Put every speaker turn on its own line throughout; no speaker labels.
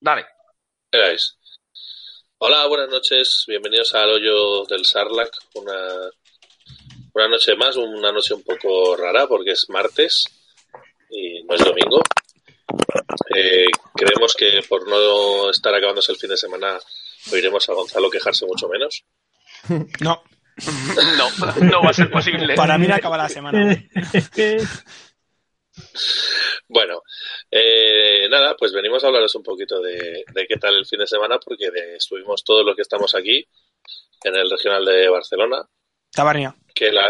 Dale.
Erais. Hola, buenas noches. Bienvenidos al hoyo del Sarlac. Una, una noche más, una noche un poco rara porque es martes y no es domingo. Eh, creemos que por no estar acabándose el fin de semana oiremos a Gonzalo quejarse mucho menos.
No,
No, no va a ser posible.
para mí no acaba la semana.
Bueno, eh, nada, pues venimos a hablaros un poquito de, de qué tal el fin de semana porque de- estuvimos todos los que estamos aquí en el regional de Barcelona,
Tabarnia.
que la...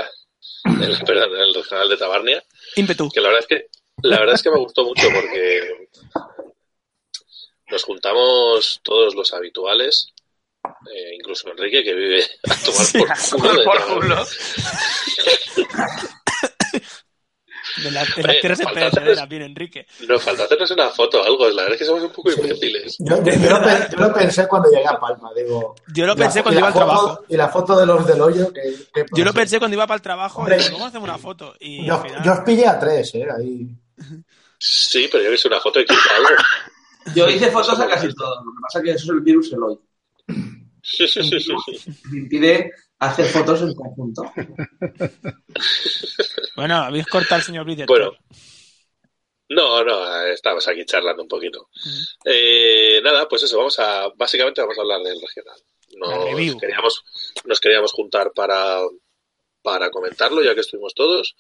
el- perdón, en el regional de Tabarnia.
Ímpetu.
que la verdad es que la verdad es que me gustó mucho porque nos juntamos todos los habituales eh, incluso Enrique que vive a tomar
Sí,
por
a
culo de
Por
todo.
culo.
De, la- de
Oye,
las tierras de
falta
Pedernera,
hacerles-
bien, Enrique.
nos falta hacernos una foto o algo la verdad es que somos un poco imbéciles
Yo, yo- yo lo, pe- yo lo pensé cuando llegué a Palma, digo.
Yo lo
y la
pensé
fo-
cuando
y
iba
la
al
foto-
trabajo.
Y la foto de los del hoyo que. que
Yo lo pensé cuando iba para el trabajo.
Hombre.
y digo, vamos a hacer una foto. Y
Yo,
al final-
yo os pillé a tres, ¿eh? Ahí.
sí pero yo que hice una foto y que hice algo
Yo hice fotos a casi todo. Lo que pasa es que eso es el virus el hoy. Me impide hacer fotos en conjunto.
Bueno, habéis cortado al señor Blitzer.
Bueno. No, no, estamos aquí charlando un poquito. Eh, nada, pues eso, vamos a, básicamente vamos a hablar del regional.
La
Nos
review.
queríamos, nos queríamos juntar para, para comentarlo, ya que estuvimos todos.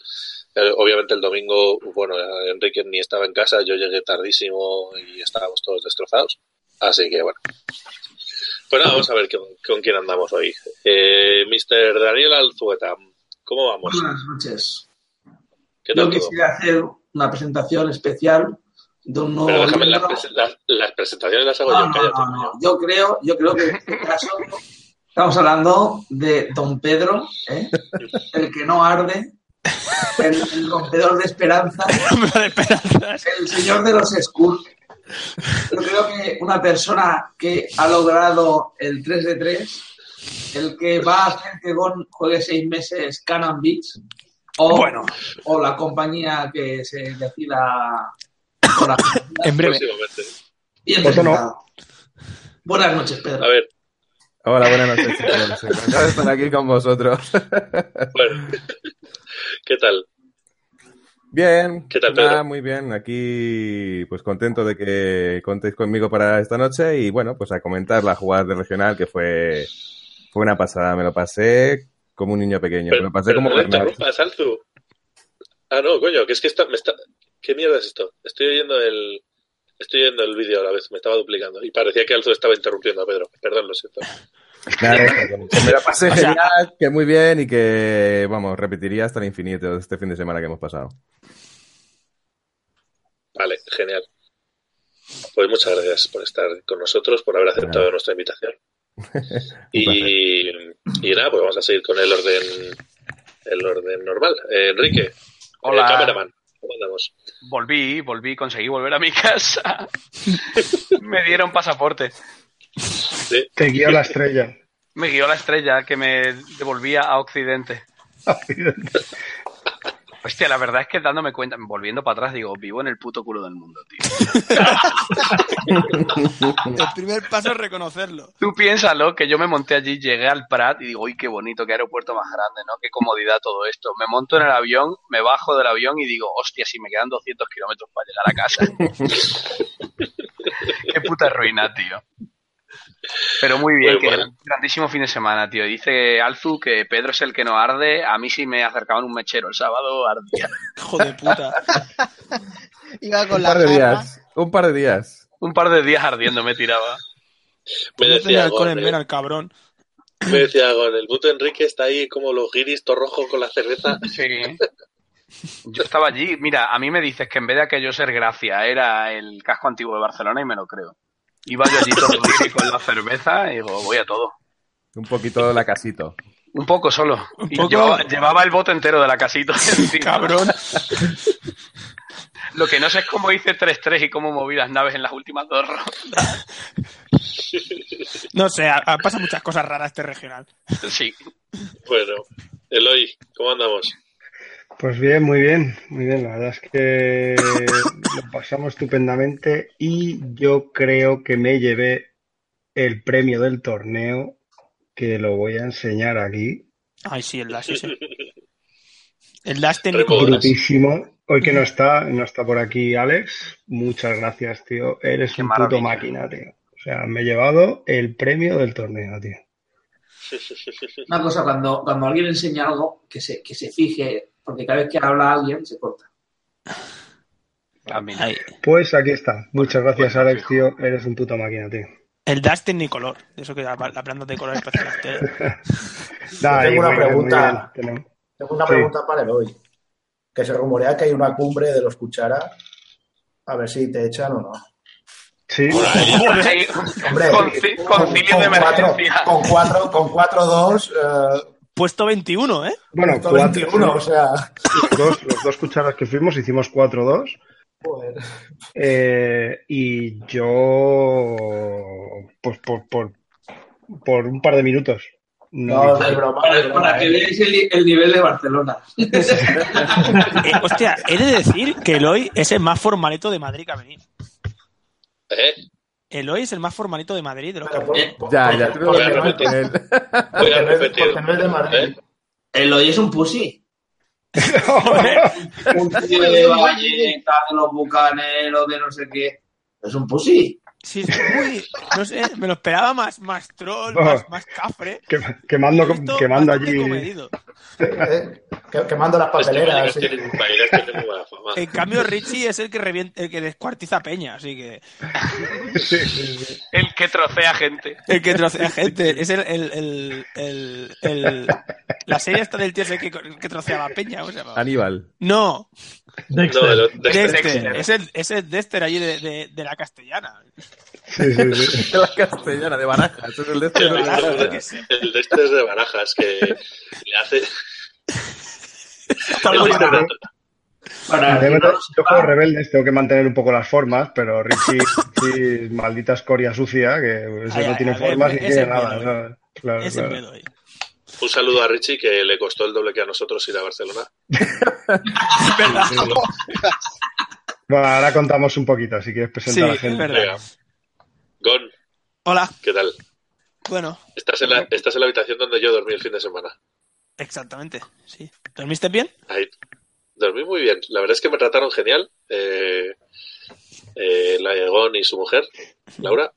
Eh, obviamente el domingo, bueno, Enrique ni estaba en casa, yo llegué tardísimo y estábamos todos destrozados. Así que bueno. Bueno, vamos a ver con, con quién andamos hoy. Eh, Mr. Daniel Alzueta, ¿cómo vamos?
Buenas noches.
¿Qué
Yo
tal todo?
quisiera hacer una presentación especial de un nuevo
Pero déjame, las,
libro.
presen- las- las presentaciones las hago
No,
yo,
no,
cállate.
no, no. Yo creo, yo creo que en este caso estamos hablando de Don Pedro, ¿eh? el que no arde, el, el rompedor de esperanza,
Hombre, de esperanzas.
el señor de los escudos. Yo creo que una persona que ha logrado el 3 de 3, el que va a hacer que Gon juegue seis meses Canon Beats, o,
Bueno.
o la compañía que se decida por la-
En breve.
Próximamente.
Bien
Otro no.
presentado. Buenas noches, Pedro.
A ver,
Hola, buenas noches, chicos. Encantado de estar aquí con vosotros.
bueno. ¿Qué tal?
Bien.
¿Qué tal, Pedro?
Nada, muy bien. Aquí, pues contento de que contéis conmigo para esta noche y bueno, pues a comentar la jugada del regional que fue, fue una pasada. Me lo pasé como un niño pequeño.
Pero-
me lo pasé
pero
como
no me
Bernardo.
interrumpas, Alzu. Ah, no, coño, que es que está, me está... ¿Qué mierda es esto? Estoy oyendo el... Estoy oyendo el vídeo a la vez, me estaba duplicando. Y parecía que Alzu estaba interrumpiendo a Pedro. Perdón, lo siento.
Nada, que me lo pasé
O sea-
genial, que muy bien y que, vamos, repetiría hasta el infinito este fin de semana que hemos pasado.
Vale, genial. Pues muchas gracias por estar con nosotros, por haber aceptado
Nada.
nuestra invitación. y, y nada, pues vamos a seguir con el orden el orden normal. Eh, Enrique, eh,
Hola.
cameraman, ¿cómo andamos?
Volví, volví, conseguí volver a mi casa. Me dieron pasaporte.
Sí,
Te guía la estrella.
Me guió la estrella que me devolvía a Occidente. Hostia, la verdad es que dándome cuenta, volviendo para atrás, digo, vivo en el puto culo del mundo, tío.
El primer paso es reconocerlo.
Tú piénsalo, que yo me monté allí, llegué al Prat y digo, uy, qué bonito, qué aeropuerto más grande, ¿no? Qué comodidad todo esto. Me monto en el avión, me bajo del avión y digo, hostia, si me quedan 200 kilómetros para llegar a casa. qué puta ruina, tío. Pero muy bien,
Muy
que
bueno.
gran- grandísimo fin de semana, tío. Dice Alzu que Pedro es el que no arde. A mí sí me acercaban un mechero el sábado, ardía.
Hijo de puta.
Iba
Un
con la
par de
jarra.
días. Un par de días.
Un par de días ardiendo me tiraba.
me
No tenía
decía,
alcohol en
Gon, eh,
vena, el cabrón.
me decía Gon, el puto Enrique está ahí como los guiris, todo rojo con la cerveza.
Sí. Yo estaba allí. Mira, a mí me dices que en vez de aquello ser Gracia era el casco antiguo de Barcelona y me lo creo. Iba yo allí todo guiri con la cerveza y digo, voy a todo.
Un poquito la casito.
Un poco solo.
Un
Y
poco.
Llevaba, llevaba el bote entero de la casita. encima.
Cabrón.
Lo que no sé es cómo hice 3-3 y cómo moví las naves en las últimas dos rondas.
No sé, a- a- pasan muchas cosas raras este regional.
Sí.
Bueno, Eloy, ¿cómo andamos?
Pues bien, muy bien, muy bien. La verdad es que lo pasamos estupendamente y yo creo que me llevé el premio del torneo que lo voy a enseñar aquí.
Ay, sí, el Dash ese. El Dash técnico.
Recuerdo. Hola.
Brutísimo. Hoy que no está, no está por aquí Alex. Muchas gracias, tío. Eres
Qué
un puto
maravilla.
máquina, tío. O sea, me he llevado el premio del torneo, tío.
Una cosa, cuando, cuando alguien enseña algo, que se, que se fije, porque cada vez que habla alguien se corta.
A mí no.
Ahí.
Pues aquí está. Muchas gracias,
Bueno,
Alex,
fijo.
tío. Eres un puto máquina, tío.
El Dash Technicolor. Eso que la, la planta de colores parece las telas.
Da,
Tengo
y
una
muy bien, muy
pregunta.
bien, tenemos-
Tengo una
Sí.
pregunta para el hoy. Que se rumorea que hay una cumbre de los cuchara. A ver si te echan o no.
Sí,
Ahí,
Hombre,
conci- concilio de
cuatro,
emergencia.
con cuatro, con cuatro dos, eh,
Puesto 21, ¿eh?
bueno,
todo
cuatro,
21, o sea,
los dos, los dos cucharas que fuimos hicimos 4-2.
joder.
Eh, y yo, pues por, por, por un par de minutos.
No,
dije-
es broma, es
Para,
broma,
para que
eh.
veáis el, el nivel de Barcelona.
Eh, Hostia, he de decir que Eloy es el más formalito de Madrid que ha venido.
¿Eh?
Eloy es el más formalito de Madrid de los que ha
Pero
venido.
por- por-
Ya,
porque-
ya, tú no
porque
voy a
no es-
repetir.
él.
Voy a
porque no es-
repetir. ¿Eh?
porque no es de Madrid.
El hoy es un pussy.
Joder.
Un tío de Valleta, de los bucaneros, de no sé qué. Es un pussy.
Sí, sí, uy, no sé, me lo esperaba más, más troll, más, más cafre.
que- quemando,
Esto
quemando
bastante
allí.
comedido.
Eh, que- Quemando las
Este
papeleras.
Vallecas tiene- Vallecas tiene mala fama.
En cambio, Richie es el que revienta, el que descuartiza a peña, así que.
Sí, sí, sí.
El que trocea gente.
El que trocea gente. Es el, el, el, el, el- la serie esta del tío ese que, que troceaba peña, ¿cómo se llama?
Aníbal.
No,
No, de lo- de-
Dexter.
Dexter.
Es el, es el Dexter allí de, de, de la castellana.
Sí, sí, sí.
De la castellana, de Barajas. Es el de este
el
de
de
Barajas,
este-
yo qué sé.
el de este es de barajas que le hace.
Está
le
muy
gusta
raro.
tanto.
Para
Además,
que no lo
yo como
sepa,
rebeldes tengo que mantener un poco las formas, pero Richie, Richie, maldita escoria sucia, que eso
Ay,
no
ay,
tiene
ay,
formas
ese
ni tiene
es
nada.
miedo,
¿sabes? Claro,
Es el eh.
claro.
Eloy.
Un saludo a Richie que le costó el doble que a nosotros ir a Barcelona.
Es verdad.
Bueno, ahora contamos un poquito, si quieres
Sí,
presentar a la
es
gente.
verdad.
Venga. Gon,
Hola,
¿qué tal?
bueno,
Estás en, la, estás en la habitación donde yo dormí el fin de semana.
exactamente. Sí. ¿Dormiste bien?
Ahí. Dormí muy bien. La verdad es que me trataron genial. Eh, eh, la de Gon y su mujer, Laura.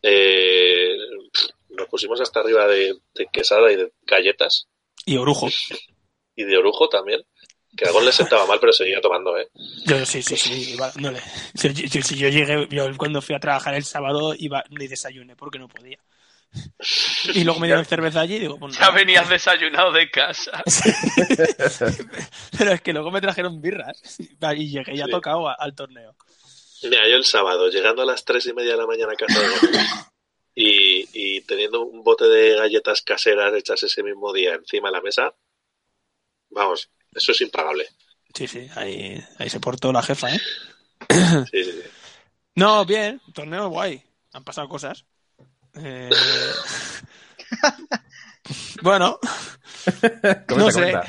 Eh, nos pusimos hasta arriba de, de quesada y de galletas.
Y orujo.
Y de orujo también. Que a Gon le sentaba mal, pero seguía tomando, ¿eh?
Yo sí, sí, sí, iba dándole. Si, si- si yo llegué, yo cuando fui a trabajar el sábado iba ni desayuné porque no podía. Y luego me dieron cerveza allí y digo, pues
Ya
nada.
venías desayunado de casa.
Pero es que luego me trajeron birras y llegué ya
Sí.
tocado a- al torneo.
Mira, yo el sábado, llegando a las tres y media de la mañana a casa de Gon, y, y teniendo un bote de galletas caseras hechas ese mismo día encima de la mesa, vamos, eso es impagable.
Sí, sí, ahí, ahí se portó la jefa, ¿eh?
Sí, sí, sí.
No, bien, torneo guay. Han pasado cosas. Eh, bueno,
Comenta,
No sé.
comenta.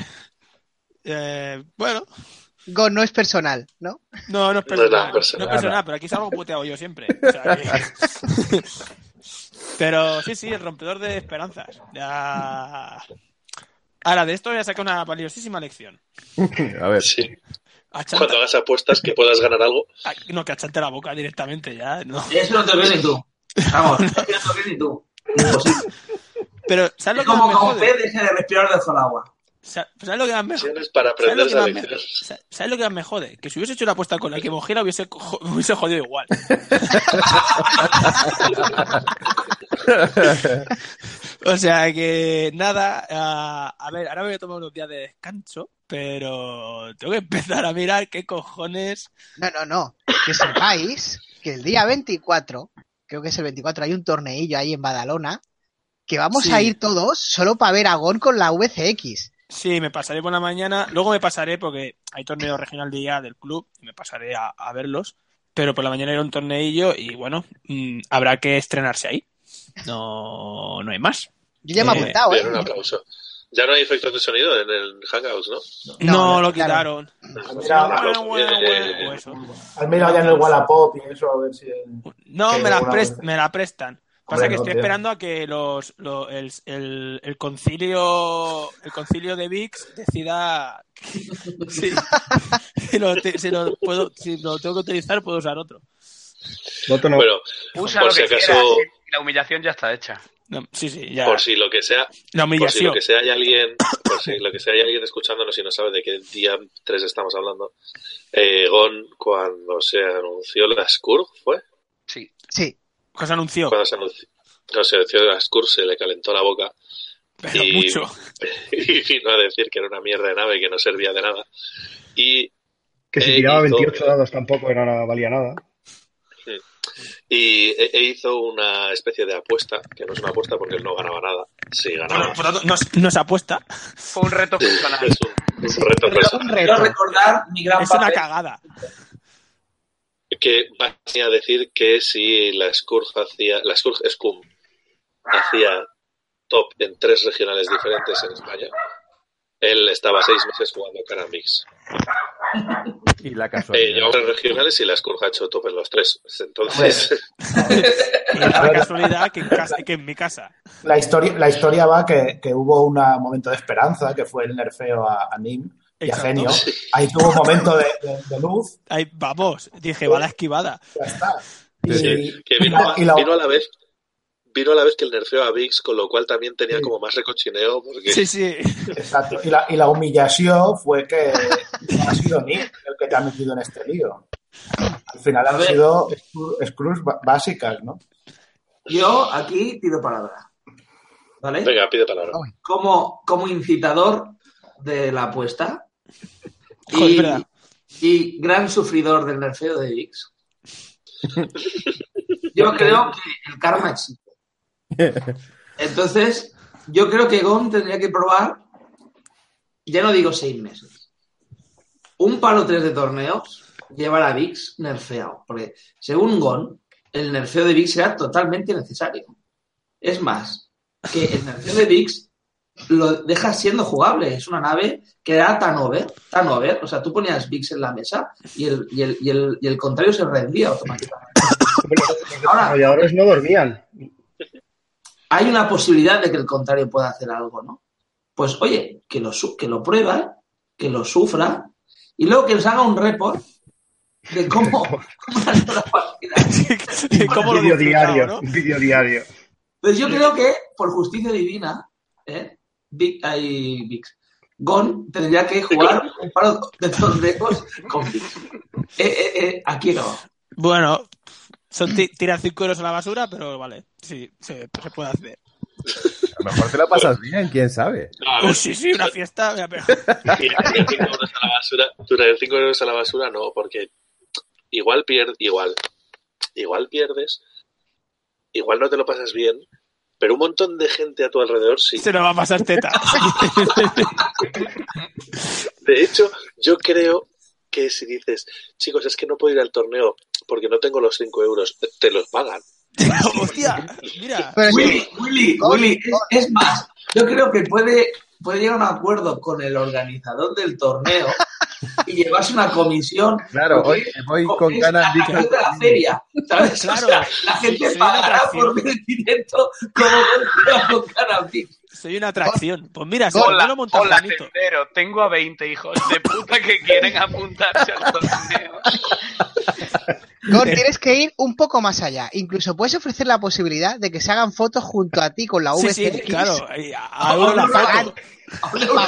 eh, bueno,
Go, no es personal, ¿no?
No, no es
No es
personal.
nada
No,
personal.
es personal, pero aquí salgo puteado yo siempre. O sea que- pero sí, sí, el rompedor de esperanzas. Ya... Ahora, de esto voy a sacar una valiosísima lección.
A ver.
Sí.
Achanta-
Cuando hagas apuestas que puedas ganar algo,
Ay, No, que achante la boca directamente ya. No.
eso no te ves ni tú. Vamos, eso no te ves ni tú. Imposible.
Pero, ¿sabes
Es
lo que más
como
me
como
jode?
Pez deje de respirar debajo del agua.
Sa- ¿Sabes lo que más me jode?
tienes para
¿Sabes
aprender
lo, que
esa
más me...
lección.
sa- ¿Sabes lo que más me jode? Que si hubiese hecho la apuesta con la que Mojera hubiese, co- hubiese jodido igual. o sea que nada, ah, a ver, ahora me voy a tomar unos días de descanso, pero tengo que empezar a mirar qué cojones.
No, no, no. Que sepáis que el día 24, creo que es el 24, hay un torneillo ahí en Badalona, que vamos
Sí.
a ir todos solo para ver a Gon con la VCX.
Sí, me pasaré por la mañana, luego me pasaré porque hay torneo regional día del club y me pasaré a, a verlos, pero por la mañana era un torneillo y bueno, mm, habrá que estrenarse ahí. No, no hay más.
Yo ya me he
Eh,
apuntado, ¿eh?
Bien, un aplauso. Ya no hay efectos de sonido en el Hangouts, ¿no?
No,
No, claro.
lo quitaron. Ah,
Han mirado,
Bueno,
Claro,
bueno,
eh,
bueno, eso.
han mirado ya en el Wallapop y eso, a ver si.
No,
que
me la,
una
pres-
vez.
me la prestan. Pasa
Hombre,
que
no,
estoy
tío.
esperando a que los, lo- el, el- el concilio el concilio de VIX decida si, si lo, te- si lo puedo, si lo tengo que utilizar, puedo usar otro.
Voto no.
Bueno,
Usa
Por
lo
si
que
acaso-
quieras, eh, la humillación ya está hecha.
No, sí, sí, ya.
por si lo que sea,
La
por si lo
humillación.
que sea hay alguien, por si lo que sea hay alguien escuchándonos y no sabe de qué día 3 estamos hablando. Eh, Gon, cuando se anunció la SCUR, ¿fue?
Sí.
Sí,
Que se anunció,
Cuando se anunció, cuando se anunció la SCUR se le calentó la boca
pero
y-
mucho.
y vino a decir que era una mierda de nave que no servía de nada. Y,
Que si
eh,
tiraba
hizo-
28 dados tampoco era nada, valía nada.
hmm, y e- e hizo una especie de apuesta, que no es una apuesta porque él no ganaba nada. Sí, ganaba.
Bueno, por tanto, no, es- no es apuesta,
Fue un reto personal.
Es un, un
sí.
reto
Pero
personal.
un
Quiero
reto.
recordar mi gran
es una
papel.
cagada.
que venía a decir que si la Scourge hacía, la Scourge Scum hacía top en tres regionales diferentes en España, él estaba seis meses jugando Carambix.
Y la
Eh,
casualidad.
llevamos tres regionales y la Scourge ha hecho top en los tres. Entonces,
Y da la casualidad que en, casa- que en mi casa.
La historia, la historia va que, que hubo un momento de esperanza, que fue el nerfeo a, a Nim y a
Exacto.
Genio. Ahí tuvo un momento de, de- de luz,
Ahí, vamos, dije, va la esquivada.
ya está.
Sí, sí.
Y,
que
y
vino,
la-
a-
y la-
vino a la vez vino a la vez que el nerfeo a Vix, con lo cual también tenía
Sí.
como más recochineo porque
Sí, sí.
exacto, y la- y la humillación fue que no ha sido Nim el que te ha metido en este lío. Al final
A
han
ver.
sido screw- screws ba- básicas, ¿no?
Yo aquí pido palabra. ¿Vale?
venga, pide
Ah,
palabra.
como, como incitador de la apuesta
Joder,
y,
verdad.
y gran sufridor del nerfeo de Vix. Yo creo que el karma existe. Entonces, yo creo que Gon tendría que probar, ya no digo seis meses, un par o tres de torneos llevar a Vix nerfeado. Porque según Gon, el nerfeo de Vix era totalmente necesario. Es más, que el nerfeo de Vix lo deja siendo jugable. Es una nave que era tan over, tan over. O sea, tú ponías Vix en la mesa y el, y el, y el, y el contrario se rendía automáticamente.
Los
Ahora,
desarrolladores no dormían.
hay una posibilidad de que el contrario pueda hacer algo, ¿no? Pues oye, que lo, su- que lo prueba, que lo sufra y luego que nos haga un report de cómo, cómo ha sido la partida.
¿Cómo lo
Un vídeo
disfrutaba,
diario,
no?
un vídeo diario.
Pues yo creo que, por justicia divina, ¿eh? Vic, ay, Vic. Gon tendría que jugar un par de torneos con Vic. Eh, eh, eh, aquí no.
Bueno, son ti- tirar 5 euros a la basura, pero vale, sí, se, se puede hacer.
A lo mejor te lo pasas bien, quién sabe.
A ver,
Uh, sí, sí, una fiesta. mira, pero-
tirar 5 euros a la basura, tirar 5 euros a la basura no, porque igual pierdes, igual, igual pierdes, igual no te lo pasas bien, pero un montón de gente a tu alrededor sí.
Se nos va a pasar teta.
De hecho, yo creo que si dices, chicos, es que no puedo ir al torneo porque no tengo los 5 euros, te los pagan.
Hostia, mira.
Pero es que
Willy, Willy,
Gon,
Willy, es, es más, yo creo que puede, puede llegar a un acuerdo con el organizador del torneo y llevarse una comisión.
Claro, hoy
porque
voy
co-
con
es
ganas
la
de-
canción de la feria, ¿sabes? O
Claro,
sea, la
sí,
gente
soy una
pagará por
atracción.
ver el directo como golpea con cannabis.
Soy una atracción. Pues mira, se
Hola,
lo monta
hola,
Juanito.
tendero. Tengo a 20 hijos de puta que quieren apuntarse al torneo.
Gon, tienes que ir un poco más allá. Incluso puedes ofrecer la posibilidad de que se hagan fotos junto a ti con la
Sí,
VCX.
sí, claro. ahí, A, a uno la foto.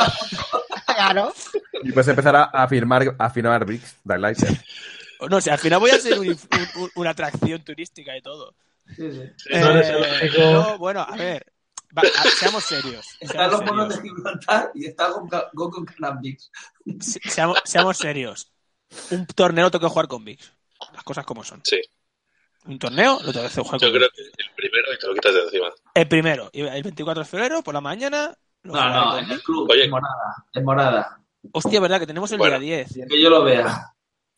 Claro.
Y pues empezar a, a firmar, a firmar Bricks, Dark Lighter.
No, o sea, al final voy a ser un inf- un- un- una atracción turística y todo.
Sí, sí.
No eres el
Eh,
único.
no, bueno, a ver. va, a- seamos serios.
Están
Seamos
los monos de
serios.
Gibraltar y está con, ca- con, con cannabis.
Se- seamos- seamos serios. Un torneo lo tengo que jugar con Vix. Las cosas como son.
Sí,
Un torneo lo tengo que hacer jugar
yo
con Vix.
creo que el primero y te lo quitas de encima.
El primero, y el 24 de febrero, por la mañana. lo
No,
jugaré
no,
con
en el
Vic.
club,
Oye.
en morada, en morada.
Hostia, ¿verdad? Que tenemos el
Bueno.
día 10.
Que yo lo vea.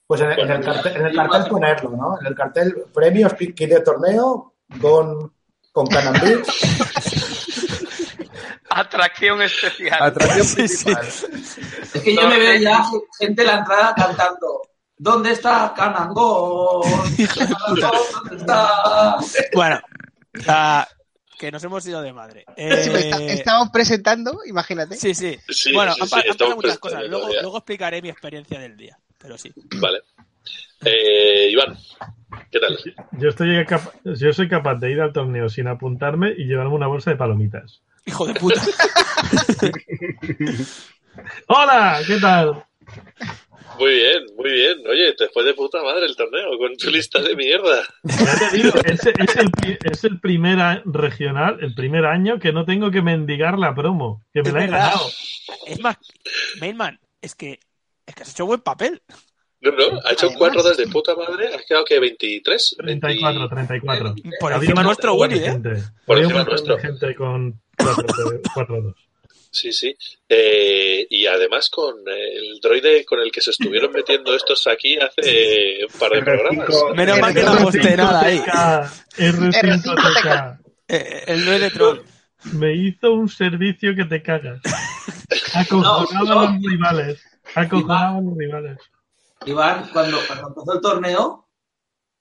Pues en, en
Bueno.
el cartel, en el cartel ponerlo, ¿no? En el cartel premios, kit kit de torneo, con, con cannabis.
Atracción especial.
Atracción
Sí, sí.
principal.
Es que yo me veo ya gente en la entrada cantando. ¿Dónde está Canangón? ¿Dónde está?
Bueno, ah, que nos hemos ido de madre.
Sí, pues está-
Eh,
estábamos presentando, imagínate.
Sí, sí.
Sí,
Bueno,
sí,
han,
sí,
pa- han pasado
estamos
muchas
prestando
cosas. Luego,
todavía.
luego explicaré mi experiencia del día. Pero sí.
Vale. Eh, Iván, ¿qué tal?
Yo, estoy capa- yo soy capaz de ir al torneo sin apuntarme y llevarme una bolsa de palomitas.
Hijo de puta.
¡Hola! ¿Qué tal?
Muy bien, muy bien. Oye, te fue de puta madre el torneo con tu lista de mierda.
Ya te digo, es, es el, pri- es el primer a- regional, el primer año que no tengo que mendigar la promo, que me
Es
la he
verdad.
ganado.
Es más, Mainman, es que, es que has hecho buen papel.
No, no, ha hecho
Además.
cuatro rodas de puta madre. Has quedado que 23,
34,
20
34.
Por
Había
encima
un
nuestro,
montón de
Willy, ¿eh?
gente.
Por
Había un
encima
montón de
nuestro.
gente con 4-2.
Sí, sí. Eh, y además con eh, el droide con el que se estuvieron metiendo estos aquí hace un par de programas.
R5,
Menos mal que no
R5,
aposté nada ahí.
R5TK.
Eh, el 9 de troll.
Me hizo un servicio que te cagas. Acojonaba
No, no.
a los rivales. Acojonaba a los rivales.
Iván, cuando, cuando empezó el torneo,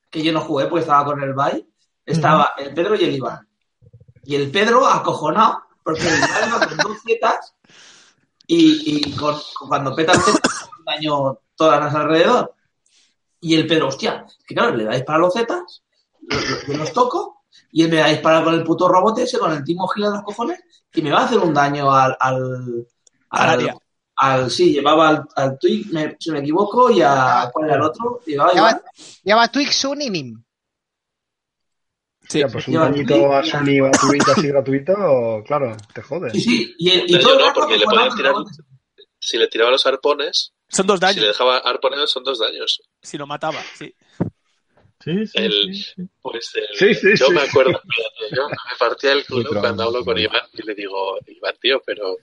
que yo no jugué porque estaba con el Bay, estaba el Pedro y el Iván. Y el Pedro acojonado, porque el Iván iba con dos zetas y, y con, con- cuando petan zetas, daño todas las alrededor. Y el Pedro, hostia, es que claro, le dais para los zetas, lo- lo- yo los toco, y él me va a disparar con el puto robot ese, con el timo gila de los cojones, y me va a hacer un daño al. al,
Al área.
al- sí, llevaba al, al Twig, me- si me equivoco, y a. ¿Cuál era el otro? Llevaba a
Lleva,
Iván.
lleva Twix, Sun y Nim.
Sí.
Ya, pues un
Lleva-
dañito a Sony gratuito así gratuito, claro, te jode.
Sí, sí, y, el- y
Daño
todo el
no,
rato
porque le
acojonando
podían tirar-
los rebotes.
Si le tiraba los arpones,
Son dos
si le
daños.
dejaba arpones son dos daños.
Si lo mataba, sí.
Sí, sí, sí,
El-
sí.
Pues el-
Sí, sí,
yo
sí.
me acuerdo, mira, yo me partía el culo
Otro
cuando hablo con
hombre.
Iván y le digo, Iván, tío, pero,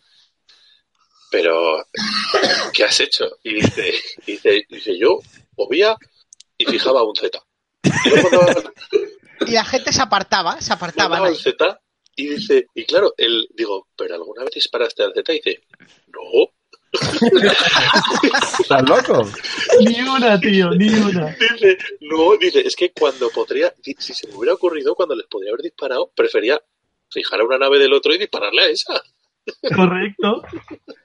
pero, ¿qué has hecho? Y dice, dice, dice yo, obvia y fijaba un Z. Y luego daba-
Y la gente se apartaba, se apartaban
mandaba el
ahí.
Z y dice, y claro, él, digo, ¿pero alguna vez disparaste al Z? Y dice, no.
¿Estás loco?
Ni una, tío, ni una.
Dice, no, dice, es que cuando podría, si se me hubiera ocurrido cuando les podría haber disparado, prefería fijar a una nave del otro y dispararle a esa.
Correcto.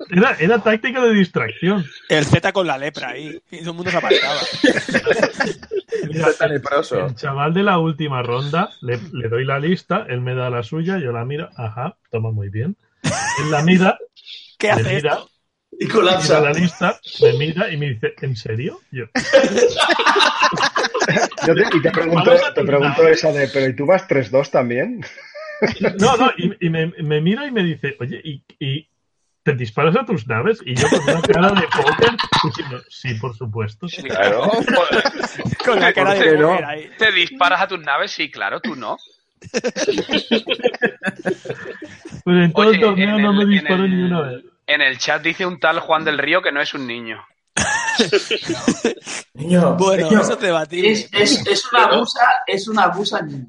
Era, era táctica de distracción.
El Z con la lepra ahí. Y todo el mundo se apartaba.
Mira,
Está
el,
leproso.
el chaval de la última ronda, le, le doy la lista, él me da la suya, yo la miro, ajá, toma muy bien. Él la mira,
¿Qué
me mira,
hace esto?
Y
mira la
colapsa.
lista, me mira y me dice, ¿en serio? Yo,
Yo te- y te pregunto,
Vamos a
te
pintar.
pregunto esa de, pero ¿y tú vas 3-2 también?
no, no, y, y me, me mira y me dice, oye, ¿y, y te disparas a tus naves? Y yo con una cara de póker, diciendo, sí, por supuesto.
Claro.
Con la cara
¿Por
de
qué no?
mujer ahí.
¿Te disparas a tus naves? Sí, claro, tú no.
Pero en todo
Oye,
el torneo
en
Pues no me
el- en
disparó
el-
ni una vez.
En el chat dice un tal Juan del Río que no es un niño.
Niño,
Bueno,
niño,
eso es debatible.
Es, es, es una abusa, es una abusa niña.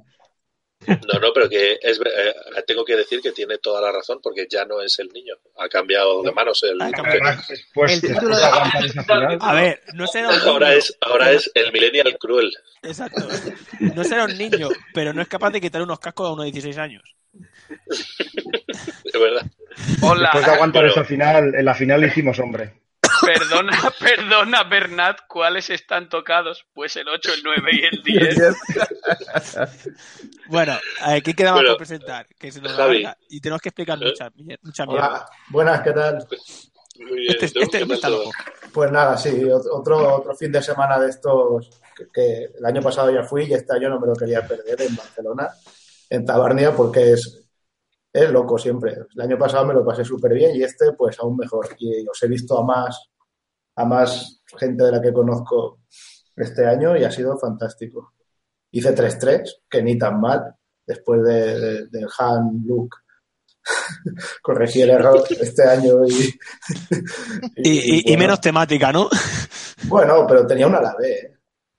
No, no, pero que es, ver- eh, tengo que decir que tiene toda la razón porque ya no es el niño. Ha cambiado de manos el
Ha cambiado.
campeón.
Además, después
Pues
El
te
título
toca
de-
aguantar esa final.
A ver, no será un niño.
Ahora es, ahora
pero-
es el millennial cruel.
Exacto. No será un niño, pero no es capaz de quitar unos cascos a unos 16 años.
De verdad.
Después de
Hola,
aguantar
Pero-
esa final, en la final hicimos hombre.
perdona, perdona, Bernat, ¿cuáles están tocados? Pues el 8, el 9 y el 10.
Bueno, aquí queda más
Bueno,
por presentar, que se nos
Javi.
alarga y tenemos que explicar
¿Eh? Pues,
mucha, mier- mucha mierda.
Hola, buenas, ¿qué tal?
Muy bien.
Este,
¿y tú?
este
¿Qué tal
está
todo?
loco.
Pues nada, sí, ot- otro, otro fin de semana de estos que, que el año pasado ya fui y este año no me lo quería perder en Barcelona, en Tabarnia, porque es, es loco siempre. El año pasado me lo pasé súper bien y este pues aún mejor. Y os he visto a más, a más gente de la que conozco este año y ha sido fantástico. Hice 3-3, que ni tan mal, después de, de, de Han, Luke, corregí el error este año y...
Y, y- y
bueno.
menos temática, ¿no?
Bueno, pero tenía una a la vez.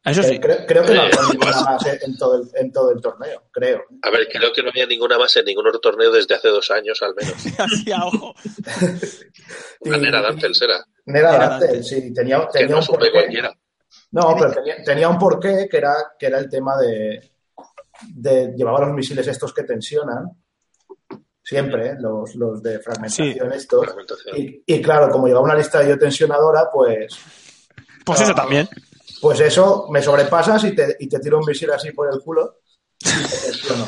Eso
Eh,
sí.
Creo, creo que no
Eh,
había ninguna
vas.
más en todo, el, en todo el torneo, creo.
A ver, creo que no había ninguna más en ningún otro torneo desde hace dos años al menos.
Así a ojo.
Una
Y-
nera Dantel será,
Nera
Era
Dantel,
Dantel.
sí, tenía,
que
tenía
no
un
supe
porqué.
cualquiera.
No, pero tenía, tenía un porqué que era, que era el tema de, de- Llevaba los misiles estos que tensionan, siempre, ¿eh? los, los de fragmentación estos.
Fragmentación.
Y, y claro, como llevaba una lista de yo tensionadora, pues,
Pues eso también.
pues eso me sobrepasas y te, y te tiro un misil así por el culo y te tensiono.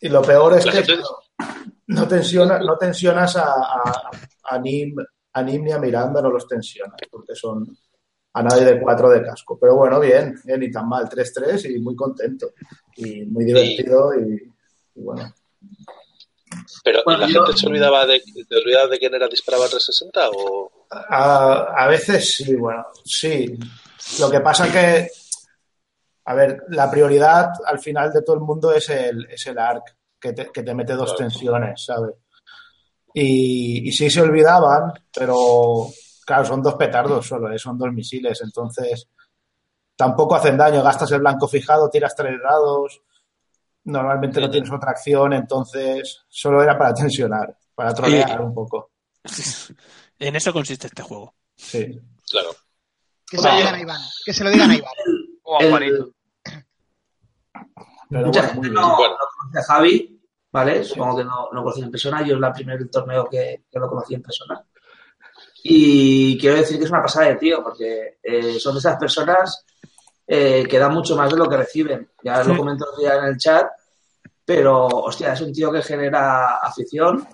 Y lo peor es
La
que
gente-
claro, no, tensiona, no tensionas a, a, a Nim, a Nim ni a Miranda, no los tensionas, porque son a nadie de cuatro de casco. Pero bueno, bien, eh, ni tan mal, 3-3 y muy contento. Y muy divertido y, y bueno.
Pero ¿y
Bueno,
la
yo-
gente se olvidaba de, te olvidaba de que nera disparaba 360 o
A, a veces sí, bueno, sí. Lo que pasa que, a ver, la prioridad al final de todo el mundo es el, es el arc, que te, que te mete dos
Claro.
tensiones, ¿sabes? Y, y sí se olvidaban, pero claro, son dos petardos solo, ¿eh? son dos misiles, entonces tampoco hacen daño, gastas el blanco fijado, tiras tres dados, normalmente no
Ujú.
tienes otra acción, entonces solo era para tensionar, para trolear un poco,
En eso consiste este juego.
sí.
claro.
Que se lo digan a Iván. Que se lo digan a Iván.
O a
El-
Juanito.
Pero
Mucha
bueno, muy
gente
bien.
no,
Bueno.
no conoce a Javi, ¿vale? Supongo que no, no conoce en persona. Yo es la primer torneo que, que lo conocí en persona. Y quiero decir que es una pasada de tío, porque eh, son de esas personas eh, que dan mucho más de lo que reciben. Ya lo
Sí.
comento otro día en el chat, pero hostia, es un tío que genera afición.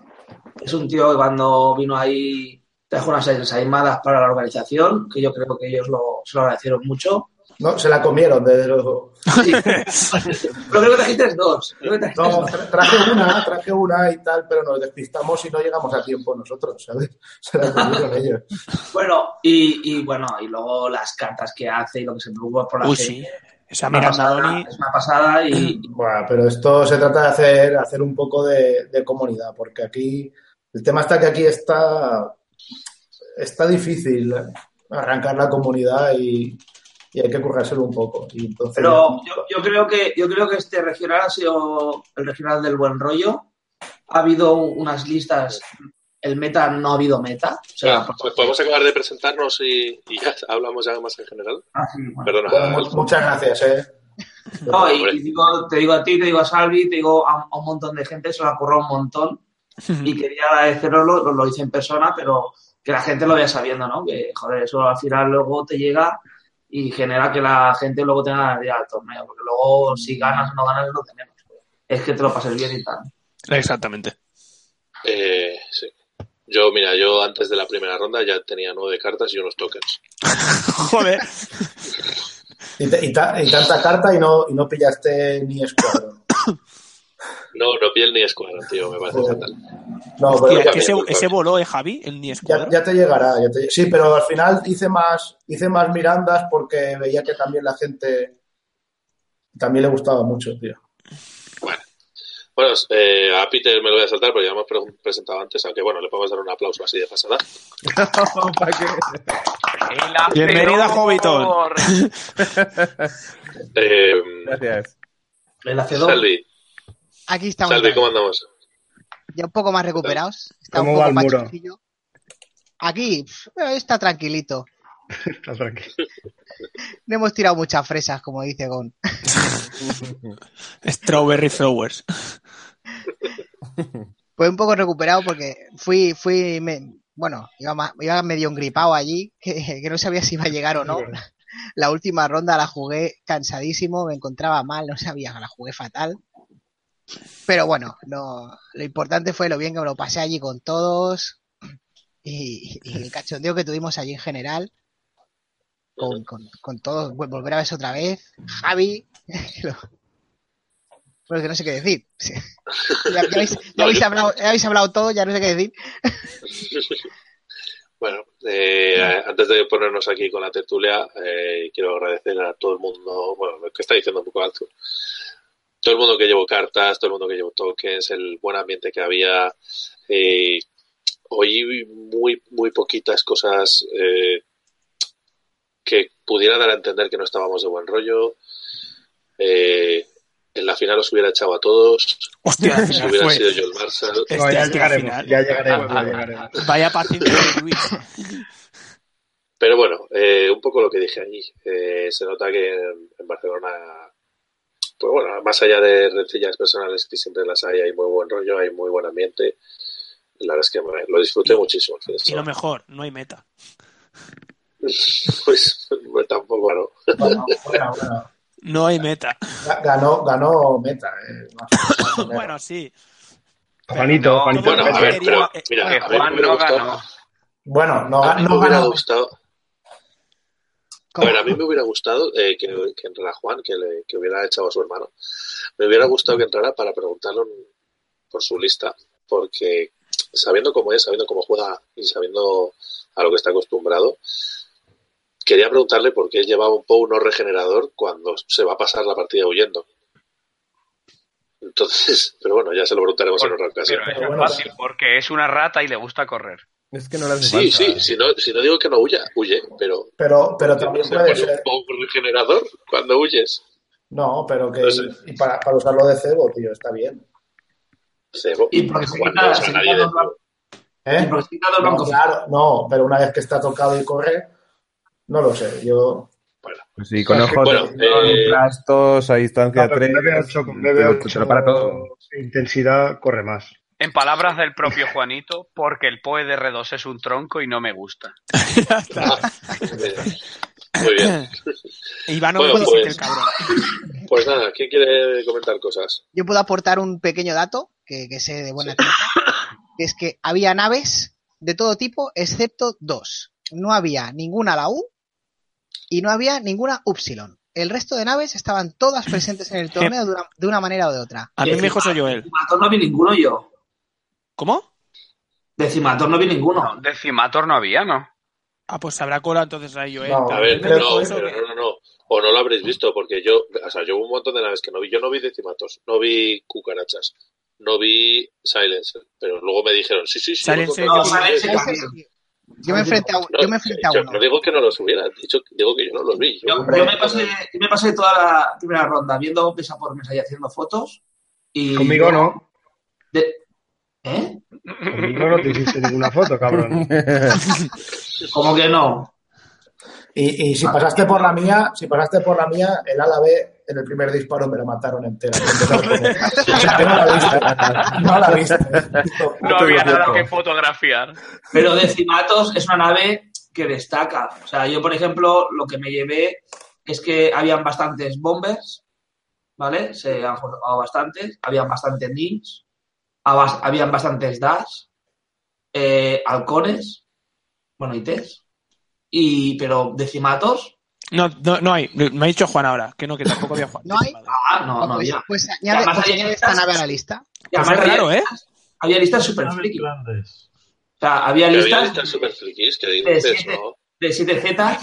Es un tío que cuando vino ahí trajo unas ensaimadas para la organización, que yo creo que ellos lo, se lo agradecieron mucho.
No, se la comieron, desde luego.
Sí. Pero creo que trajiste dos. Creo que trajiste
No,
dos.
tra- traje una, traje una y tal, pero nos despistamos y no llegamos a tiempo nosotros, ¿sabes? Se la comieron ellos.
Bueno, y, y bueno, y luego las cartas que hace y lo que se preocupa por la
Uy,
gente.
sí.
Es
Esa
una
Miranda
pasada,
Doni.
es una pasada y, y
Bueno, pero esto se trata de hacer, hacer un poco de, de comunidad, porque aquí el tema está que aquí está, está difícil arrancar la comunidad y, y hay que currárselo un poco. Y entonces
pero
ya-
yo, yo creo que yo creo que este regional ha sido el regional del buen rollo. Ha habido unas listas, el meta no ha habido meta. O sea,
Ah, pues podemos acabar de presentarnos y, y ya hablamos ya más en general.
ah, sí, bueno.
Perdona.
bueno, mu- muchas gracias, ¿eh?
No, y,
Hombre.
y digo- te digo a ti, te digo a Salvi, te digo a, a un montón de gente, se lo ha currado un montón y quería agradecerlo, lo, lo hice en persona, pero que la gente lo vaya sabiendo, ¿no? Que, joder, eso al final luego te llega y genera que la gente luego tenga ganas de ir al torneo, porque luego si ganas o no ganas lo tenemos. Es que te lo pases bien y tal.
Exactamente.
Eh, sí. Yo, mira, yo antes de la primera ronda ya tenía nueve cartas y unos tokens.
Joder.
Y, te- y ta- y tanta carta y no, y no pillaste ni escuadrón.
No, no piel ni escuadrón, tío, me parece
Joder.
fatal.
Oh. No,
Hostia,
pero
es que ese,
culpa
ese
mía.
voló, ¿eh, Javi? El ni
ya,
escuadrón.
ya te llegará. ya te- Sí, pero al final hice más, hice más Mirandas porque veía que también la gente también le gustaba mucho, tío.
Bueno, eh, a Peter me lo voy a saltar porque ya me hemos pre- presentado antes, aunque bueno, le podemos dar un aplauso así de pasada.
¿Para qué?
Ah, Bienvenida, Hobbiton.
Hobbiton.
Eh,
Gracias.
El hacedor.
Salvi,
Aquí estamos.
Salvi,
otra
¿cómo
vez.
andamos?
Ya un poco más recuperados. Está
¿Cómo
un
va
poco
el muro?
pachoncillo. Aquí pf, está tranquilito.
Está tranquilo.
No hemos tirado muchas fresas, como dice Gon.
Strawberry Flowers.
Pues un poco recuperado porque fui, fui, me- bueno, iba, ma- iba medio engripado allí, que, que no sabía si iba a llegar o no. La última ronda la jugué cansadísimo, me encontraba mal, no sabía, la jugué fatal. Pero bueno, no, lo importante fue lo bien que me lo pasé allí con todos y, y el cachondeo que tuvimos allí en general, con, con- con todos, Vol- volver a verse otra vez. Javi, lo- bueno, es que no sé qué decir. Ya, ya habéis, ya
No,
habéis
yo-
hablado, ya habéis hablado todo, ya no sé qué decir.
Bueno, eh, antes de ponernos aquí con la tertulia, eh, quiero agradecer a todo el mundo, bueno, lo que está diciendo un poco alto, todo el mundo que llevó cartas, todo el mundo que llevó tokens, el buen ambiente que había. eh, oí muy, muy poquitas cosas eh, que pudiera dar a entender que no estábamos de buen rollo. Eh, en la final os hubiera echado a todos.
Hostia,
Si
ya
hubiera
fue.
sido yo el Barça.
Este
No, ya
es que al
llegaremos,
final-
ya llegaremos, ya
Ah, ah,
llegaremos.
Vaya paciencia de Luis.
Pero bueno, eh, un poco lo que dije allí. Eh, se nota que en, en Barcelona, pues bueno, más allá de rencillas personales que siempre las hay, hay muy buen rollo, hay muy buen ambiente. La verdad es que me- lo disfruté
Y-
muchísimo. el fin de
Y lo
semana.
mejor, no hay
Eh.
meta.
Pues, pues tampoco, ¿no?
Bueno, bueno, bueno.
No hay meta.
Ga- Ganó, ganó Meta. eh, más o menos.
Bueno, sí.
Juanito,
no,
Juanito.
Bueno, a ver, pero
Eh,
mira,
Que
a mí me
Juan
hubiera
no
gustado-
ganó.
Bueno, no,
a
ga-
mí
no
me hubiera
ganó.
gustado A ver, a mí me hubiera gustado eh, que, que entrara Juan, que, le, que hubiera echado a su hermano. Me hubiera gustado que entrara para preguntarle un- por su lista, porque sabiendo cómo es, sabiendo cómo juega y sabiendo a lo que está acostumbrado, quería preguntarle por qué llevaba un Pou no regenerador cuando se va a pasar la partida huyendo. Entonces, pero bueno, ya se lo preguntaremos en otra ocasión.
Pero eso
Pero
es
bueno,
fácil
pero-
porque es una rata y le gusta correr.
Es que no le hace
Sí,
falta.
sí, si no, si no digo que no huya, huye, pero
Pero, pero
¿por qué
también
se
puede
pone un
ser.
Pou regenerador cuando huyes?
No, pero que.
No sé.
Y para, para usarlo de cebo, tío, está bien.
Cebo.
Y porque se
Juan
quita-
no usa
se
a nadie
quita
de
los blan-
nuevo.
¿Eh?
Y porque se quita los
No,
blancos.
claro, no, pero una vez que está tocado y corre, no lo sé. Yo.
Bueno,
Pues sí, con ojos
Bueno,
de visión,
eh,
trastos, a distancia
Claro, con
3,
BB8, con
te lo, te lo para todo.
BB8 intensidad corre más.
En palabras del propio Juanito, porque el Poe de R2 es un tronco y no me gusta.
ya está.
Ah, eh, muy bien.
Ivanovic
Bueno,
dice que el
pues,
cabrón.
pues nada, ¿quién quiere comentar cosas?
Yo puedo aportar un pequeño dato que, que sé de buena tinta, que es que había naves de todo tipo excepto dos. No había ninguna la U y no había ninguna Upsilon. El resto de naves estaban todas presentes en el torneo de una, de una manera o de otra.
A
eh,
mí me dijo soy Joel.
Decimator no vi ninguno yo.
¿Cómo?
Decimator no vi ninguno.
No, Decimator no había, ¿no?
Ah, pues habrá cola entonces a Joel.
No,
Pero pues,
A ver,
él me
creo
no,
dijo
que-
eso
pero
que-
no, no, no. O no lo habréis visto, porque yo, o sea, yo hubo un montón de naves que no vi. Yo no vi decimatos, no vi cucarachas, no vi silencer, pero luego me dijeron, sí, sí, sí, hemos
Silencer
encontrado
no,
los
Silencer
tres.
no.
Ese sí. Yo me enfrenté a, un-
No,
yo me enfrenté a
yo no
uno.
digo que no los hubiera, dicho, digo que yo no los vi. Yo
Yo,
hubo un
Hombre.
yo
montón
me,
de
pasé,
naves.
yo me pasé toda la primera ronda viendo mesa por mesa y haciendo fotos. Y
Conmigo
luego
no,
de- ¿Eh?
conmigo no te hiciste ninguna foto, cabrón.
¿Cómo que no? Ah.
Y, y si pasaste por la mía, si pasaste por la mía, el árabe en el primer disparo me la mataron entera. O sea, que no la viste. No la viste.
No
tuvo
había nada
tiempo.
que fotografiar.
Pero Decimatos es una nave que destaca. O sea, yo, por ejemplo, lo que me llevé es que habían bastantes bombers, ¿vale? Se han jugado bastantes. Habían bastantes nins. habas- Habían bastantes dash. eh, halcones. Bueno, ITs. Y, pero Decimatos,
No, no, no hay. Me ha dicho Juan ahora, que no, que tampoco había Juan.
¿No hay?
Vale.
ah, no,
Ah,
no
pues,
había.
pues añade,
además
pues
hay
añade
listas.
esta nave a la lista.
Y
Pues
además
es raro,
había,
¿eh?
había listas super
Naves
friki. O
grandes.
sea, había
Pero había
listas
listas super frikis que
de
dices,
7
no.
de 7Z,
Habrá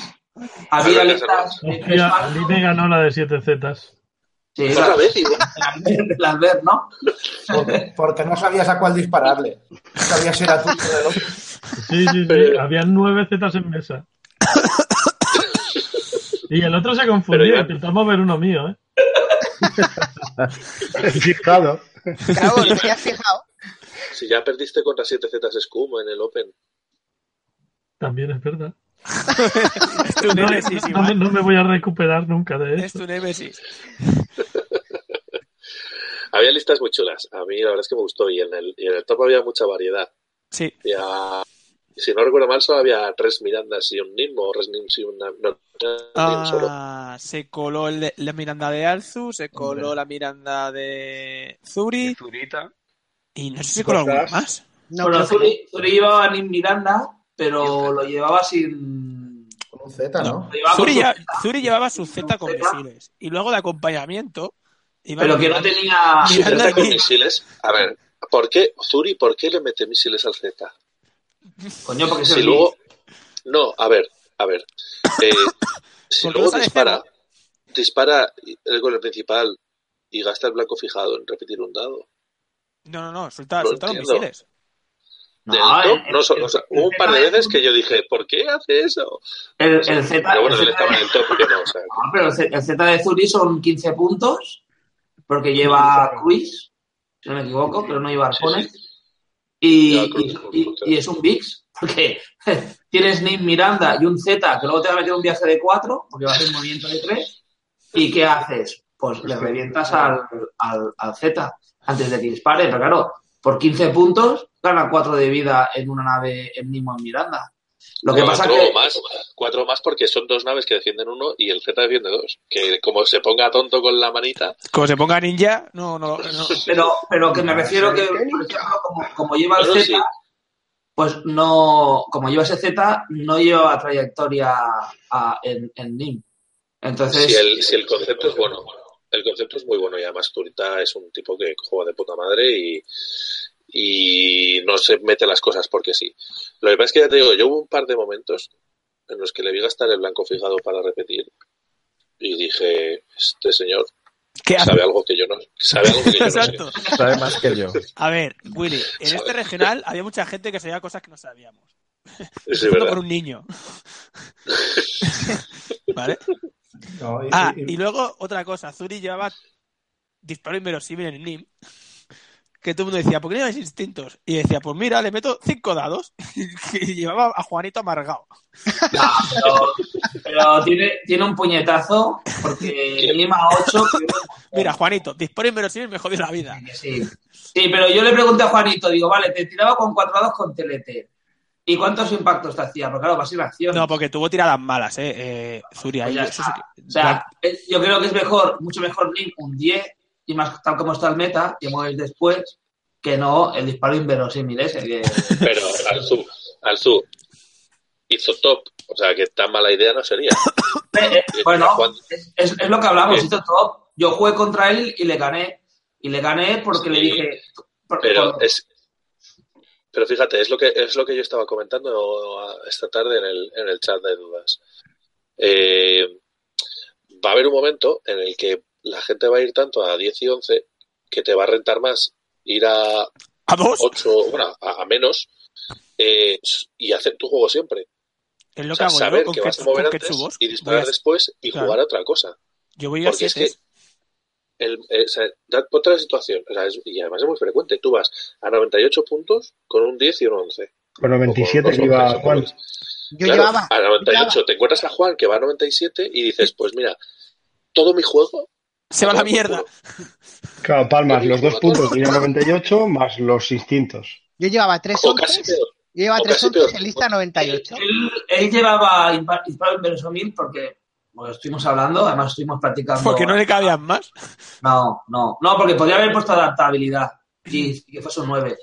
había
que
listas de 3
Hostia, Aline ganó la de 7 zetas.
Sí, la-
Otra vez, igual.
de las ver, ¿no?
Porque, porque no sabías a cuál dispararle. No sabías si era tú o el otro.
Sí, sí, sí.
Pero-
Había nueve zetas en mesa. Y el otro se confundió.
Pero ya-
Intentamos ver uno mío, ¿eh?
Fijado.
Claro, ¿no te has fijado?
Si ya perdiste contra 7 zetas Scum en el Open.
También es verdad.
Es tu
No,
némesis,
Sí,
no-
Iván.
no me voy a recuperar nunca de
Es
eso.
tu némesis.
Había listas muy chulas. A mí la verdad es que me gustó y en el, y en el top había mucha variedad.
Sí.
Había- si no recuerdo mal, solo había tres Mirandas y un Nim o tres Nims y una, no, un Nim solo.
Ah, se coló el- la Miranda de Alzu, se coló la Miranda de
Y
Zuri
Zurita.
y no sé si se coló alguna
Ostras.
más.
No,
bueno,
creo que no.
Zuri, Zuri llevaba a Nim Miranda, pero lo llevaba sin.
Con un Z, ¿no?
Lo llevaba con
Zuri,
su-
ya- Zuri llevaba su Z
con
con
zeta,
misiles y luego de acompañamiento iba
Pero que no
Miranda-
tenía.
Su
Miranda
Z con
Nim.
misiles. A ver, ¿por qué, Zuri, por qué le mete misiles al Z?
Coño, porque se
Si
lo
luego. No, a ver, a ver. Eh, si
Porque
luego
no sale
dispara,
cebo.
dispara eh, con el principal y gasta el blanco fijado en repetir un dado.
No, no, no, suelta,
No
suelta los
entiendo.
misiles.
Del
No,
top,
el-
no so-
el-
o sea, hubo un par de veces que yo dije, ¿por qué hace eso?
El,
O sea,
el Z,
pero bueno,
el
él
Z
estaba en el top, yo no, o sea,
no, Ah, pero el Z- el Z de Zuri son 15 puntos, porque lleva Cruz, si no me equivoco, pero no lleva Arpones. Y,
Lleva Cruz,
y-
justo.
y- y es un VIX, porque tienes Nick Miranda y un Z que luego te va a meter un viaje de 4, porque va a hacer un movimiento de 3. ¿Y qué haces? Pues le revientas al, al, al Z antes de que dispare, pero claro, por 15 puntos gana 4 de vida en una nave en Nimo en Miranda. Lo que pasa
cuatro
que.
o más, cuatro o más porque son dos naves que defienden uno y el Z defiende dos. Que como se ponga tonto con la manita,
Como se ponga ninja, no, no, no.
pero, pero que me refiero que, por ejemplo, como, como lleva el
Bueno,
Z,
sí.
pues no, como lleva ese Z, no lleva trayectoria a- en, en NIM. Entonces,
si el, si el concepto es bueno, el concepto es muy bueno y además Turita es un tipo que juega de puta madre y, y no se mete las cosas porque sí. Lo que pasa es que ya te digo, yo hubo un par de momentos en los que le vi gastar el blanco fijado para repetir y dije, este señor
¿Qué hace?
sabe algo que yo no, sabe algo que yo no sé.
Exacto.
Sabe más que yo.
A ver, Willy, en este regional había mucha gente que sabía cosas que no sabíamos.
Es
Empezando por
verdad.
un niño. ¿Vale?
No, y-
Ah,
y-
y luego otra cosa, Zuri llevaba disparo inverosímil en el NIM, que todo el mundo decía, ¿por qué no lleváis instintos? Y decía, pues mira, le meto cinco dados y llevaba a Juanito amargado.
no, pero, pero tiene, tiene un puñetazo porque Lima 8.
Mira, Juanito, disparo inverosímil me jodió la vida.
Sí. Sí, pero yo le pregunté a Juanito, digo, vale, te tiraba con cuatro dados con telete. ¿Y cuántos impactos te hacía? Porque claro, va sin acción.
No, porque tuvo tiradas malas, eh, eh, Zuri. Ahí,
Pues ya
eso sí que-
O sea, eh, yo creo que es mejor, mucho mejor Link un 10, y más tal como está el meta, que mueves después, que no el disparo inverosímil ese. Que...
Pero Alzu, Alzu hizo top, o sea que tan mala idea no sería.
Eh, eh, bueno, es, es- es lo que hablamos,
Sí.
hizo top. Yo jugué contra él y le gané. Y le gané porque le
Sí,
dije. por-
Pero
por-
es pero fíjate, es lo que es lo que yo estaba comentando a- esta tarde en el, en el chat de dudas. Eh, va a haber un momento en el que la gente va a ir tanto a 10 y 11 que te va a rentar más ir a
¿A dos?
8, bueno, a, a menos eh, y hacer tu juego siempre.
Es
O
lo que
sea,
hago
saber
yo con
que vas a
Ketsu-
mover
con
antes
Ketsubos.
y
Voy a-
disparar después y
claro.
jugar a otra cosa.
Yo voy a
Porque es
siete.
que el, eh, o sea, da- ponte la situación, o sea, es- y además es muy frecuente, tú vas a 98 puntos con un 10 y un 11.
Con
O
97
con
que
dos,
iba
tres, o
Juan.
con tres.
Yo
Claro,
llevaba.
a
yo
98
llevaba-
te encuentras a Juan que va a 97 y dices, pues mira, todo mi juego...
Se va a la
tomar por
mierda.
culo.
Claro, palmas los dos puntos de
Todo.
98 más los instintos.
Yo llevaba tres
O casi
onces. Yo
peor.
llevaba
o
tres
casi
onces
peor.
en lista 98.
él, él llevaba impa- disparo inverosímil porque. Bueno, estuvimos hablando, además estuvimos practicando.
Porque no le cabían más.
No, no, no, porque podría haber puesto adaptabilidad y, y que fuese un 9.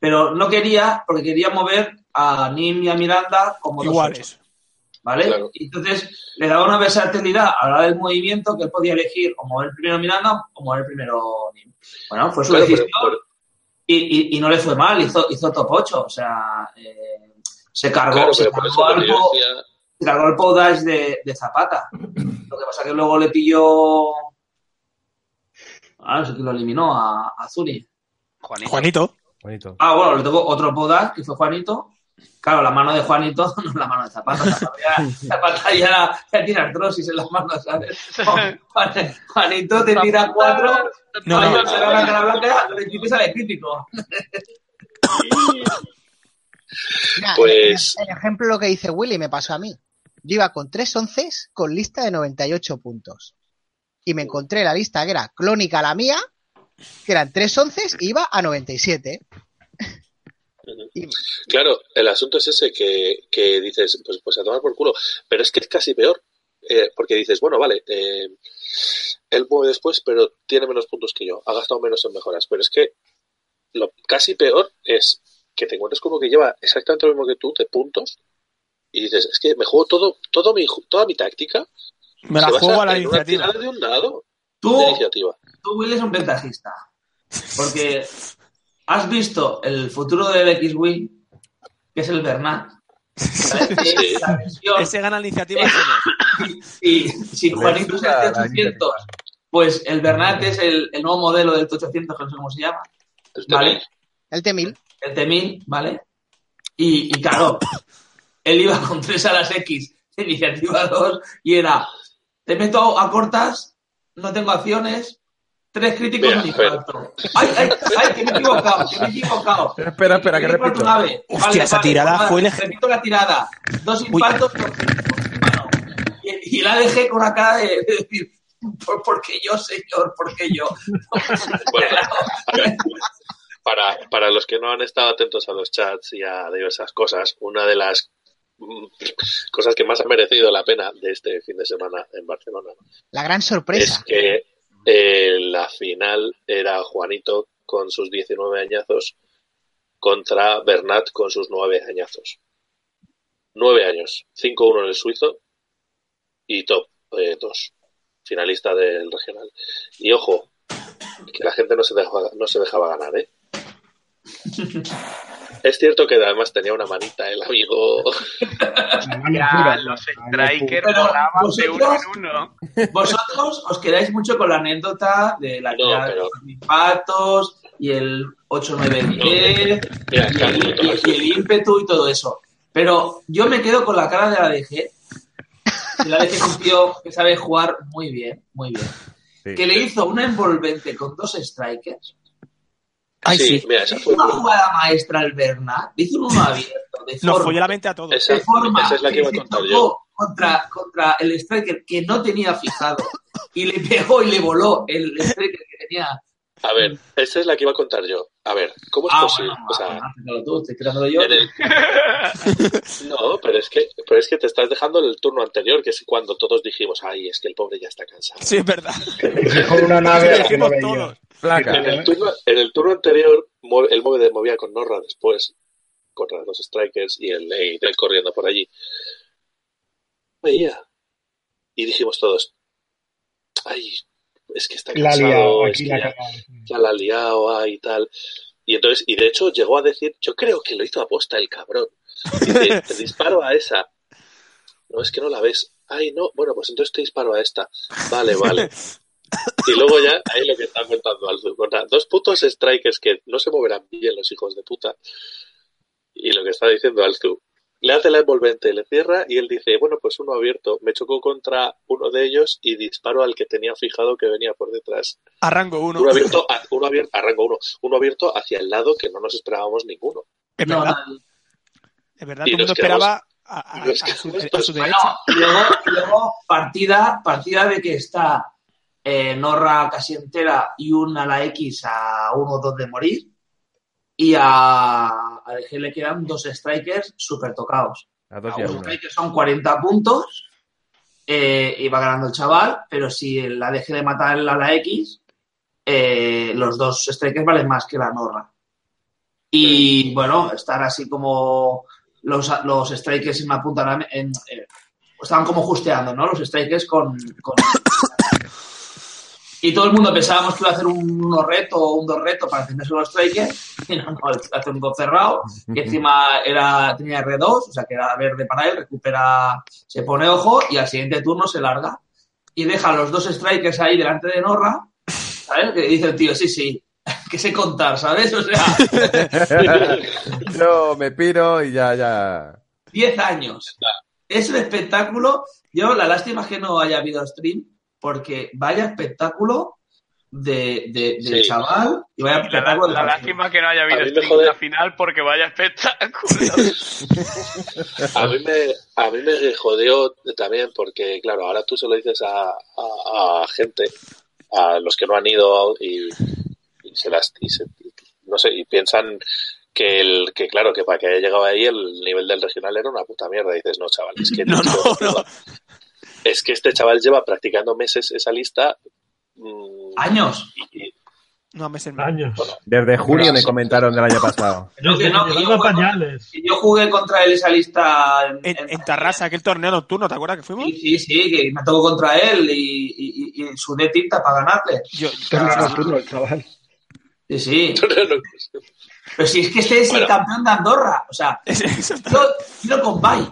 Pero no quería, porque quería mover a Nim y a Miranda como dos
Iguales.
ocho, ¿vale?
Claro.
Y entonces le daba una versatilidad a la hora del movimiento que él podía elegir o mover primero Miranda o mover primero Nim. Bueno, fue su
Claro, pero,
decisión y, y- y no le fue mal, hizo, hizo top 8, o sea, eh, se cargó,
claro,
se
pero por eso
cargó
lo que
al
yo
po-
decía...
se cargó el Podash de, de Zapata. Lo que pasa que luego le pilló. Ah, no sé quién lo eliminó a, a Zuri.
Juanito.
Juanito.
Bonito.
Ah, bueno, le tocó otro Podash que fue Juanito. Claro, la mano de Juanito no es la mano de Zapata. Zapata ya, Zapata ya, la- ya tiene artrosis en las manos, ¿sabes? Juan- Juanito te tira cuatro.
No, no.
Juanito se da la cara blanca, le dice sale crítico.
Mira,
Pues-
el, el ejemplo lo que dice Willy me pasó a mí. Yo iba con tres onces con lista de 98 puntos. Y me encontré la lista que era clónica la mía, que eran tres onces y iba a 97. Y-
Claro, el asunto es ese que, que dices, pues, pues a tomar por culo. Pero es que es casi peor, eh, porque dices, bueno, vale, eh, él mueve después, pero tiene menos puntos que yo, ha gastado menos en mejoras. Pero es que lo casi peor es que te encuentres como que lleva exactamente lo mismo que tú, de puntos, y dices, es que me juego todo, todo mi, ju- toda mi táctica,
Me la
se basa
juego a la
en una
iniciativa.
tirada de un dado
Tú,
de iniciativa.
tú Will, es un ventajista. Porque has visto el futuro del X-Wing, que es el Bernat. ¿vale? Que
Sí.
es la versión
Ese gana la iniciativa. sí,
Y si Juanito es el
suda la
T800, pues el Bernat es el, el
Pues
nuevo modelo del T800, que no sé cómo se llama,
El
¿vale?
tema-
el T1000.
El T1000, ¿vale? Y, y claro, él iba con tres a las X de iniciativa 2 y era, te meto a, a cortas, no tengo acciones, tres críticos
Mira,
un
espera.
impacto. ¡Ay, ay, ay! Que me he equivocado, que me he equivocado.
Espera, espera, espera, que
Yo digo
repito.
tu nave.
Hostia, esa tirada
pues nada,
fue lej-
Repito la tirada. Dos
Uy.
impactos. por- bueno, y, y la dejé con una cara de, de decir, ¿por, por qué yo, señor? ¿Por qué yo?
Bueno, a ver, para, para los que no han estado atentos a los chats y a diversas cosas, una de las mm, cosas que más ha merecido la pena de este fin de semana en Barcelona
La gran sorpresa.
es que eh, la final era Juanito con sus 19 añazos contra Bernat con sus 9 añazos. 9 años, 5-1 en el suizo y top 2, finalista del regional. Y ojo, que la gente no se dejaba, no se dejaba ganar, ¿eh? Es cierto que además tenía una manita el amigo.
La mano
Ya,
pura,
los
la mano
strikers
Pero,
volaban de uno
¿vosotros?
en uno.
Vosotros os quedáis mucho con la anécdota de la
No,
tirada
pero-
de los impactos y el 8, 9, 10
Mira,
y,
Carlos,
el, y- y el ímpetu y todo eso. Pero yo me quedo con la cara de la DG. que La DG es un tío que sabe jugar muy bien, muy bien.
Sí.
Que le hizo una envolvente con dos strikers.
Ay,
sí,
sí.
mira, esa
Le
fue
hizo una jugada maestra al Bernat. Le hizo un uno abierto. De
Nos
forma-
folló la mente a todos.
Esa,
de forma
esa es la que iba a
se
contar
tocó
yo.
Contra, contra el striker que no tenía fijado y le pegó y le voló el striker que tenía.
A ver, esa es la que iba a contar yo. A ver, ¿cómo es
ah,
posible?
bueno,
o sea,
ah, bueno, tú, estoy tirándolo yo.
en el- No, pero es que pero es que te estás dejando el turno anterior, que es cuando todos dijimos, ay, es que el pobre ya está cansado.
Sí, es verdad.
pura. Se fijó una nave a la que no
Dijimos
veía.
todos.
Placa.
En el turno, en el turno anterior, mo- el móvil movía con Norra después, contra los strikers y el y Drake corriendo por allí. Veía. Y dijimos todos, ay, es que está
La ha liado,
cansado, es
aquí
que
la ha
ya-
cagado.
ya la ha liado, ah, y tal. Y entonces, y de hecho llegó a decir, yo creo que lo hizo aposta el cabrón. Dice, te disparo a esa. No, es que no la ves. Ay, no, bueno, pues entonces te disparo a esta. Vale, vale. Y luego ya, ahí lo que está contando Alzu, contra dos putos strikers que no se moverán bien los hijos de puta. Y lo que está diciendo Alzu, le hace la envolvente, le cierra y él dice, bueno, pues uno abierto. Me chocó contra uno de ellos y disparo al que tenía fijado que venía por detrás.
A rango 1.
Uno abierto, a- uno abierto, arranco uno, uno abierto hacia el lado que no nos esperábamos ninguno.
Es
No,
verdad.
nadie.
Es verdad,
Y
todo el mundo
nos quedamos-
esperaba a, a-
nos
a su,
quedamos
a su
pues,
Bueno,
derecha.
luego, luego partida, partida de que está eh, Norra casi entera y una a la X a uno o dos de morir. Y a, a DG le quedan dos strikers super tocados.
A dos
A
y a
un
uno.
strike son 40 puntos. eh, y va ganando el chaval, pero si la deje de matar a la X, eh, los dos strikers valen más que la Norra. Y bueno, estar así como los, los strikers en una punta. de la- En, eh, estaban como justeando, ¿no? Los strikers con. con- y todo el mundo pensábamos que iba a hacer un uno reto o un dos reto para encenderse los strikers. Y no, no, hace un dos cerrado. Y encima era, tenía R2, o sea que era verde para él, recupera, se pone ojo y al siguiente turno se larga. Y deja a los dos strikers ahí delante de Norra, ¿sabes? Que dice el tío, sí, sí, que sé contar, ¿sabes? O sea,
Yo me piro y ya, ya.
10 años. Es un espectáculo. Yo, la lástima es que no haya habido stream, porque vaya espectáculo de, de, del
Sí.
chaval y vaya
La, la-
espectáculo de
la
partido.
lástima que no haya
A
habido
mí me
stream
jode-
en la final porque vaya espectáculo.
A mí me, a mí me jodeó también porque, claro, ahora tú se lo dices a, a- a gente, a los que no han ido y, y se las, y se- no sé, y piensan que el, que claro, que para que haya llegado ahí el nivel del regional era una puta mierda. Y dices, no, chaval, es que,
No, no, no.
es que este chaval lleva practicando meses esa lista. mm,
Años.
y- y-
No, me sé más.
Años.
Desde junio
Pero
me
sí.
comentaron del año pasado.
No, que no, que
Llevaba
yo,
pañales.
que yo jugué contra él esa lista en,
En,
en-
en Tarrasa, aquel torneo nocturno, ¿te acuerdas que fuimos?
Sí, sí, sí, que me tocó contra él y, y, y, y sudé tinta para ganarle.
Yo, yo-
Torneo
Ah.
nocturno, el chaval.
Sí, sí. Pero si es que este es
Bueno.
el campeón de Andorra. O sea,
Es- eso está-
yo, yo con Bay.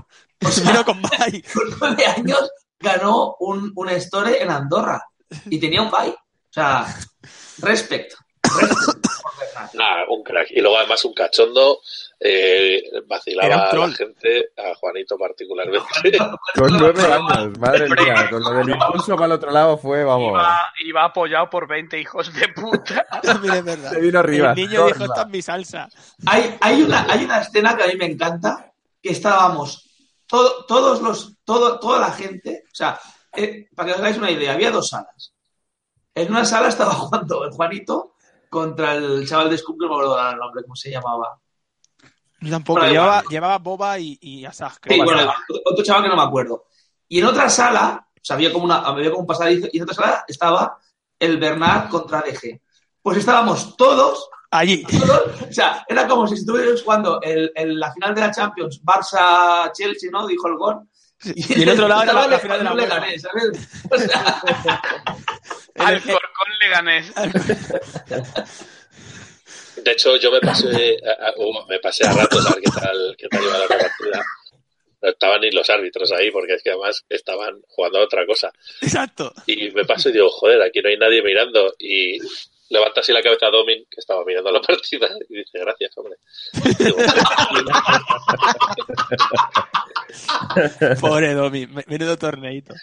O sea,
Vino con Mai.
con nueve años ganó un, un store en Andorra y tenía un bye. O sea, respect.
Nah, un crack. Y luego además un cachondo eh,
Era un
vacilaba a la
troll.
gente, a Juanito particularmente.
Con nueve años, madre mía. Con lo del impulso para el otro lado fue, vamos.
Iba, iba apoyado por 20 hijos de puta.
También es verdad.
Se vino arriba.
El niño dijo,
torla.
esta es mi salsa.
Hay, hay, una, hay una escena que a mí me encanta, que estábamos todo- todos los, todo, toda la gente, o sea, eh, para que os hagáis una idea, había dos salas. En una sala estaba jugando el Juanito contra el chaval de Scum, que no me acuerdo ahora el nombre, ¿cómo se llamaba?
Yo tampoco.
Pero
Llevaba,
igual.
llevaba boba y, y asaj.
Sí, bueno, otro chaval que no me acuerdo. Y en otra sala, o sea, había como, una, había como un pasadizo, y en otra sala estaba el Bernat contra DG. Pues estábamos todos
Allí.
O sea, era como si estuvieras jugando el, el- la final de la Champions, Barça-Chelsea, ¿no? Dijo el gol.
Y el otro lado era la, la final de la
Le
UEFA.
gané, ¿sabes? O sea,
En el que-
Alcorcón le gané.
De hecho, yo me pasé a, a- o me pasé a ratos a ver qué tal, qué tal iba la otra partida. No estaban ni los árbitros ahí, porque es que además estaban jugando a otra cosa.
Exacto.
Y me paso y digo, joder, aquí no hay nadie mirando. Y levanta así la cabeza a Domin, que estaba mirando la partida, y dice, gracias, hombre. Y digo,
Pobre Domi, me- menudo torneito.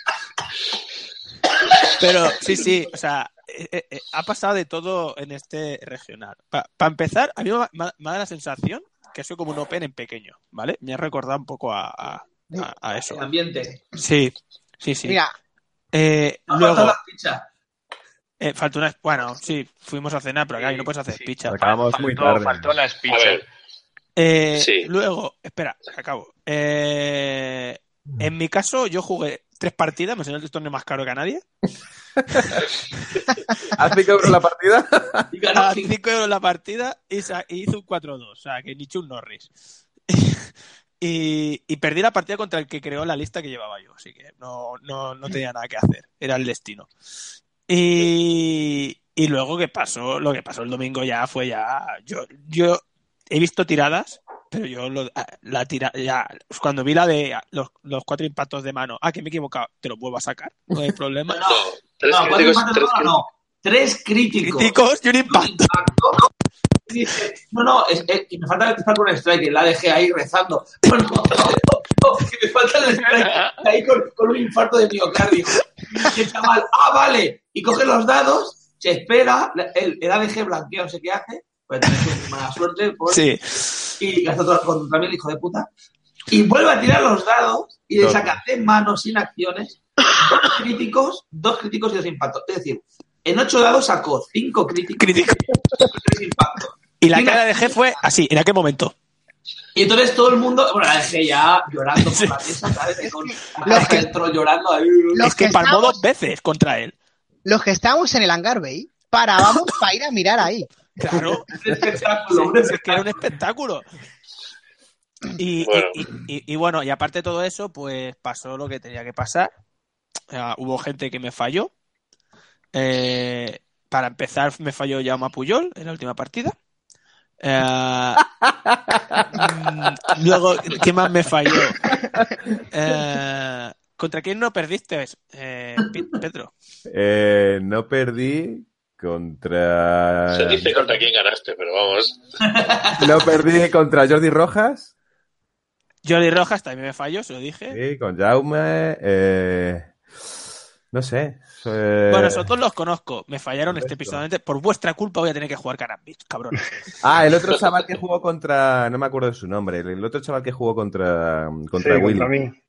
Pero sí, sí, o sea, eh, eh, eh, ha pasado de todo en este regional. Para empezar, a mí me, me- me da la sensación que soy como un Open en pequeño, ¿vale? Me ha recordado un poco a, a- a- a eso.
el ambiente.
Sí, sí, sí.
Mira,
Eh,
Ha faltado
luego,
Ah, la ficha.
eh, faltó una... Bueno, sí, fuimos a cenar, pero claro, ahí no puedes hacer
Sí,
picha.
Acabamos
faltó,
muy tarde.
faltó la
a
espicha.
ver,
Eh,
Sí.
Luego, espera, acabo. Eh, en mi caso, yo jugué tres partidas, me salió el torneo más caro que a nadie.
¿Has picado por la partida?
Y
A
ganó cinco.
5 euros la partida y, sa- y hizo un 4-2, o sea, que ni Chun Norris. y, y perdí la partida contra el que creó la lista que llevaba yo, así que no, no, no tenía nada que hacer, era el destino. Y, y luego que pasó, lo que pasó el domingo ya fue ya, yo, yo he visto tiradas, pero yo lo- ah, la tira, ya, cuando vi la de ah, los, los cuatro impactos de mano, ah, que me he equivocado, te lo vuelvo a sacar, no hay problema.
No,
no, tres
no, cuatro
críticos,
empates,
tres
no, no. Tres críticos.
Críticos y un impacto.
Y dice, No, no, es, es- y me falta el con el strike, y la dejé ahí rezando. No, no, no, no, que me falta el strike, y ahí con, con un infarto de miocardio. Y el chaval, ah, vale, y coge los dados, se espera, la- el, el ADG blanquea, no sé qué hace, pues tiene mala suerte, pobre,
Sí,
y gasta todo contra mí el hijo de puta. Y vuelve a tirar los dados y le
Dos.
saca tres manos sin acciones, dos críticos, dos críticos y dos impactos. Es decir, en ocho dados sacó cinco críticos
crítico.
y tres impactos.
Y la
Mira.
cara de G fue así, en aquel momento.
Y entonces todo el mundo, bueno, la dejé ya llorando por la mesa, ¿sabes? Y Con la cara del troll llorando ahí.
Los
es que,
que
palmó
estamos-
dos veces contra él.
los que estábamos en el hangar bay parábamos para ir a mirar ahí.
Claro.
Un espectáculo, un
Sí, sí, es que era un
espectáculo.
espectáculo. Y y-
Bueno.
y- y- y bueno, y aparte de todo eso, pues pasó lo que tenía que pasar. Ah, hubo gente que me falló. Eh, para empezar, me falló Jaume Puyol en la última partida. Eh, mm, luego, ¿qué más me falló? Eh, ¿Contra quién no perdiste, eh, Pe- Pedro?
Eh, no perdí contra.
Se dice contra quién ganaste, pero vamos.
Lo perdí contra Jordi Rojas.
Jordi Rojas también me falló, se lo dije.
Sí, con Jaume. eh, No sé. eh,
Bueno, nosotros los conozco. Me fallaron este
correcto.
episodio. antes. Por vuestra culpa voy a tener que jugar Carambit, cabrón.
Ah, el otro chaval que jugó contra. No me acuerdo de su nombre. El otro chaval que jugó contra. Contra
Sí,
Willy.
contra mí.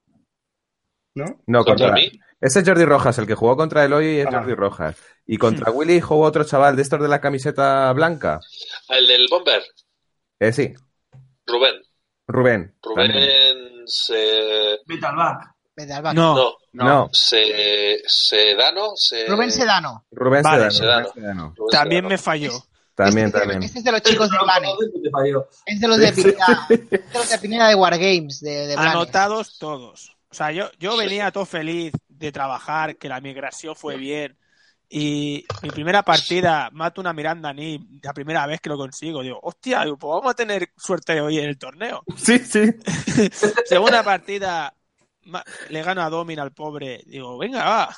¿No?
No,
¿Contra
contra.
mí?
Ese es Jordi Rojas, el que jugó contra Eloy es
Ah.
Jordi Rojas. Y contra Willy jugó otro chaval de estos de la camiseta blanca.
El del Bomber,
Eh, sí,
Rubén.
Rubén. también.
Rubén se...
Metal Bar.
Vete al banco.
No,
No,
No,
se... Sedano. Se...
Rubén Sedano.
Rubén
Vale.
Sedano,
Sedano.
Rubén Sedano.
Rubén
también
Sedano.
me falló.
este,
También,
es de-
también.
este es de los chicos de Blanes.
Me falló.
Es de los de Pineda. es de los de Pineda de Wargames, de, de Blanes.
Anotados todos. O sea, yo, yo venía todo feliz de trabajar, que la migración fue bien. Y mi primera partida, mato una Miranda Ni, la primera vez que lo consigo. Digo, hostia, digo, pues vamos a tener suerte hoy en el torneo.
Sí, sí.
Segunda partida, ma- le gano a Domin al pobre. Digo, venga, va.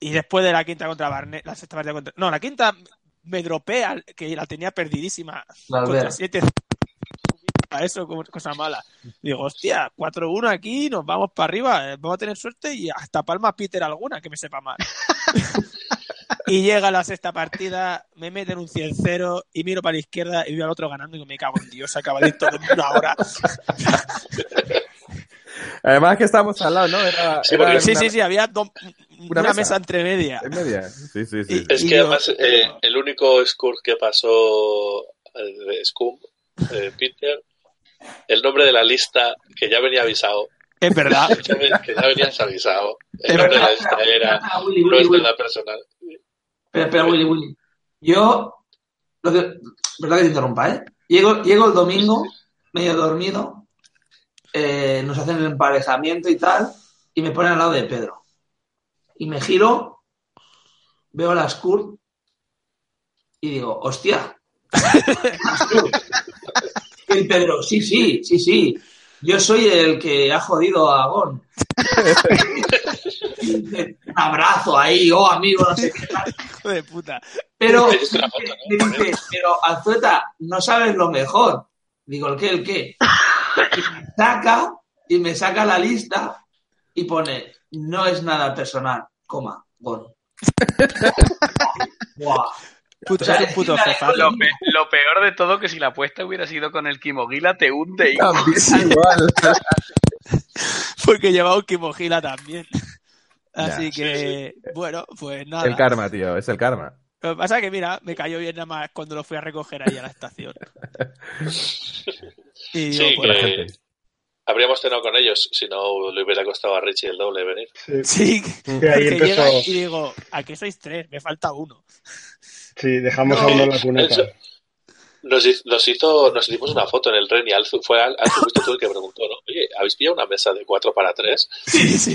Y después de la quinta contra Barnet, la sexta partida contra. No, la quinta me dropé al- que la tenía perdidísima
La
contra
aldea.
7 para eso, como cosa mala. Digo, hostia, 4-1 aquí, nos vamos para arriba, eh, vamos a tener suerte y hasta palma Peter alguna, que me sepa mal. y llega la sexta partida, me meten un 100-0 y miro para la izquierda y veo al otro ganando y digo, me cago en Dios, acaba de ir todo en una hora.
Además que estábamos al lado, ¿no? Era,
Sí,
era
porque-
Sí,
una-
sí, sí, había do- una,
Una mesa.
mesa. entre media.
en media. Sí, sí, sí.
Y-
sí.
Es
y
que
yo-
además eh, el único Skur que pasó eh, de Scum, eh, Peter, el nombre de la lista que ya venía avisado,
Es verdad.
ya ve- que ya venías avisado, el
Es
nombre de la
verdad.
lista era
Ah, Willy,
no
Willy,
es
Willy.
nada personal.
Espera, espera, Willy, Willy. Yo, lo que- verdad que te interrumpa, ¿eh? Llego, llego el domingo, medio dormido, eh, nos hacen el emparejamiento y tal, y me ponen al lado de Pedro. Y me giro, veo a las Kurt y digo, hostia. y Pedro, sí, sí, sí, sí. Yo soy el que ha jodido a Gon. Y dice, Un abrazo ahí, oh amigo, no sé qué.
Hijo de puta.
Pero
Te hiciste una foto,
me
¿no?
dice, pero Azueta, no sabes lo mejor. Digo, ¿el qué, el qué? Y me saca, y me saca la lista y pone, no es nada personal, coma, gol. Buah.
Puto, es un puto
encima de-
jefazo.
Lo, pe- lo peor de todo que si la apuesta hubiera sido con el Kimoguila, te hunde. hijo.
También igual.
Porque llevaba un Kimojila también. Así
Ya.
que, bueno, pues nada.
El karma, tío, es el karma.
Lo que pasa es que, mira, me cayó bien nada más cuando lo fui a recoger ahí a la estación. Y digo,
Sí,
pues,
La
Eh,
gente.
Habríamos cenado con ellos, si no le hubiera costado a Richie el doble venir.
Sí,
sí,
que ahí
porque
empezó.
llega y digo, aquí sois tres, me falta uno.
Sí, dejamos
No.
a uno en la cuneta.
Eso- Nos, hi- nos hizo, nos hicimos una foto en el tren y Alzu, fue Al- Alzu fuiste tú el que preguntó, ¿no? Oye, ¿habéis pillado una mesa de cuatro para tres?
Sí, sí.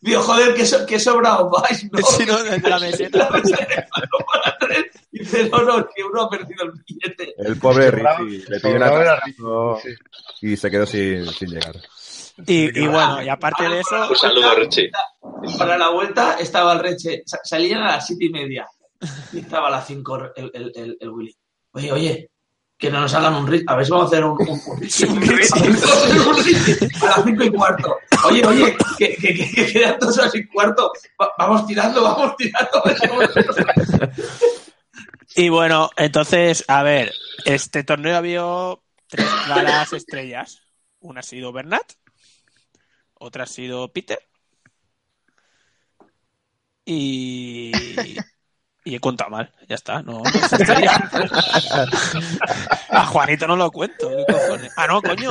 Digo, joder, que, so, que sobrado vais, ¿no?
Si no, desde la
La
meseta.
mesa de cuatro para tres. Y dice, no, no, que uno ha perdido el billete.
El pobre
Sobrado-
Richie le pidió un
sobrado era
atraso
Richie, sí.
y se quedó sin, sin llegar.
Y, y bueno, y aparte
Ahora,
de
para la
eso,
Un saludo,
vuelta,
Richie.
Y para la vuelta estaba el Reche. Sa- Salían a las siete y media. Y estaba a las cinco el, el, el, el Willy. Oye, oye, que no nos hagan un Richie. A ver si vamos a hacer un, un, un Richie.
Un
A ver si vamos a hacer un Richie. A las cinco y cuarto. Oye, oye, que, que, que, que quedan dos horas y cuarto. Va- vamos tirando, vamos tirando. a ver si vamos a hacer un Richie.
y bueno, entonces, a ver, este torneo había tres galas estrellas. Una ha sido Bernat, otra ha sido Peter y... Y he contado mal, ya está, no, no es estrella. A Juanito no lo cuento, ¿qué cojones? Ah, no, coño.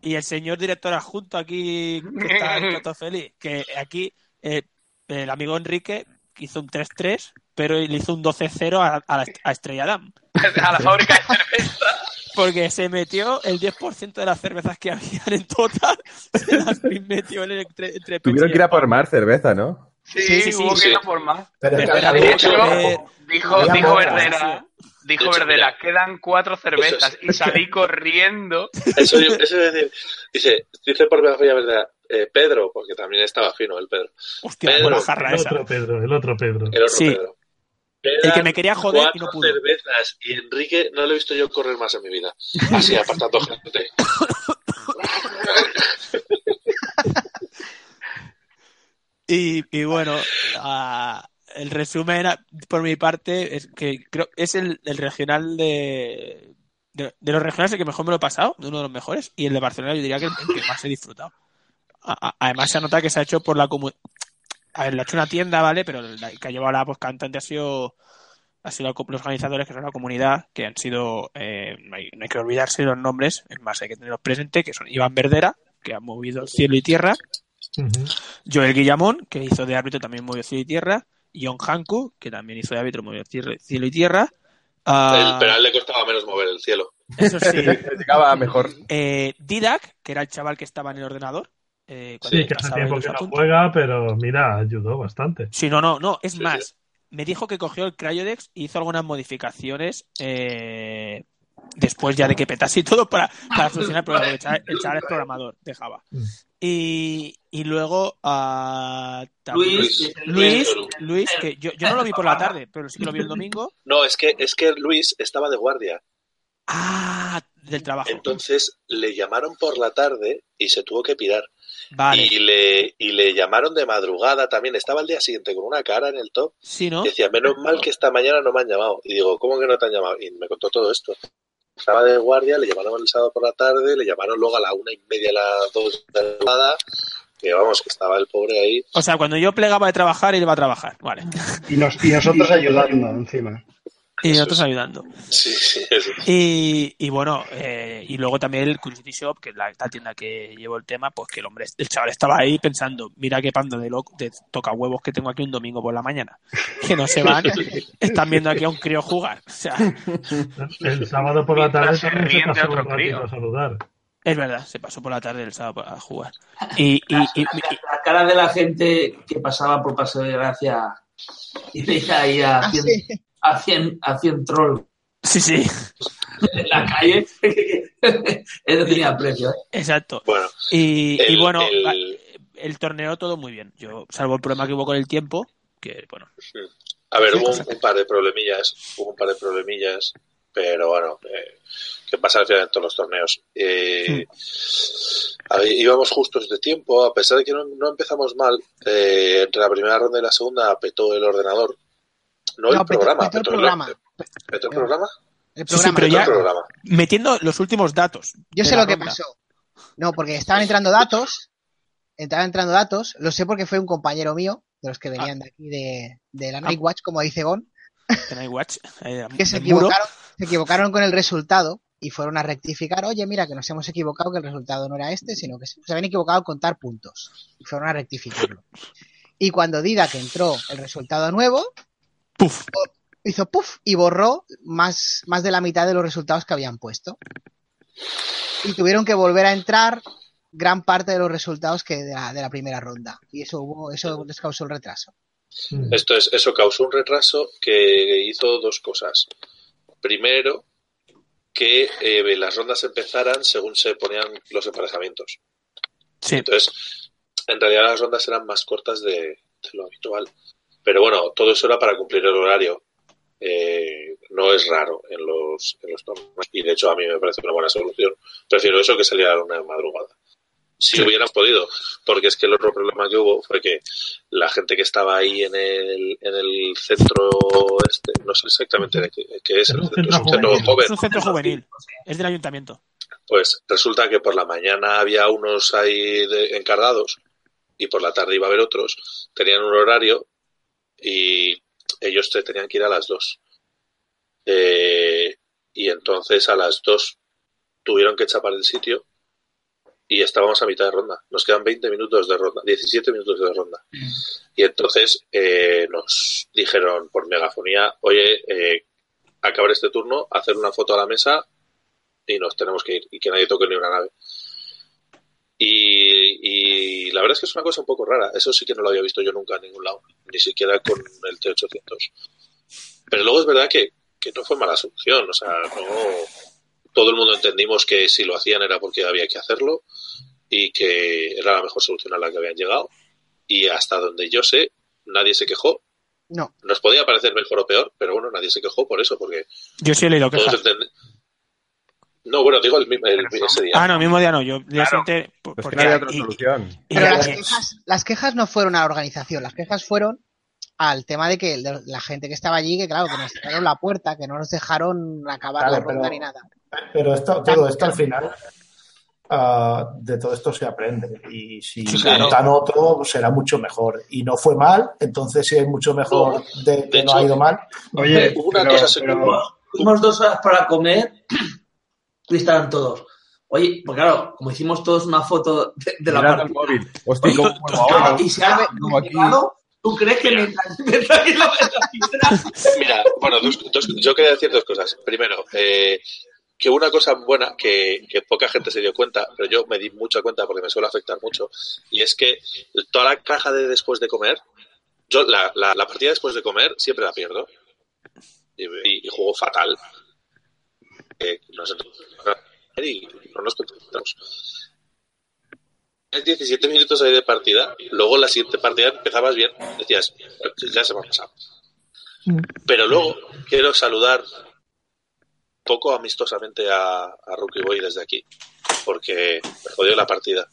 Y el señor director adjunto aquí, que está en Toto Feliz, que aquí eh, el amigo Enrique hizo un 3-3, pero le hizo un 12-0 a, a la est- a Estrella Damm.
A la fábrica de cerveza.
Porque se metió el 10% de las cervezas que habían en total, se las metió en el entre, entre pecho
Tuvieron
y
que ir a
espalda.
por más cervezas, ¿no?
Sí,
Sí, sí, sí.
hubo que ir a
Sí.
por más.
Pero es que
Espera,
De
había,
hecho,
Joder.
dijo,
Había
dijo
pocas.
Verdera, dijo
De hecho,
Verdera,
mira.
quedan cuatro cervezas
Eso
y salí corriendo.
Eso, yo- eso es decir, dice, dice por primera vez, verdad, eh, Pedro, porque también estaba fino el Pedro,
Hostia,
Pedro,
con la jarra
El
esa.
otro Pedro, el otro Pedro.
el otro
Sí.
Pedro.
El que
Quedan
me quería joder y no
cuatro
pudo.
cervezas y Enrique no lo he visto yo correr más en mi vida. Así, apartando gente.
Y, y bueno, ah, el resumen era, por mi parte es que creo es el, el regional de, de de los regionales el que mejor me lo he pasado, uno de los mejores, y el de Barcelona yo diría que el, el que más he disfrutado. A- a- además se nota que se ha hecho por la comunidad. A ver, lo ha hecho una tienda, ¿vale? Pero la que ha llevado la voz cantante ha sido, ha sido la co- los organizadores, que son la comunidad, que han sido, eh, no, hay, no hay que olvidarse los nombres, es más, hay que tenerlos presentes, que son Iván Verdera, que ha movido cielo y tierra,
Ujú.
Joel Guillamón, que hizo de árbitro, también movió cielo y tierra. John Hanco, que también hizo de árbitro, movió tierra- cielo y tierra.
El,
Ah,
pero a él le costaba menos mover el cielo.
eso sí.
Llegaba mejor.
eh, Didac, que era el chaval que estaba en el ordenador. eh, cuando
Sí, que hace
pasaba
tiempo
los
que no
apuntes.
juega, pero mira, ayudó bastante.
Sí, no, no, no. Es
Sí,
más, me dijo que cogió el Cryodex y hizo algunas modificaciones eh,
Mm.
después ya de que petase y todo para, para solucionar el problema. porque El chaval, el chaval es programador, dejaba. Y, y luego a
Luis,
Luis,
Luis Perú.
Luis, que yo, yo no lo vi por la tarde, pero sí que lo vi el domingo.
No, es que, es que Luis estaba de guardia.
Ah, del trabajo.
Entonces le llamaron por la tarde y se tuvo que pirar.
vale.
Y, le, y le llamaron de madrugada también. Estaba al día siguiente con una cara en el top.
Sí, ¿no?
Decía, menos mal que esta mañana no me han llamado. Y digo, ¿cómo que no te han llamado? Y me contó todo esto. Estaba de guardia, le llamaron el sábado por la tarde, le llamaron luego a la una y media, a las dos de la madrugada. Que vamos, que estaba el pobre ahí.
O sea, cuando yo plegaba de trabajar, él iba a trabajar. Vale.
Y, nos- y nosotros ayudando encima.
Y
Eso
nosotros
es.
ayudando.
Sí, sí, eso.
Y, y bueno, eh, y luego también el Curiosity Shop, que es la, esta tienda que llevo el tema, pues que el hombre, el chaval estaba ahí pensando, mira qué pando de, loco, de toca huevos que tengo aquí un domingo por la mañana, que no se van, están viendo aquí a un crío jugar. O sea,
El sábado por la
Mientras
tarde
se
también se
ríen de
pasó
otro
un ratito
crío.
a saludar.
es verdad, se pasó por la tarde el sábado a jugar. Y, y-
La,
y-
la- la cara de la gente que pasaba por Paseo de Gracia y veía ahí a
Ah,
100,
sí.
a 100, a 100 trolls
sí, sí,
en la calle, eso tenía precio. ¿eh?
exacto.
Bueno,
Y, y
el-
bueno,
el-
va- el torneo todo muy bien. Yo, salvo el problema que hubo con el tiempo, que bueno,
A ver,
Sí,
hubo un,
exacto.
un par de problemillas, hubo un par de problemillas, pero bueno, eh, que pasa al final en todos los torneos. Eh,
Hmm.
a ver, íbamos justos de tiempo, a pesar de que no, no empezamos mal, eh, entre la primera ronda y la segunda petó el ordenador. No, el
No, petó-
programa,
petó el
el-
programa.
¿Petó el programa?
El
Sí, sí,
programa.
pero
Petó el
ya-
programa.
metiendo los últimos datos.
Yo
de
sé
la
lo que
ronda.
pasó. No, porque estaban entrando datos. Estaban entrando datos. Lo sé porque fue un compañero mío, de los que venían
Ah.
de aquí, de, de la Nightwatch, como dice Gon,
Que no hay watch, eh,
que se
el muro.
equivocaron, se equivocaron con el resultado y fueron a rectificar. Oye, mira, que nos hemos equivocado, que el resultado no era este, sino que se se habían equivocado al contar puntos. Y fueron a rectificarlo. Y cuando Dida, que entró el resultado nuevo,
Puf.
hizo puff y borró más, más de la mitad de los resultados que habían puesto. Y tuvieron que volver a entrar gran parte de los resultados que de la, de la primera ronda. Y eso hubo, eso les causó el retraso. Hmm.
Esto es, eso causó un retraso que hizo dos cosas. Primero, que eh, las rondas empezaran según se ponían los emparejamientos.
Sí,
Entonces, en realidad las rondas eran más cortas de, de lo habitual. Pero bueno, todo eso era para cumplir el horario. Eh, no es raro en los, en los torneos. Y de hecho, a mí me parece una buena solución. Prefiero eso que salir a la una de madrugada. Si hubieran podido. Porque es que el otro problema que hubo fue que la gente que estaba ahí en el, en el centro, este, no sé exactamente de qué, qué
Es
es, el
un
centro,
centro
es un centro
juvenil.
joven.
es un centro juvenil, es del ayuntamiento.
Pues resulta que por la mañana había unos ahí de- encargados y por la tarde iba a haber otros. Tenían un horario y ellos te tenían que ir a las 2. Eh, y entonces a las 2 tuvieron que chapar el sitio y estábamos a mitad de ronda. Nos quedan 20 minutos de ronda, 17 minutos de ronda. Y entonces eh, nos dijeron por megafonía, oye, eh, acabar este turno, hacer una foto a la mesa y nos tenemos que ir y que nadie toque ni una nave. Y, y la verdad es que es una cosa un poco rara. Eso sí que no lo había visto yo nunca en ningún lado, ni siquiera con el T800. Pero luego es verdad que, que no fue mala solución. O sea, no, todo el mundo entendimos que si lo hacían era porque había que hacerlo y que era la mejor solución a la que habían llegado. Y hasta donde yo sé, nadie se quejó.
No,
Nos podía parecer mejor o peor, pero bueno, nadie se quejó por eso, porque
Yo sí he leído
todos
quejas.
entendemos. No, bueno, digo el, mismo- el-
Pero son-
ese día.
Ah, no, mismo día no, yo día
Claro.
siguiente, po-
Pues que
porque
no había
la-
otra
y-
solución.
y
pero
la-
las
eh,
quejas, las quejas no fueron a la organización, las quejas fueron al tema de que de la gente que estaba allí, que claro, que nos cerraron la puerta, que no nos dejaron acabar
Claro,
la ronda
pero-
ni nada.
Pero esto, todo esto al final, ah, de todo esto se aprende. Y si
Sí,
claro.
montan otro, será mucho mejor. Y no fue mal, entonces si es mucho mejor
No,
de que
de
no ha
hecho-
ido mal.
Oye,
Hubo una
pero,
cosa, se-
pero
Fuimos dos horas para comer y estaban todos. Oye, pues claro, como hicimos todos una foto de, de la
Mirando el
partida. pues
móvil. Hostia, ¿cómo muevo
No,
ahora?
y se ha
Como aquí.
llegado, ¿Tú crees que
Mira.
mientras mientras que lo ves la pizarra?
Mira, bueno, dos- dos- yo quería decir dos cosas. Primero, eh, que una cosa buena que, que poca gente se dio cuenta, pero yo me di mucha cuenta porque me suele afectar mucho, y es que toda la caja de después de comer, yo la, la- la partida después de comer siempre la pierdo y, y- y juego fatal. Eh, nos entramos a comer y no nos concentramos. 17 minutos ahí de partida, luego la siguiente partida empezabas bien, decías, ya se me ha pasado. Pero luego quiero saludar poco amistosamente a, a Rookie Boy desde aquí, porque me jodió la partida.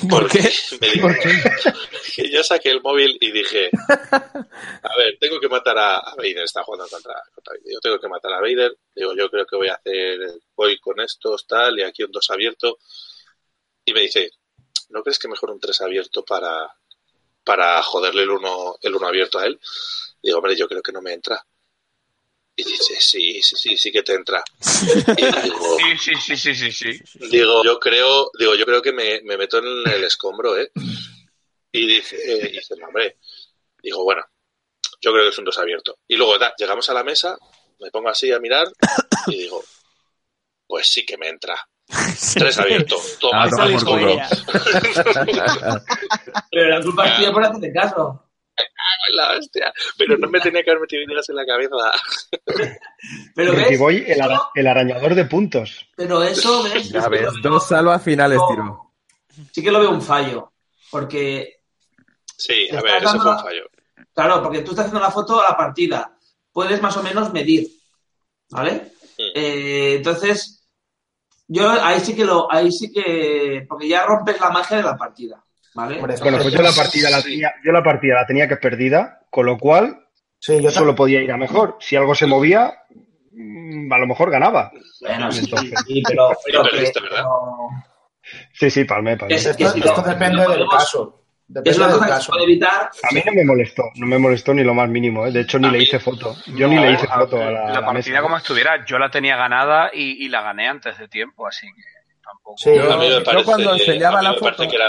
¿Por qué?
Me dijo que yo saqué el móvil y dije, a ver, tengo que matar a, a Vader, está jugando contra, contra Vader. Yo tengo que matar a Vader, digo, yo creo que voy a hacer, voy con estos, tal, y aquí un 2 abierto. Y me dice, ¿no crees que mejor un 3 abierto para, para joderle el 1 uno, el uno abierto a él? Digo, hombre, yo creo que no me entra. Y dice, sí, sí, sí, sí que te entra. Y digo,
Sí, sí, sí, sí, sí, sí.
Digo, yo creo, digo, yo creo que me, me meto en el escombro, ¿eh? Y dice, eh, y dice, "No, hombre, digo, bueno, yo creo que es un dos abierto. Y luego da, llegamos a la mesa, me pongo así a mirar y digo, pues sí que me entra. Tres abierto, toma,
Ah,
Eso
toma
lo
por
hizo
culo.
ella.
Pero la culpa es tuya por hacerte caso.
la hostia. Pero no me tenía que haber metido ideas en la cabeza.
Pero
Ricky
ves,
Boy, el, ara- el arañador de puntos.
pero eso ves,
Ya
es que
ves,
lo veo-
dos salvas finales, tiro.
sí que lo veo un fallo. Porque,
Sí, a
Está
ver, eso
dando
fue un
la-
fallo.
claro, porque tú estás haciendo la foto a la partida. Puedes más o menos medir. ¿Vale?
Sí.
Eh, entonces, yo ahí sí que lo, ahí sí que, porque ya rompes la magia de la partida. ¿Vale?
Hombre,
Bueno, pues yo la partida la tenía, yo la partida la tenía que perdida, con lo cual
sí, yo
solo podía ir a mejor. Si algo se movía, mm, a lo mejor ganaba.
Bueno, sí,
Entonces.
sí, pero, pero
Pero
que-
perdiste, ¿verdad?
pero-
Sí, sí, palmé, palmé.
Es-
Esto,
si
Pues esto
no-
depende
no
del
podemos-
caso.
Es
Depende
una
del
cosa que se
caso.
puede evitar.
A mí no me molestó, no me molestó ni lo más mínimo, ¿eh? De hecho, ni
A
le
mí-
hice foto. Yo ni
No, eh,
le hice
a-
foto a la, a
la
la
partida
mesa.
como estuviera, yo la tenía ganada y, y la gané antes de tiempo, así que tampoco.
Sí.
A mí
Yo,
me
yo
parece,
cuando
Ah,
enseñaba
a mí
la
me
foto,
parece que era,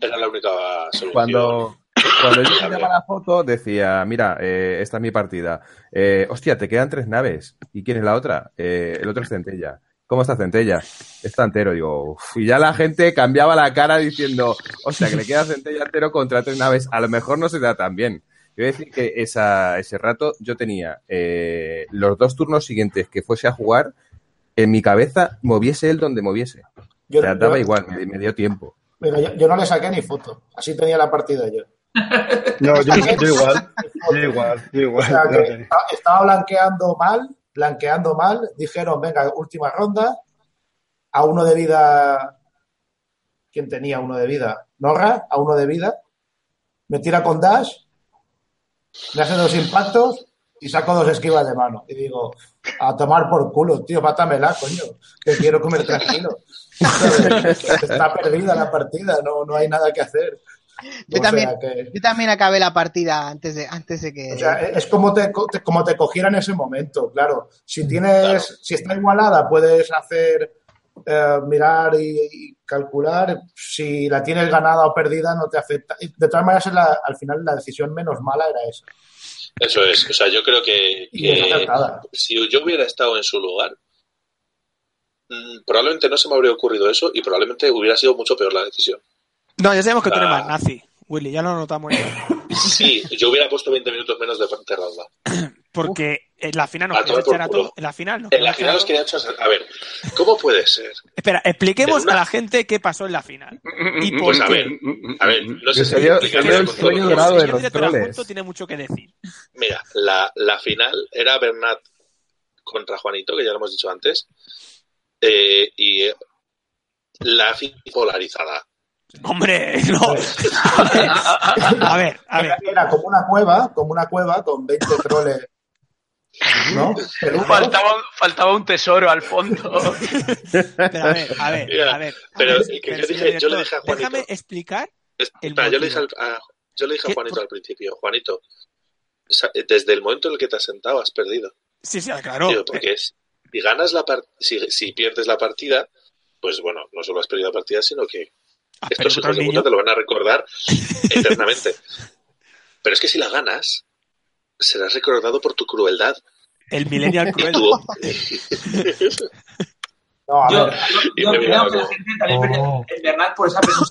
era la única solución.
cuando, cuando yo
viable.
enseñaba la foto, decía, mira, eh, esta es mi partida. Eh, hostia, te quedan tres naves. ¿Y quién es la otra? Eh, el otro es Centella. ¿Cómo está Centella? Está entero, digo. "Uf". Y ya la gente cambiaba la cara diciendo, hostia, que le queda Centella entero contra tres naves. A lo mejor no se da tan bien. Yo voy a decir que esa, ese rato yo tenía eh, los dos turnos siguientes que fuese a jugar, en mi cabeza moviese él donde moviese.
Yo,
o sea,
yo-
daba igual, me, me dio tiempo.
mira, yo- yo no le saqué ni foto. Así tenía la partida yo.
No, yo, yo igual, yo igual, yo
O
igual.
sea,
no
que
sé.
esta- estaba blanqueando mal, blanqueando mal. Dijeron, venga, última ronda. A uno de vida. ¿Quién tenía uno de vida? Norra, a uno de vida. Me tira con Dash. Me hace dos impactos y saco dos esquivas de mano. Y digo, a tomar por culo, tío, mátamela, coño. Que quiero comer tranquilo. ¿Sabes? Está perdida la partida, no, no hay nada que hacer.
Yo
O
también,
sea que-
yo también acabé la partida antes de, antes de que.
O sea, es como te, co- te- como te cogiera en ese momento, claro. Si tienes,
Claro.
si está igualada, puedes hacer eh, mirar y, y calcular. Si la tienes ganada o perdida, no te afecta. Y De todas maneras, la- al final la decisión menos mala era esa.
Eso es, o sea, yo creo que,
Y es
que
acertada.
si yo hubiera estado en su lugar, mm, probablemente no se me habría ocurrido eso y probablemente hubiera sido mucho peor la decisión.
No, ya sabemos que tú eres
Ah.
más nazi, Willy, ya lo notamos. ya.
Sí, yo hubiera puesto 20 minutos menos de parte ronda.
Porque en la final
A
nos querían
tomar por
echar a
culo.
todos. En la final nos
En la
querían echar
final
a
los
todos.
quería hecho hacer- A ver, ¿cómo puede ser?
Espera, expliquemos
En una-
a la gente qué pasó en la final. ¿Y por
Pues a
qué?
ver, a ver, no sé
Se
si
dio-
explicarlo
se dio el
con todo lo
sueño
que-
el
dorado de
señor
los
director adjunto
troles.
tiene mucho que decir.
Mira, la, la final era Bernat contra Juanito, que ya lo hemos dicho antes, eh, y eh, la fi- polarizada.
Hombre, no. A ver, a ver.
Era, era como una cueva, como una cueva con 20 troles. ¿No? Peludos.
Faltaba, faltaba un tesoro al fondo.
Pero a ver, a ver,
Mira,
a ver.
pero
A ver,
el que
pero
yo
señor
dije- yo
director,
le dije a Juanito-
Déjame explicar. El
Espera, yo le dije al,
motivo.
a, yo le dije a
¿Qué?
Juanito
Por-
al principio, Juanito, sa- desde el momento en el que te has sentado has perdido.
Sí, sí, Ah, claro. eh.
Digo, porque es, si ganas la par- si, si pierdes la partida, pues bueno, no solo has perdido la partida, sino que
Ah, pero
estos
contra un
hijos de puta
niño.
te lo van a recordar eternamente. Pero es que si la ganas, serás recordado por tu crueldad.
El millennial
Y
cruel.
tú,
No, a
Yo,
ver,
Y
yo
me
creo
miraba
que la
como-
gente también pues, perdió
Oh.
en Bernat por esa persona.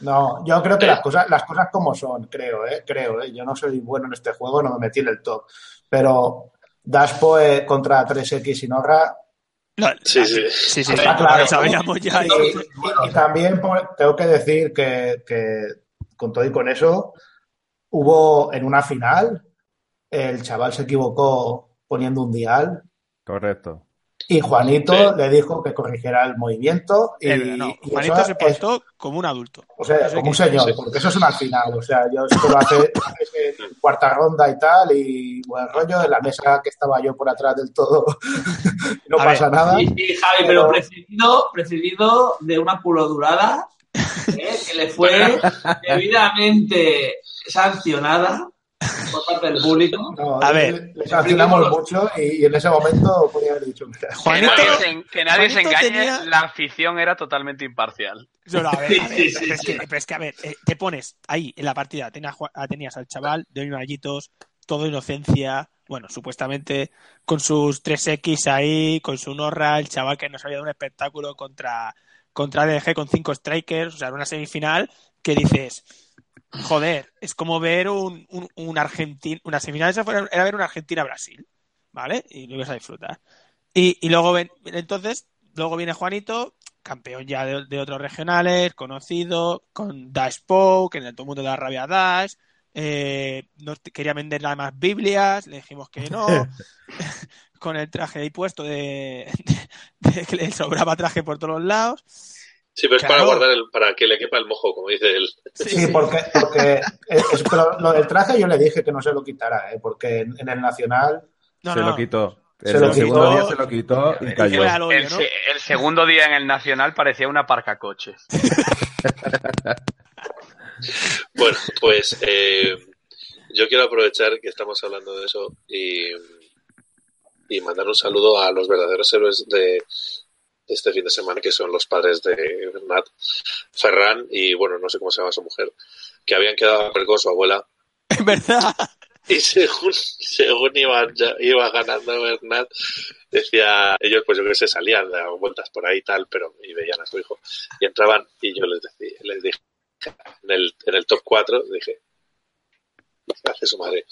no, yo creo que
Eh.
las cosas, las cosas como son, creo, ¿eh? Creo, ¿eh? Yo no soy bueno en este juego, no me metí en el top. Pero Daspo eh, contra 3X y Norra
No,
Sí, sí.
sí, sí,
Está
lo
claro.
sabíamos ya.
Y, y- y también por- tengo que decir que, que con todo y con eso, hubo en una final, el chaval se equivocó poniendo un dial
Correcto.
y Juanito
Sí.
le dijo que corrigiera el movimiento y,
Es verdad, no.
y
Juanito
eso
se
es-
portó como un adulto.
o sea,
No sé
como un
qué.
señor,
Sí.
porque eso es una final, o sea, yo esto lo hace, hace en cuarta ronda y tal, y buen
Ah.
rollo, en la mesa que estaba yo por atrás del todo, no
A
pasa nada.
Sí, sí, Javi, pero
Pero-
precedido, precedido de una pulodurada ¿eh? que le fue debidamente sancionada por parte del público.
No,
A
le-
ver.
le sancionamos
Expliquemos
mucho y, y en ese momento podía haber dicho, mira,
Que
Juanito,
nadie, se, que nadie se
Juanito
engañe,
tenía-
la afición era totalmente imparcial.
No, no, a ver, a
Sí,
ver,
sí, sí,
pero, es
sí.
que, pero es que, a ver, eh, te pones ahí en la partida, tenías, Ju- ah, tenías al chaval de unos añitos, todo inocencia, bueno, supuestamente con sus 3X ahí, con su Norra, el chaval que nos había dado un espectáculo contra, contra DG con cinco strikers, o sea, era una semifinal que dices, joder, es como ver un, un, un Argentina, una semifinal esa fuera- era ver un Argentina-Brasil, ¿vale? Y lo ibas a disfrutar. Y, y luego ven, entonces, luego viene Juanito, campeón ya de, de otros regionales, conocido, con Dash Poe, que en todo el mundo da rabia a Dash. eh, no te- quería vender nada más Biblias, le dijimos que no. con el traje ahí puesto de, de- de que le sobraba traje por todos lados.
Sí, pero es
Claro.
para guardar el, para que le quepa el mojo, como dice él.
Sí,
Sí,
sí.
porque, porque es- es- pero lo del traje yo le dije que no se lo quitara, ¿eh? porque en, en el Nacional
No,
se
no.
lo quitó.
Se
el
lo
del segundo
quitó.
día se lo quitó y
El,
cayó.
Fue al hoyo,
el
¿no?
se- el segundo día en el Nacional parecía una parca coches.
Bueno, pues eh, yo quiero aprovechar que estamos hablando de eso y, y mandar un saludo a los verdaderos héroes de este fin de semana, que son los padres de Nat, Ferran y, bueno, no sé cómo se llama su mujer, que habían quedado a ver con su abuela
En verdad.
y según, según iban ya- iba ganando Bernat, decía, ellos pues yo que sé, salían, daban vueltas por ahí y tal, pero y veían a su hijo. Y entraban y yo les, decía, les dije, en el, en el top 4, dije, ¿qué hace su madre?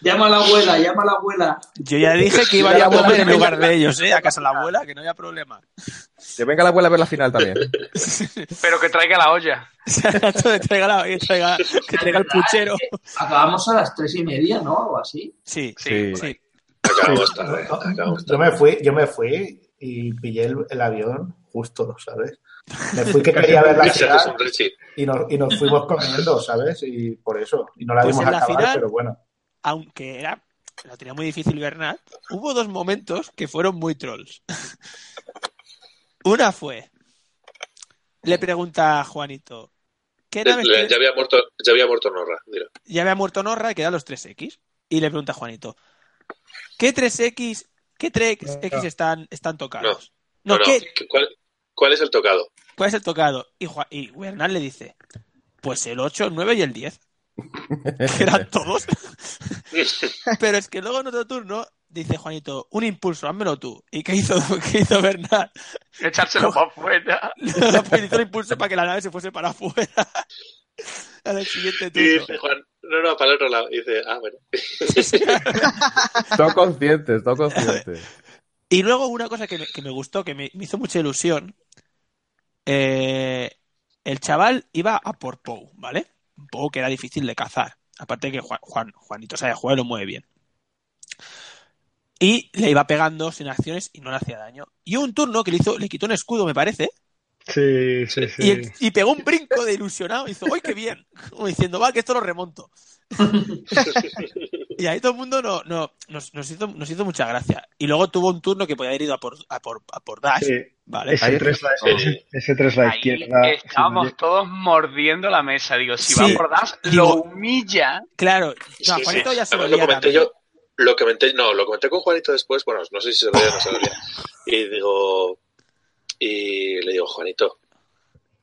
Llama a la abuela, llama a la abuela.
Yo ya dije que iba
Yo
yo
la
a
abuela
comer en
también
lugar de ellos, ¿eh? A casa de la abuela, que no había problema.
Que venga la abuela a ver la final también.
Pero que traiga la olla.
Nacho, que traiga, la- que traiga- que traiga el puchero.
Acabamos a las tres y media, ¿no? Algo así.
Sí,
Sí.
Sí.
sí.
Acabamos
yo,
tarde, acabamos
yo
tarde.
me fui, yo me fui y pillé el, el avión justo, ¿sabes? Me fui que quería ver la
Ese es un
final
Richie.
y nos, y nos fuimos corriendo, ¿sabes? Y por eso. Y no la
Pues
vimos
en la
acabar,
final-
pero bueno.
Aunque era, lo tenía muy difícil Bernat, hubo dos momentos que fueron muy trolls. Una fue, le pregunta a Juanito, ¿qué naves
Le-
tiene-
Eh, Ya había muerto, ya había muerto Norra, mira.
ya había muerto Norra y quedan los 3X. Y le pregunta a Juanito, ¿qué 3X, qué 3X están, están tocados?
No, no,
¿qué-
¿cuál, cuál es el tocado?
¿Cuál es el tocado? Y, Juan, y Bernal le dice, pues el 8, el 9 y el 10. Que eran todos. Pero es que luego en otro turno dice Juanito, un impulso, házmelo tú. ¿Y qué hizo, qué hizo Bernal?
Echárselo para afuera.
hizo el impulso para que la nave se fuese para afuera. Al siguiente
Y
turno.
dice Juan, no, no, para el otro lado. Y dice, ah, bueno.
Son conscientes, son conscientes.
Y luego una cosa que me, que me gustó, que me, me hizo mucha ilusión. eh, el chaval iba a por Pou, ¿vale? Un Pou que era difícil de cazar. Aparte que Juan, Juan- Juanito sabe jugar y lo mueve bien. Y le iba pegando sin acciones y no le hacía daño. Y hubo un turno que le, hizo, le quitó un escudo, me parece,
Sí, sí,
y,
sí.
el- y pegó un brinco de ilusionado. Y hizo, ¡ay, qué bien! Como diciendo, va, que esto lo remonto. Y ahí todo el mundo no, no- nos, nos hizo, nos hizo mucha gracia. Y luego tuvo un turno que podía haber ido a por, a por, a por Dash,
Sí.
Ah, ¿vale?
Ese
Ahí
3 la,
está todo.
ese, ese tres la
Ahí
izquierda.
estábamos
sí,
todos mordiendo la mesa. Digo, si
Sí.
va por Dash,
Digo-
lo humilla.
Claro, no, a
Sí, sí.
Juanito ya se lo
Además, lo
olía
comenté
también.
yo, lo comenté, no, lo comenté con Juanito después, bueno, no sé si se lo veía o no se lo veía. Y digo, y le digo, Juanito,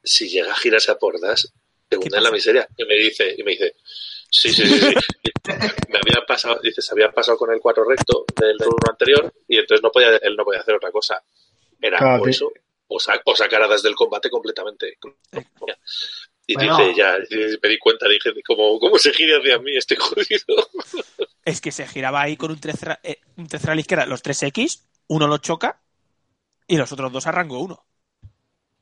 si llega a girarse a pordas, te hunde en
pasa?
la miseria. Y me dice, y me dice, sí, sí, sí, sí. me había pasado, dice, se había pasado con el cuatro recto del turno anterior, y entonces no podía, él no podía hacer otra cosa. Era
Claro,
o
te-
eso, o, sa- o sacar a Das del combate completamente. Y
Bueno.
dice, ya, y me di cuenta, dije, como, ¿cómo se gira hacia mí este jodido?
es que se giraba ahí con un 3 un tres a la izquierda, los 3X, uno lo choca y los otros dos arrancó uno.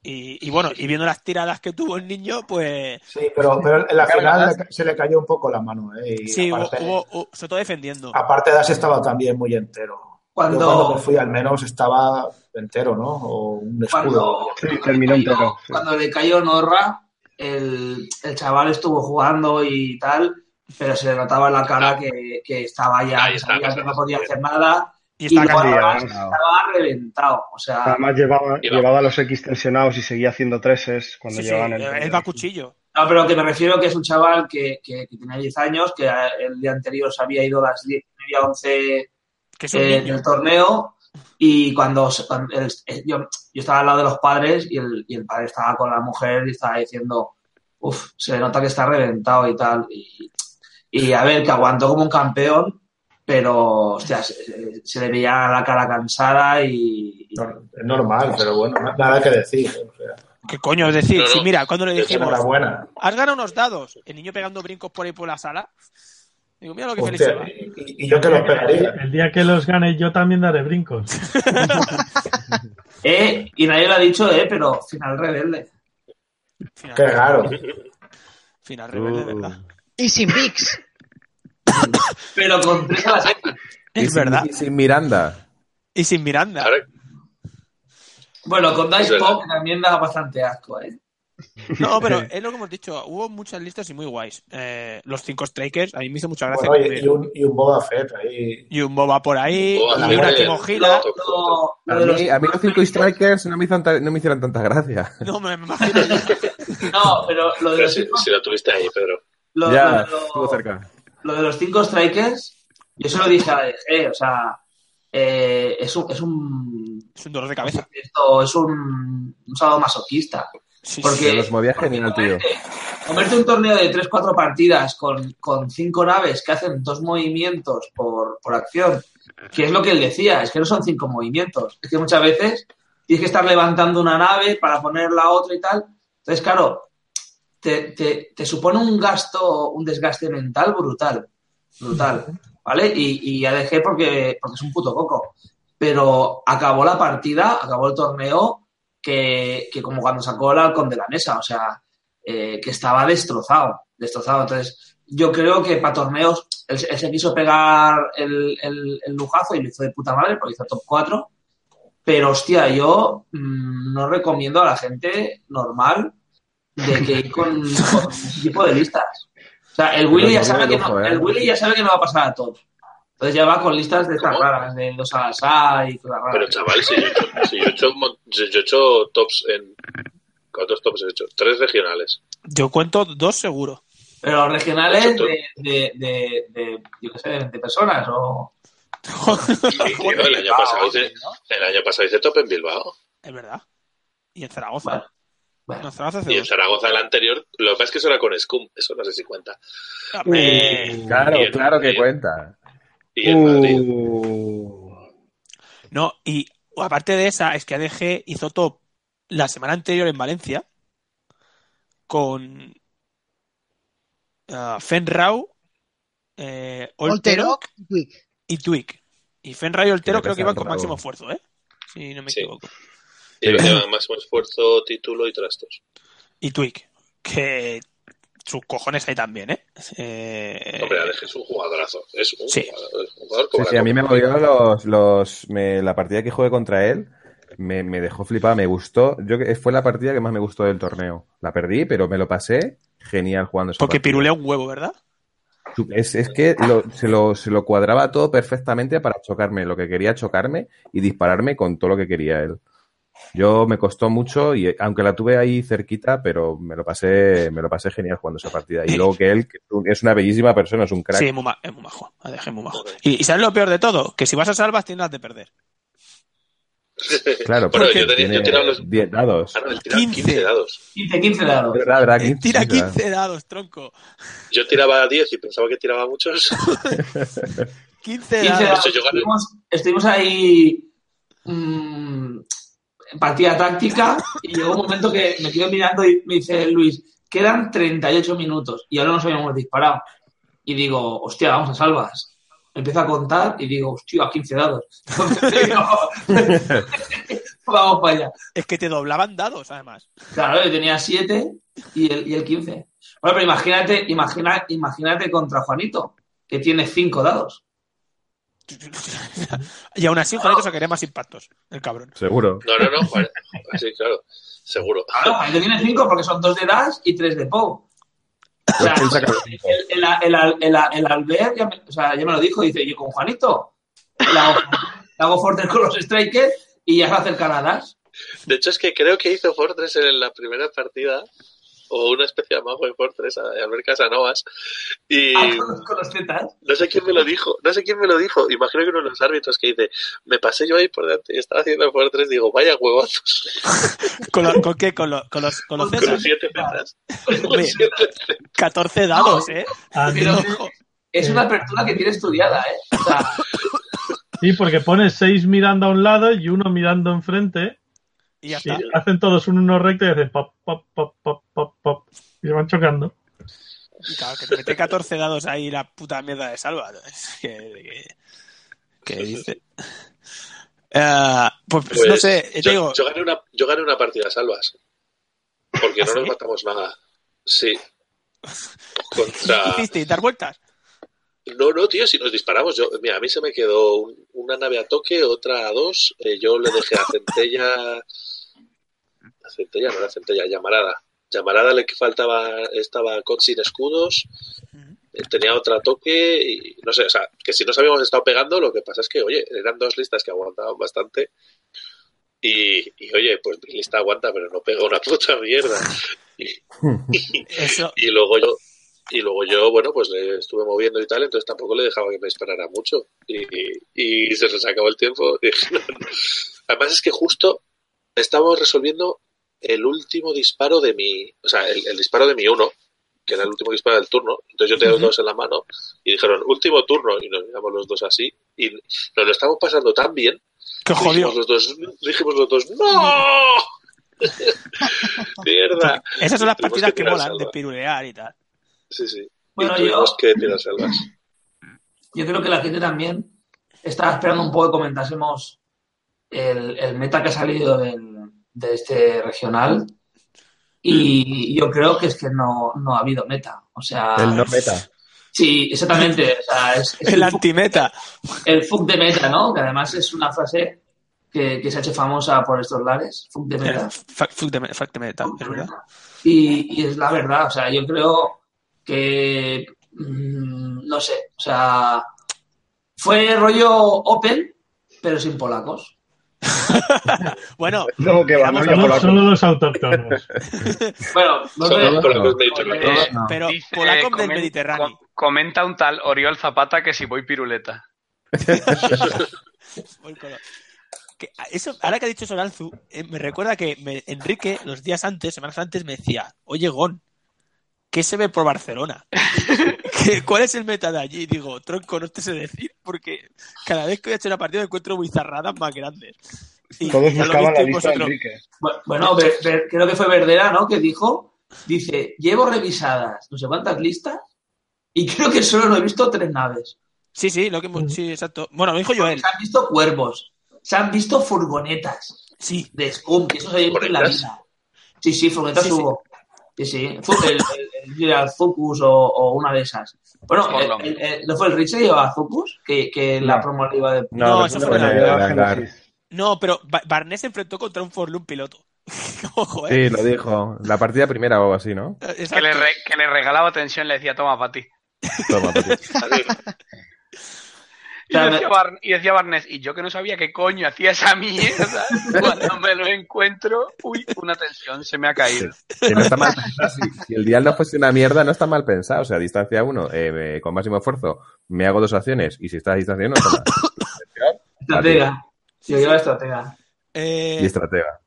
Y, y bueno, y viendo las tiradas que tuvo el niño, pues
Sí, pero, pero en la
Carga
final
más.
le ca- se le cayó un poco la mano. ¿eh? Y
sí, hubo,
aparte,
hubo- hubo- sobre todo defendiendo.
aparte Das estaba también muy entero.
Cuando-
Yo cuando me fui al menos estaba entero, ¿no? O un escudo.
Cuando,
Sí,
cuando
terminó
le cayó-
entero, sí.
cuando le cayó Norra, el, el chaval estuvo jugando y tal, pero se le notaba en la cara que, que estaba ya,
Ahí
que
está,
sabía
está,
que no
está.
podía hacer nada
Y está
y
Sí,
Norra
casi.
además, además
estaba reventado. O sea,
llevaba,
Iba.
llevaba los X tensionados y seguía haciendo treses cuando
Sí, sí,
llevaban el
él va a cuchillo.
no, pero que me refiero que es un chaval que, que, que tenía 10 años, que el día anterior se había ido a las 10, 11
Que es un
eh,
niño.
del torneo y cuando, se- cuando el- eh, yo, yo estaba al lado de los padres y el, y el padre estaba con la mujer y estaba diciendo, uff, se le nota que está reventado y tal. Y, y a ver, que aguantó como un campeón, pero hostia, se, se le veía la cara cansada y... y-
No, es normal, pero bueno, na- nada que decir. ¿eh? O sea,
¿Qué coño? Es decir,
No, no.
sí, mira, cuando le
De hecho,
dijimos,
enhorabuena.
has ganado unos dados, el niño pegando brincos por ahí por la sala. Digo, mira lo que feliz se
Hostia,
va.
y, y- y yo que los pegaría.
El día que los gane yo también daré brincos.
Eh, y nadie lo ha dicho, eh, pero final rebelde.
Final,
Qué raro.
final rebelde, ¿verdad?
Uh.
Y sin VIX.
Pero con tres a la séptima.
Y
Es
sin-
verdad.
y sin Miranda.
Y sin Miranda.
Ahora,
Bueno, con
Es
Dice
verdad.
Pop también da bastante asco, eh.
No, pero es lo que hemos dicho. Hubo muchas listas y muy guays. Eh, los cinco strikers, a mí me hizo mucha gracia.
Bueno,
que
y, y
tuvieron.
un, y un Boba Fett ahí.
y un Boba por ahí,
Boba
y
Fett,
una
eh,
Kimojira.
no.
Lo- lo
A
de
mí,
los-
a mí los cinco strikers no me, hicieron tan- no me hicieron tanta gracia.
No me imagino yo.
No, pero lo de
pero
los
si, si lo tuviste ahí, Pedro.
lo- lo
ya,
de los-
estuvo cerca.
lo de los cinco strikers, yo se lo dije a la DG, o sea, eh, es un, es un,
Es un dolor de
¿cómo se
cabeza.
dice esto? es un, un sábado masoquista.
Sí,
Porque,
Se los movía
porque
genial, tío.
comerte, comerte un torneo de 3-4 partidas con, con cinco naves que hacen dos movimientos por, por acción, que es lo que él decía, es que no son cinco movimientos, es que muchas veces tienes que estar levantando una nave para poner la otra y tal. Entonces, claro, te, te- te supone un gasto, un desgaste mental brutal, brutal, ¿vale? Y, y ya dejé porque, porque es un puto coco. Pero acabó la partida, acabó el torneo, que, que como cuando sacó el halcón de la mesa, o sea, eh, que estaba destrozado, destrozado. Entonces, yo creo que para torneos, él, se- él se quiso pegar el, el- el lujazo y lo hizo de puta madre, porque hizo top 4. Pero, hostia, yo mm, no recomiendo a la gente normal de que ir con, con ese tipo de listas. O sea, el Willy,
Pero
ya
no
sabe
de
que
lujo,
no,
¿eh?
el Willy ya sabe que no va a pasar a todo. Entonces ya va con listas de estas
¿Cómo?
raras, de dos a las A y cosas raras.
Pero chaval, si yo he hecho, si yo he hecho, mon- si yo he hecho tops en... ¿Cuántos tops he hecho? Tres regionales.
Yo cuento dos seguro.
Pero los regionales
Ocho,
de, de, de, de, yo qué sé, de 20 personas o...
Sí, tío, el año pasado hice, el año pasado hice top en Bilbao.
es verdad. Y en Zaragoza.
Bueno,
No,
bueno.
en Zaragoza hace
Y en
dos.
Zaragoza el anterior, lo que pasa es que eso era con Scum, eso no sé si cuenta.
Hombre.
Claro,
y el-
claro que
y el-
cuenta.
Y en Madrid.
Uh. No, y aparte de esa, es que ADG hizo top la semana anterior en Valencia con ah, Fenrau, eh,
Olterok
Olterok
y Quick.
y Twig. Y Fenrau y Olterok
Qué
creo que iban con
pesado.
máximo esfuerzo, ¿eh? Si no me
Sí.
equivoco.
Y
Pero-
llevan máximo esfuerzo, título y trastos.
Y Twig, que sus cojones ahí también, ¿eh? Eh,
Hombre, Alex es un jugadorazo. Es un
Sí.
jugador, es un jugador
Sí,
como
sí,
la
a mí me
copa.
movió los, los, me- la partida que jugué contra él. Me, me dejó flipada, me gustó. Yo que- fue la partida que más me gustó del torneo. La perdí, pero me lo pasé genial jugando esa
porque
partida.
pirulea un huevo, ¿verdad?
Es, es que lo- se, lo, se lo cuadraba todo perfectamente para chocarme, lo que quería chocarme y dispararme con todo lo que quería él. Yo me costó mucho y eh, aunque la tuve ahí cerquita, pero me lo pasé, me lo pasé genial jugando esa partida. Y luego que él que es una bellísima persona, es un
Sí,
crack.
es muy, ma- es muy majo. ADG es muy majo.
Ajá.
Y, y ¿sabes lo peor de todo? Que si vas a salvas tienes de perder.
Claro,
bueno,
porque
yo, tenía, yo
tiene
tiraba los.
10 dados.
Ah, no, él tiraba
15.
15 dados.
15, 15 dados.
Es verdad, verdad,
Eh,
15,
tira
sí, verdad.
15 dados, tronco.
Yo tiraba 10 y pensaba que tiraba muchos.
15
15
dados.
dados.
Eso yo gané.
Estuvimos, estuvimos ahí mm, en partida táctica y llegó un momento que me quedo mirando y me dice Luis, quedan 38 minutos y ahora nos habíamos disparado. Y digo, hostia, vamos a salvas. empiezo a contar y digo, hostia, a 15 dados. Entonces digo, vamos para allá.
Es que te doblaban dados, además.
Claro, yo tenía 7 y el, y el 15. Bueno, pero imagínate, imagina, imagínate contra Juanito, que tiene 5 dados.
Y aún así, Juanito sacaría más impactos, el cabrón.
Seguro.
No, no, no, Juan- Sí, claro, seguro.
Claro,
Ah,
Juanito tiene 5 porque son 2 de Dash y 3 de Poe. O sea,
Él saca los cinco.
el, el, el, el, el Albert ya me, o sea, ya me lo dijo, dice, yo con Juanito le hago, le hago Fortnite con los strikers y ya se acercan a Dash.
De hecho, es que creo que hizo Fortress en la primera partida, o una especie de mago de Fortress, a a Albert Casanovas, y
Ah, con- con los tetas.
no sé quién me lo dijo, no sé quién me lo dijo, imagino que uno de los árbitros que dice, me pasé yo ahí por delante y estaba haciendo Fortress, digo, vaya huevazos,
¿Con, lo- con qué? ¿Con, lo- con los, con los
con
César?
los siete letras.
Hombre. 14 dados, ¿eh?
A mí-
Pero es una apertura que tiene estudiada, ¿eh? O sea,
Sí, porque pones seis mirando a un lado y uno mirando enfrente.
Y ya
y
está.
hacen todos un uno recto y hacen pop, pop, pop, pop, pop, pop. Y se van chocando.
Y claro, que te mete 14 dados ahí la puta mierda de salva. ¿no? Es que, que- ¿Qué dice? Ah, pues, pues, no
Pues,
sé, te
yo,
digo,
yo gané una, yo gané una partida salvas. Porque
¿Ah,
no nos
sí?
matamos nada. Sí.
¿qué
Contra.
hicisteis? ¿Dar vueltas?
No, no, tío, si nos disparamos. Yo, mira, a mí se me quedó un- una nave a toque, otra a dos. eh, yo le dejé a Centella. A Centella, no era Centella, Llamarada. Llamarada le que faltaba, estaba Cot sin escudos. eh, Tenía otra a toque y no sé, o sea, que si nos habíamos estado pegando, lo que pasa es que, oye, eran dos listas que aguantaban bastante. Y, y, oye, pues mi lista aguanta, pero no pega una puta mierda. Y-
Eso,
y luego yo y luego yo bueno pues le estuve moviendo y tal entonces tampoco le dejaba que me disparara mucho y, y se nos acabó el tiempo además es que justo estábamos resolviendo el último disparo de mi o sea el, el disparo de mi uno que era el último disparo del turno entonces yo tenía los dos en la mano y dijeron último turno y nos miramos los dos así y nos lo estamos pasando tan bien
que
que
jodió.
dijimos los dos dijimos los dos no mierda
Esas son las
Tuvimos
partidas que
tirar
molan, de
salva.
pirulear y tal.
Sí, sí.
Bueno,
y tuvimos
yo-
que tirar salvas.
yo creo que la gente también estaba esperando un poco que comentásemos el, el meta que ha salido del- de este regional. Y yo creo que es que no, no ha habido meta. O sea,
El no meta.
sí, exactamente. O sea, es, es
El
un poco-
antimeta.
El fuck de meta, ¿no? Que además es una frase que, que se ha hecho famosa por estos lares. Fuck de meta.
El fa- fuck de me- fuck de meta, es verdad.
Y, y es la verdad, o sea, yo creo que. mm, no sé, o sea. Fue rollo open, pero sin polacos.
Bueno,
No, que va, no
Vamos,
había
Solo,
polaco.
solo los autóctonos.
Bueno, no sé,
Solo
no,
por los
no.
mediterráneos.
Eh,
No.
pero
Dice,
polacos del
comen-
Mediterráneo.
com- comenta un tal Oriol Zapata que si voy piruleta.
Voy con lo- que a- eso, ahora que ha dicho eso Lanzu, eh, me recuerda que me- Enrique, los días antes, semanas antes, me decía, oye, Gon, ¿qué se ve por Barcelona? ¿Qué- ¿Cuál es el meta de allí? Digo, tronco, no te sé decir, porque cada vez que voy a echar una partida encuentro bizarradas más grandes. Y
Todos
ya lo
buscaban la
visteis
lista de
vosotros.
Enrique.
bu- bueno, Ver- Ver- creo que fue Verdera, ¿no? Que dijo, dice, llevo revisadas no sé cuántas listas y creo que solo no he visto tres naves.
Sí, sí, lo que hemos- sí, exacto. Bueno, lo dijo Joel.
Se han visto cuervos, se han visto furgonetas
Sí,
de Scum, que eso se ha visto en la
¿Furgonetas?
vida. Sí, sí, furgonetas
Sí, sí.
hubo. Sí, sí, fue el, el, el General Focus o, o una de esas. Bueno,
Por lo
el- el- el- ¿no fue el Rich que llevaba Focus? Que, que la
No.
promo le iba de...
No, eso fue
Bueno,
una-
yo
el
la
hangar.
Génesis.
No, pero Ba- Barnett se enfrentó contra un Forlún piloto. Ojo, eh.
Sí, lo dijo. La partida primera o algo así, ¿no?
Que le,
Exacto.
re- que le regalaba tensión, le decía, toma para ti.
Toma, Pati.
Y
Claro,
decía,
me-
Bar- y decía Barnes, y yo que no sabía qué coño hacía esa mierda, cuando me lo encuentro, uy, una tensión se me ha caído.
Que no está mal pensado. Si, si el dial no fuese una mierda, no está mal pensado. O sea, distancia 1, con máximo esfuerzo, me hago dos acciones. Y si está a distancia 1, toma.
Estratega. Yo llevaba estratega.
Y
Eh,
estratega.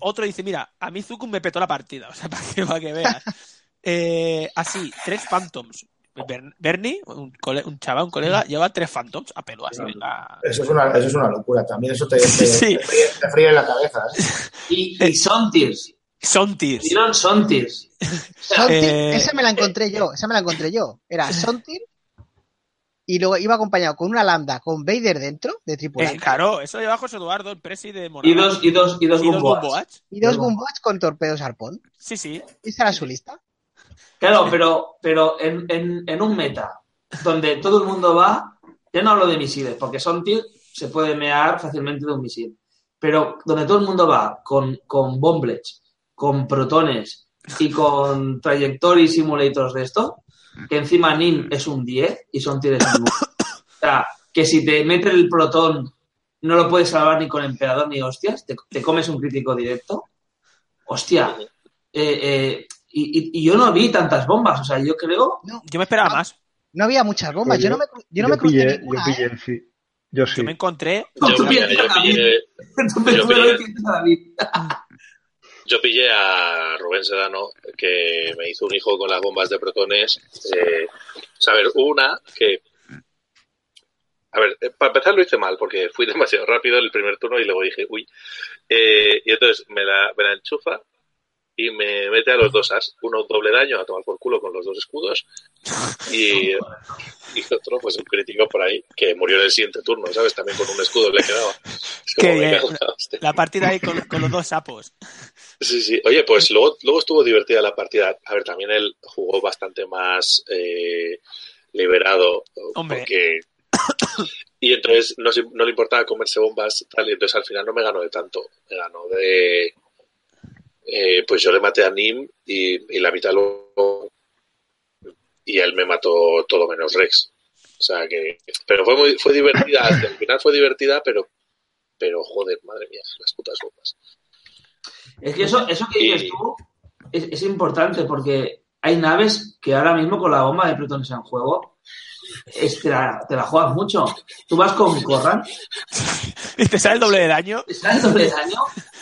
Otro dice, mira, a mí Zukum me petó la partida, o sea, para que, para que veas. Eh, así, tres Phantoms. Ber- Bernie, un, cole- un chaval, un colega, lleva tres Phantoms a pelo, así. venga.
Eso es una, eso es una locura. También eso te, te,
Sí.
te fríe, te fríe la cabeza. ¿eh?
Y, y Sontirs.
Son tiers.
Vieron Sontirs.
Sontir,
Eh,
esa me la encontré yo, esa me la encontré yo. Era Sontir y luego iba acompañado con una lambda con Vader dentro de tripulante
Eh, claro, eso debajo es Eduardo, el presi de Morales.
Y dos, y dos, y dos Gumboas.
Gumboats.
y dos Gumbots con torpedos arpón.
Sí, sí.
Esa era su lista.
Claro, pero, pero en, en, en un meta donde todo el mundo va, ya no hablo de misiles, porque son tir, se puede mear fácilmente de un misil. Pero donde todo el mundo va con, con bomblets, con protones y con trayectory simulators de esto, que encima NIN es un 10 y son tires un 1. O sea, que si te mete el protón no lo puedes salvar ni con emperador ni hostias, te, te comes un crítico directo. Hostia, eh, eh, y, y- y yo no vi tantas bombas, o sea, yo creo.
Yo me esperaba más.
No había muchas Ah, bombas.
Pues
yo,
yo-
no me, cru- yo no me crucé
pillé, yo
ninguna,
pillé
¿eh?
el sí. Yo sí.
Yo me encontré.
No, tú
Yo, mira,
piensas
yo
a mí.
pillé,
Tú me-
Yo
tú me lo
pillé-
dices a David.
yo pillé a Rubén Sedano, que me hizo un hijo con las bombas de protones. Eh, o sea, a ver, una que. A ver, eh, para empezar lo hice mal, porque fui demasiado rápido el primer turno y luego dije, uy. Eh, y entonces me la, me la enchufa y me mete a los dos as. Uno doble daño a tomar por culo con los dos escudos y, y otro, pues un crítico por ahí, que murió en el siguiente turno, ¿sabes? También con un escudo le quedaba. Es como,
Qué
me
bien.
cago en la hostia.
La partida ahí con, con los dos sapos.
Sí, sí. Oye, pues luego, luego estuvo divertida la partida. A ver, también él jugó bastante más eh, liberado.
Hombre.
Porque... Y entonces no, se- no le importaba comerse bombas, tal, y entonces al final no me ganó de tanto. Me ganó de... eh, pues yo le maté a Nim y, y la mitad luego... Y él me mató todo menos Rex. O sea que... Pero fue muy fue divertida. Al final fue divertida, pero... Pero joder, madre mía, las putas bombas.
Es que eso, eso que dices
Y-
tú es, es importante porque hay naves que ahora mismo con la bomba de protones en juego es- te, la, te la juegas mucho. Tú vas con Corran,
¿Y te sale el doble de daño?
te sale doble daño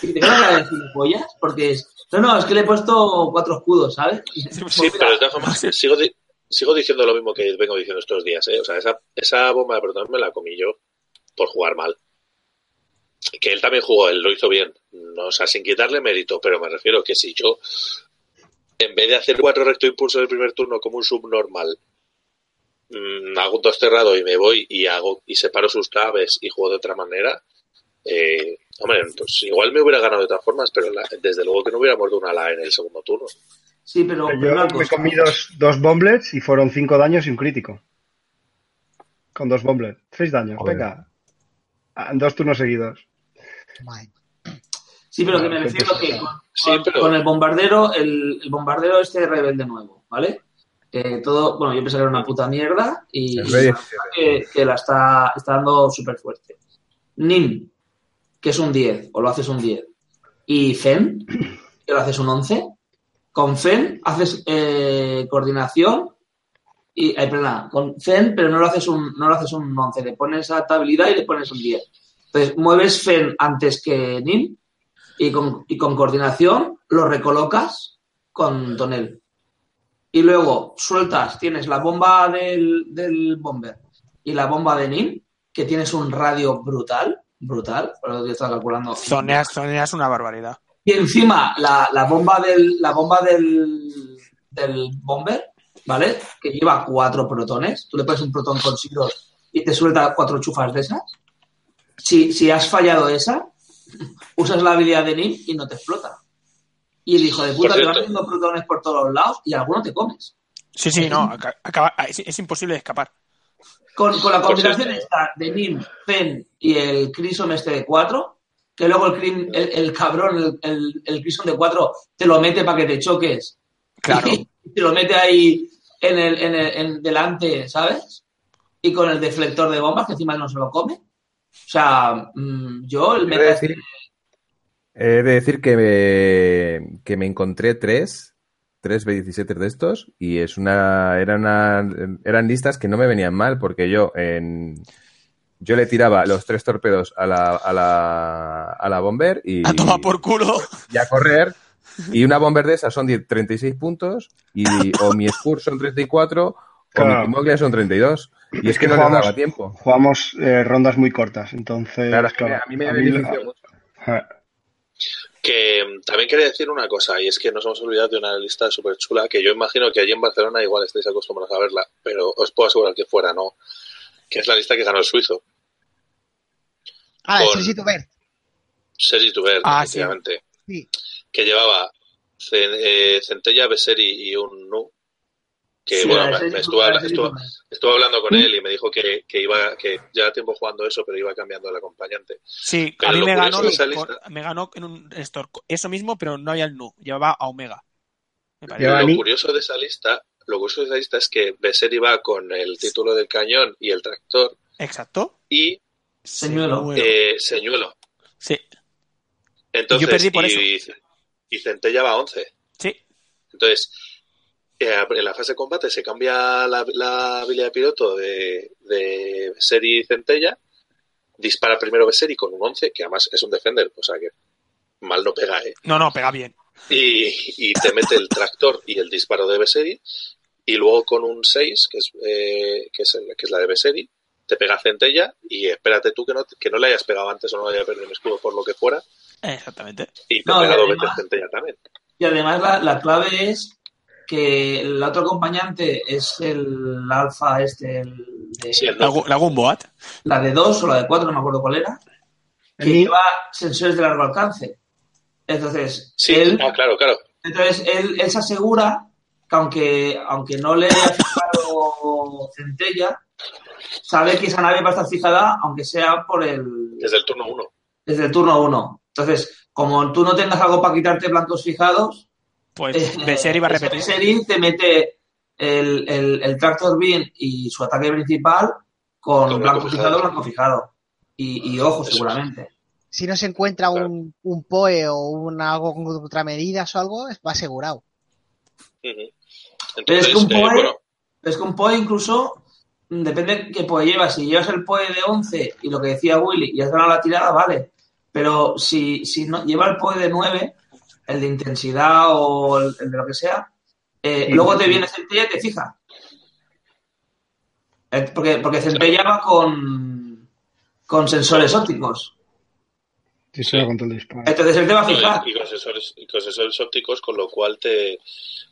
y te quedas la de gilipollas porque es. No, no, es que le he puesto cuatro escudos, ¿sabes?
Sí,
Pues
pero de
mira,
todas formas, sigo, di- sigo diciendo lo mismo que vengo diciendo estos días, ¿eh? O sea, esa, esa bomba de protón me la comí yo por jugar mal. Que él también jugó, él lo hizo bien. No, o sea, sin quitarle mérito, pero me refiero que si yo, en vez de hacer cuatro recto impulsos del primer turno como un subnormal,
Eh,
mm, hago un dos cerrado y me voy y hago y separo sus claves y juego de otra manera, eh, hombre, pues igual me hubiera ganado de todas formas, pero la- desde luego que no hubiera muerto una ala en el segundo turno.
sí, pero,
Pero
pero una
Yo me
cosa.
comí dos, dos bomblets y fueron cinco daños y un crítico. Con dos bomblets. Seis daños,
Joder.
venga. Ah, en dos turnos seguidos.
Madre.
Sí, pero que me
Claro, qué
refiero que
pesada.
con,
Sí,
con-
pero-
con el bombardero, el, el bombardero este rebelde nuevo, ¿vale? Que todo, bueno, yo pensaba que era una puta mierda y,
El
y
rey
la
es-
verdad que, que la está, está dando súper fuerte. Nim, que es un 10, o lo haces un 10. Y Fen, que lo haces un 11. Con Fen haces eh, coordinación y, ay, perdona, con Fen, pero no lo haces un, no lo haces un 11, le pones a habilidad y le pones un 10. Entonces, mueves Fen antes que Nim y con, y con coordinación lo recolocas con tonel. Y luego sueltas, tienes la bomba del, del bomber y la bomba de Nin, que tienes un radio brutal, brutal, por lo que yo estaba calculando.
Zoneas, zoneas una barbaridad.
Y encima la, la bomba del la bomba del, del bomber, ¿vale? Que lleva cuatro protones. Tú le pones un protón con siglos y te suelta cuatro chufas de esas. Si, si has fallado esa, usas la habilidad de Nim y no te explota. Y el hijo de puta
Por
te va
cierto.
metiendo protones por todos lados y alguno te comes.
Sí, sí, no. aca- acaba- es, es imposible escapar.
Con, con la
Por cierto.
combinación esta de Nim, Fen y el Crisom este de 4, que luego el, crim- el, el cabrón, el, el, el Crimson de 4, te lo mete para que te choques.
Claro.
Y te lo mete ahí en el, en el en delante, ¿sabes? Y con el deflector de bombas, que encima no se lo come. O sea, mm, yo el
He de
meta
decir, he de decir que, me, que me encontré tres, tres B17 de estos y es una, era una, eran listas que no me venían mal porque yo en... Yo le tiraba los tres torpedos a la, a la, a la bomber y,
A tomar por culo.
y a correr. Y una bomber de esas son 10 36 puntos y o mi Spur son 34 o mi
Claro.
Timoglia son 32. Y es, que, no les daba tiempo.
jugamos eh, rondas muy cortas, entonces...
Claro, es que a mí me benefició mucho.
ja,
Que mm, también quería decir una cosa, y es que nos hemos olvidado de una lista súper chula, que yo imagino que allí en Barcelona igual estáis acostumbrados a verla, pero os puedo asegurar que fuera no. que es la lista que ganó el suizo.
Ah,
Con-
el Sergi Tubert.
Sergi Tuber,
Ah, sí.
efectivamente.
Sí.
Que llevaba Cen- eh, Centella, Beseri y un Nu. Que
Sí,
bueno,
la de
me,
Sergi
me estuvo,
Tuber,
habla-
la de Sergi
estuvo-
Tuber.
estuve hablando con él y me dijo que, que iba que lleva tiempo jugando eso, pero iba cambiando el acompañante.
Sí,
Pero
a mí
lo
me
curioso
ganó,
de esa
con-
lista-
me ganó en un store. Eso mismo, pero no había el nu. Llevaba a Omega. Me parece.
Llevaba-
Lo
Giovanni.
curioso de esa lista, lo curioso de esa lista es que Beseri va con el título del cañón y el tractor
Exacto.
y
Señuelo.
Señuelo.
eh, señuelo.
Sí,
Entonces,
Yo perdí por
y, y Centella va a 11.
sí.
Entonces, eh, en la fase de combate se cambia la, la habilidad de piloto de, de Beseri y Centella. Dispara primero Beseri con un 11, que además es un defender, o sea que mal no pega, ¿eh?
No, no, pega bien.
Y, y te mete el tractor y el disparo de Beseri. Y luego con un 6, que es, eh, que es, el- que es la de Beseri, te pega Centella. Y espérate tú que no, que no le hayas pegado antes o no le hayas perdido un escudo por lo que fuera.
Exactamente.
Y te
No,
pega
y
dos veces
además-
Centella también.
Y además la, la clave es que el otro acompañante es el alfa este, el de-
Sí, el
La, gu- la Gumboat.
la de 2 o la de 4, no me acuerdo cuál era, que
Ni-
lleva sensores de largo alcance. Entonces,
Sí,
él,
ah, claro, claro.
entonces él, él se asegura que aunque, aunque no le haya fijado centella, sabe que esa nave va a estar fijada aunque sea por el,
Desde el turno 1.
desde el turno 1. Entonces, como tú no tengas algo para quitarte blancos fijados,
Pues
Eh,
Beseri va a
ese
repetir.
Becerril te mete el, el, el Tractor Beam y su ataque principal con,
Con blanco
blanco fijado,
fijado.
blanco fijado. Y, y ojo,
Eso es.
seguramente.
Si no se encuentra
Claro.
un, un POE o un algo con contramedidas o algo, va asegurado.
Ujú.
Pero es
Entonces,
que un
eh,
POE,
bueno,
es que un POE incluso, mm, depende qué POE llevas. Si llevas el POE de 11 y lo que decía Willy, y has ganado la tirada, vale. Pero si, si no, lleva el POE de 9, el de intensidad o el, el de lo que sea, eh,
Y-
luego te
y-
viene Centella y te fija. Eh, Porque, porque Centella va con, con sensores ópticos.
Sí,
Sí.
solo con todo el disparo.
Entonces él te va a
no,
fijar.
y, y con sensores, y con sensores ópticos, con lo cual te.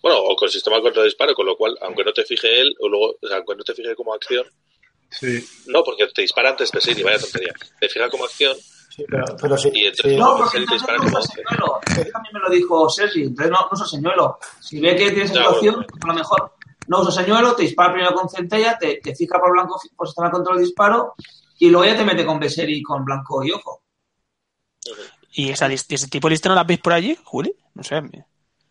Bueno, o con sistema de contradisparo, con lo cual, aunque no te fije él, o luego, o sea, aunque no te fije como acción,
Sí.
no, porque te dispara antes Beseri, vaya tontería. Te fija como acción
Sí, pero, pero sí,
y entonces
sí.
No,
luego
porque
Beseri
entonces
te dispara
no
como
usa
11.
señuelo. Eso también me lo dijo Sergi. Entonces no, no usa señuelo. Si ve que tiene
Ya,
situación, pues
bueno,
a lo mejor no usa señuelo, te dispara primero con centella, te, te fija por blanco, pues fi- por sistema de control de disparo, y luego ya te mete con Beseri con blanco y ojo.
¿Y esa lista- ese tipo de lista no la veis por allí, Juli? No sé. me-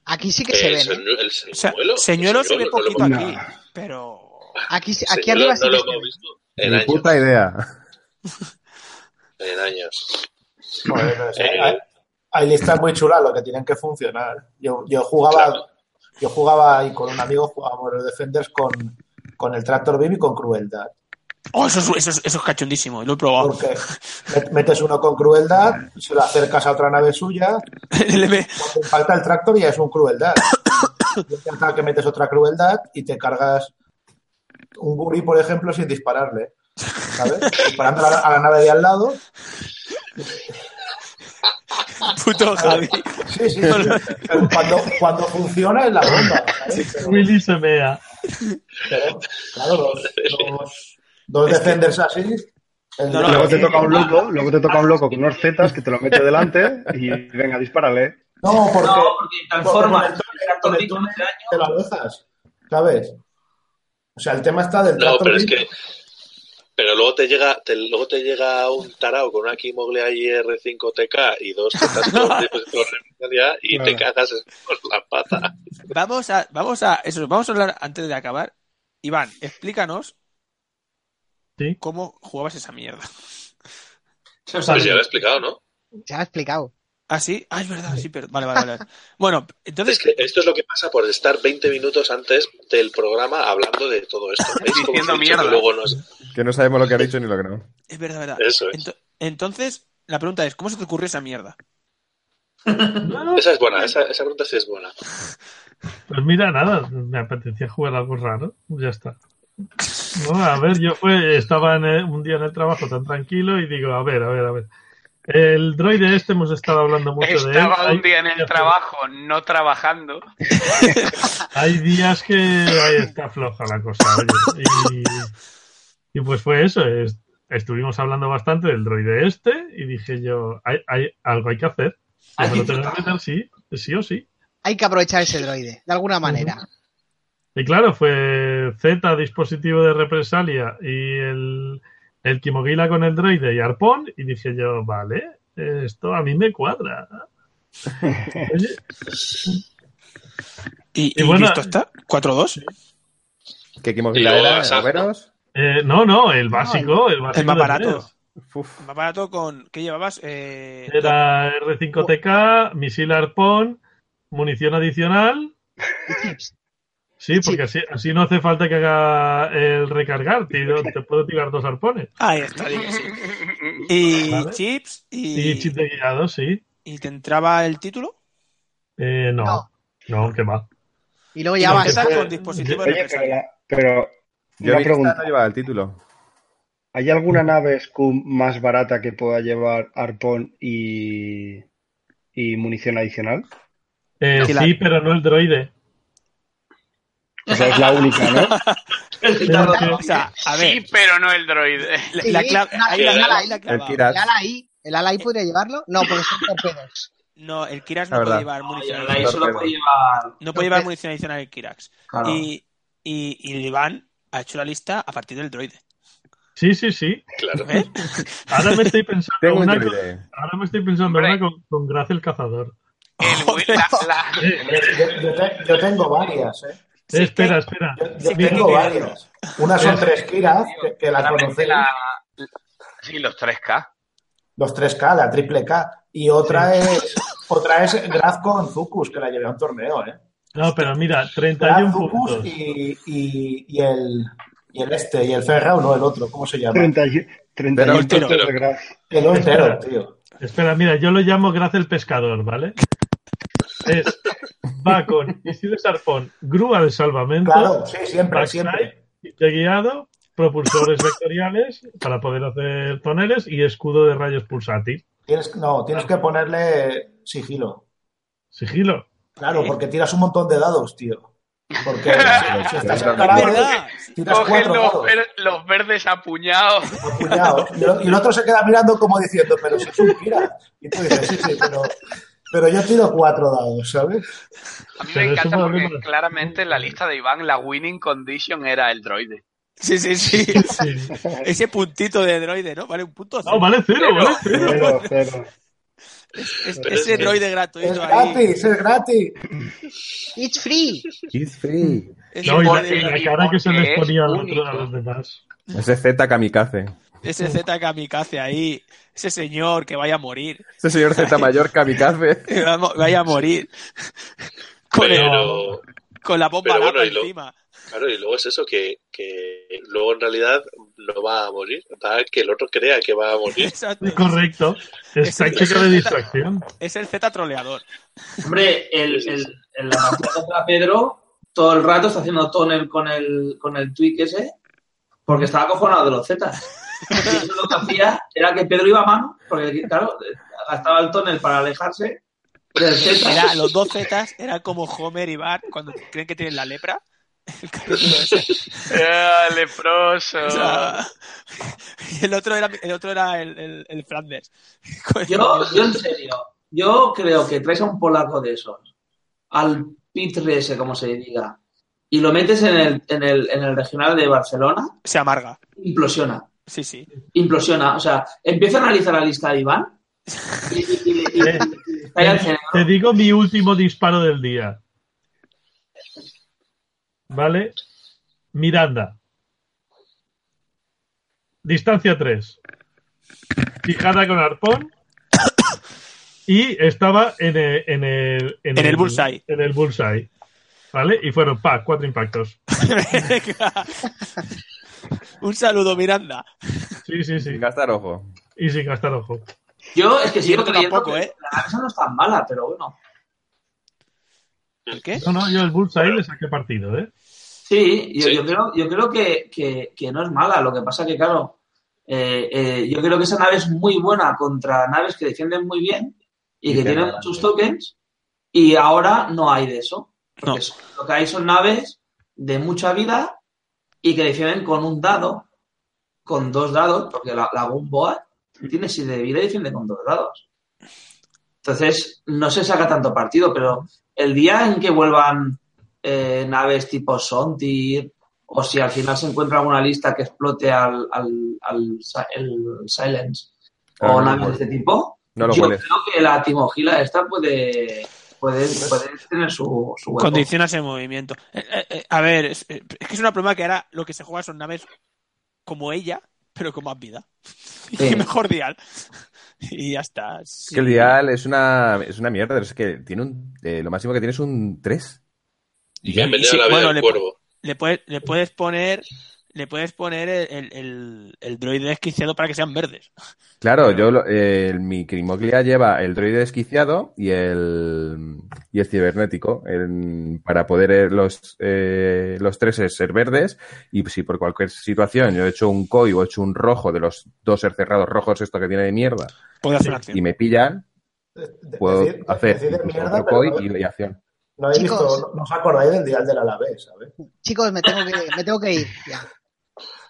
Aquí sí que se
El,
ven, ¿eh?
señu- el
O sea,
señuelo. el
señuelo se ve
señuelo, no lo
poquito
hemos-
No.
aquí, pero...
Aquí, sí-
el
aquí
señuelo
arriba sí
no
que
lo
se
hemos
ven.
visto en
Ni
años.
puta idea.
En años.
Joder, no sé,
Eh,
hay, hay listas muy chulas, lo que tienen que funcionar. Yo, yo jugaba,
Claro.
yo jugaba y con un amigo jugábamos los Defenders con, con el Tractor Beam y con Crueldad.
Oh, eso, es- eso, es- eso es cachondísimo, lo he probado.
Porque met- metes uno con Crueldad, se lo acercas a otra nave suya,
Le ve-
cuando impacta el Tractor ya es un Crueldad. Y hay que pensar que metes otra Crueldad y te cargas un Guri, por ejemplo, sin dispararle. ¿Sabes? Disparando a la, a la nave de al lado.
Puto Javi.
Sí, sí, sí. Pero Cuando, cuando funciona es la bomba. ¿sabes? Pero-
Willy se mea.
Pero, claro, dos, dos, dos defenders así. El
No, eh, no,
de-
Luego te
es-
toca un loco, luego te toca un loco con unos zetas que te lo mete delante y venga, dispárale.
no, porque,
No, porque
porque
transforma
con el
el
túnel-
tractor
con el
Beam con
túnel
ese daño.
te lo alzas, ¿sabes? O sea, el tema está del
No,
trato
pero es que. Pero luego te llega, te- luego te llega un tarao con una Kimogle IR5TK y dos tetas con con remedia y te
Claro.
cagas por la pata.
Vamos a, vamos a, eso, vamos a hablar antes de acabar. Iván, explícanos
Sí.
cómo jugabas esa mierda.
Se
Pues
usa-
ya lo he explicado, ¿no?
Se ha explicado.
¿Ah, sí? Ah, es verdad, sí, pero... Vale, vale, vale. Bueno,
Es
entonces...
que esto es lo que pasa por estar 20 minutos antes del programa hablando de todo esto. ¿Veis cómo os he
Diciendo
dicho
mierda.
que luego no es-
Que no sabemos lo que ha dicho ni lo que no.
Es verdad, verdad.
Eso ¿eh? es.
Ento- entonces, la pregunta es, ¿cómo se te ocurrió esa mierda?
No,
Esa es buena, esa, esa pregunta sí es buena.
Pues mira, nada, me apetecía jugar algo raro, ya está. No, a ver, yo fue, estaba en el- un día en el trabajo tan tranquilo y digo, a ver, a ver, a ver. El droide este hemos estado hablando mucho de él.
Estaba
Hay-
un día en el trabajo, no trabajando.
Hay días que ahí está floja la cosa, oye. Y Y pues fue eso, es- estuvimos hablando bastante del droide este y dije yo, hay, hay- algo hay que hacer.
Hay
Ya
que
lo tengo que
explotar.
meter, sí, sí o sí.
Hay que aprovechar ese droide, de alguna manera.
Y claro, fue Z, dispositivo de represalia, y el, el Kimogila con el droide y Arpón, y dije yo, vale, esto a mí me cuadra. Oye,
¿Y,
Y
y
Eh, bueno-
listo está? ¿4-2?
¿Qué equipo
Y luego
era?
Asaf,
¿Overos?
eh, no, no, el básico, el, básico
El más
de
barato.
tres.
Uf.
El más barato con... ¿Qué llevabas? Eh,
Era R5TK, misil Arpón, munición adicional. Sí, porque así, así no hace falta que haga el recargar, tiro- te puedo tirar dos arpones.
Ahí está, dije sí. ah, este. Y
Vale.
chips y,
Y chip de guiado, sí.
y te entraba el título.
Eh, no,
No.
no, que va.
Y luego
Y
ya
lo
vas.
empezás
fue-
con dispositivo
Oye,
de
pero,
represalia.
la- pero
Yo
una
vi que esta
pregunta.
no llevaba el título.
¿Hay alguna nave SCUM más barata que pueda llevar arpón y, y munición adicional?
Eh,
No.
sí, pero no el droide.
O sea, es la única, ¿no?
Pero
Necesitaba-
que-
O sea, a ver,
Sí, pero no el droide.
la,
Sí,
la clave-
una-
ahí la, Eh.
el ala, ahí la
El
clavaba.
Kirat.
El ala ahí, el ala ahí podría llevarlo. No, porque son torpedos.
No, el Kirax
La
no puede
verdad.
llevar
Ay,
munición
ahora
adicional.
ahí solo puede llevar.
No puede llevar munición adicional el Kirax.
Claro.
Y, y, y el Iván ha hecho la lista a partir del droide.
Sí, sí, sí.
Claro.
¿Eh?
Ahora me estoy pensando
Tengo un
una con,
droide.
ahora me estoy pensando
Hombre.
una con, con Gracia el cazador.
El Will- la- la-
Yo, yo te- yo tengo varias, ¿eh?
Sí,
Eh, espera,
que-
espera.
Yo, yo
Sí,
Mira,
tengo
que-
varias. Unas son tres Kiras, que, que la
claramente
conocéis,
la- Sí, los 3K.
los 3K, la triple K. Y otra es otra es Graf con Zucus, que la llevé a un torneo, ¿eh?
no, pero mira,
Graf,
31
Zucus
puntos.
y, y, y el y el este, y el Ferrao, no el otro, ¿cómo se llama?
30, y- 31
Pero-
puntos
pero-
de gracia.
El entero,
Espera.
tío.
Espera, mira, yo lo llamo Gracia el pescador, ¿vale? Es va con misil sarpón, grúa de salvamento,
Claro, sí, siempre,
backside,
siempre.
de guiado, propulsores vectoriales para poder hacer toneles y escudo de rayos pulsátil.
Tienes, no, tienes que ponerle sigilo.
Sigilo.
Claro, porque tiras un montón de dados, tío. Porque si
Claro,
Es
estás encarado,
verdad.
tiras
Cogen
cuatro
los,
dados.
ver- los verdes apuñados.
apuñados. Y, el- y el otro se queda mirando como diciendo, pero si es un pira. Y tú dices, sí, sí, pero, pero yo tiro cuatro dados, ¿sabes?
A mí
Pero
me
es
encanta
un
porque
problema.
claramente en la lista de Iván la winning condition era el droide.
Sí, sí, sí.
Sí.
Ese puntito de droide, ¿no? Vale, un punto.
No, vale cero, vale cero.
Cero, cero.
Es-
Pero
ese
es que-
droide
Es
gratuito ahí.
gratis, es gratis.
It's free.
It's free.
Ese
No, y la,
porque-
y
droide-
la cara que se
porque
les ponía
es
al otro-
único.
a los demás.
Ese Z kamikaze.
ese Z kamikaze ahí. Ese señor que vaya a morir.
Ese señor Z mayor kamikaze.
Que va a mo- Vaya a morir. Con, el-
Pero,
con la bomba
Pero bueno,
lapa
y lo-
encima.
claro, y luego es eso, que, que luego en realidad no va a morir, va a que el otro crea que va a morir.
Exacto.
Sí, Correcto. Es
Ese-
táctica de
ese-
distracción.
Es el Z troleador.
Hombre, el, el, el, la partida contra Pedro todo el rato está haciendo tonel con el, con el tweak ese porque estaba acojonado de los Zetas. Y eso lo que hacía era que Pedro iba a mano, porque claro, gastaba el tonel para alejarse del Zeta.
Era, los dos Zetas eran como Homer y Bart cuando creen que tienen la lepra. El capítulo ese.
¡Ah, leproso!
O sea, y el otro era el otro era el, el- el Flanders. Con-
Yo, yo en serio, yo creo que traes a un polaco de esos, al Pitre ese, como se diga, y lo metes en el, en el, en el regional de Barcelona,
Se amarga.
implosiona,
Sí, sí.
implosiona. O sea, empieza a analizar la lista de Iván y, y- y- y-
Eh,
y- y- calla el cerebro.
Te digo mi último disparo del día. ¿Vale? Miranda. Distancia 3. Fijada con arpón. Y estaba en el, en el,
En el bullseye.
En el bullseye. ¿Vale? Y fueron, pa, cuatro impactos.
Un saludo, Miranda.
Sí, sí, sí.
Sin gastar ojo.
Y sin gastar ojo.
Yo es que
Y el
sigo
otro
creyendo
tampoco,
que
¿eh?
la cabeza no es tan mala, pero bueno.
¿El qué?
No, no, yo el bullseye le saqué partido, ¿eh?
Sí, yo,
Sí.
yo creo, yo creo que, que- que no es mala. Lo que pasa que, claro, eh, eh, yo creo que esa nave es muy buena contra naves que defienden muy bien y,
Y
que
que
tienen
no
muchos
ganan.
tokens y ahora no hay de eso.
No.
Porque son- lo que hay son naves de mucha vida y que defienden con un dado con dos dados, porque la, la Boomboa tiene 7 de vida y defiende con dos dados. Entonces, no se saca tanto partido, pero el día en que vuelvan eh, naves tipo Sontir, o si al final se encuentra alguna lista que explote al, al- al si- el Silence,
Claro,
o
Ah, no
naves
lo
de este tipo,
No lo
yo
hueles.
creo que la timogila esta puede, puede, puede tener su, su hueco.
Condicionas el movimiento. Eh, eh, eh, a ver, es, eh, es que es una problema que ahora lo que se juega son naves como ella, pero con más vida. Y
Sí.
mejor dial. Y ya está.
Es
Sí.
que el dial es una, es una mierda, pero es que tiene un, eh, lo máximo que tiene es un 3.
Y que han vendido
Sí,
la vida
bueno,
del
le-
cuervo.
Le puedes, le puedes poner. Le puedes poner el, el, el, el droide desquiciado para que sean verdes.
Claro, yo lo- eh, mi Crimoglia lleva el droide desquiciado y el, y el cibernético en- para poder eh, los, eh, los tres es ser verdes y si por cualquier situación yo he hecho un koi o he hecho un rojo de los dos ser cerrados rojos esto que tiene de mierda
Puede hacer una
y
acción.
me pillan,
De-
puedo
decid-
hacer
decid de
incluso
mierda,
otro
pero
koi
no-
y, y acción.
No habéis
Chicos.
visto, no os acordáis del dial del Alavés, ¿sabes?
Chicos, me tengo que, me tengo que ir. Ya.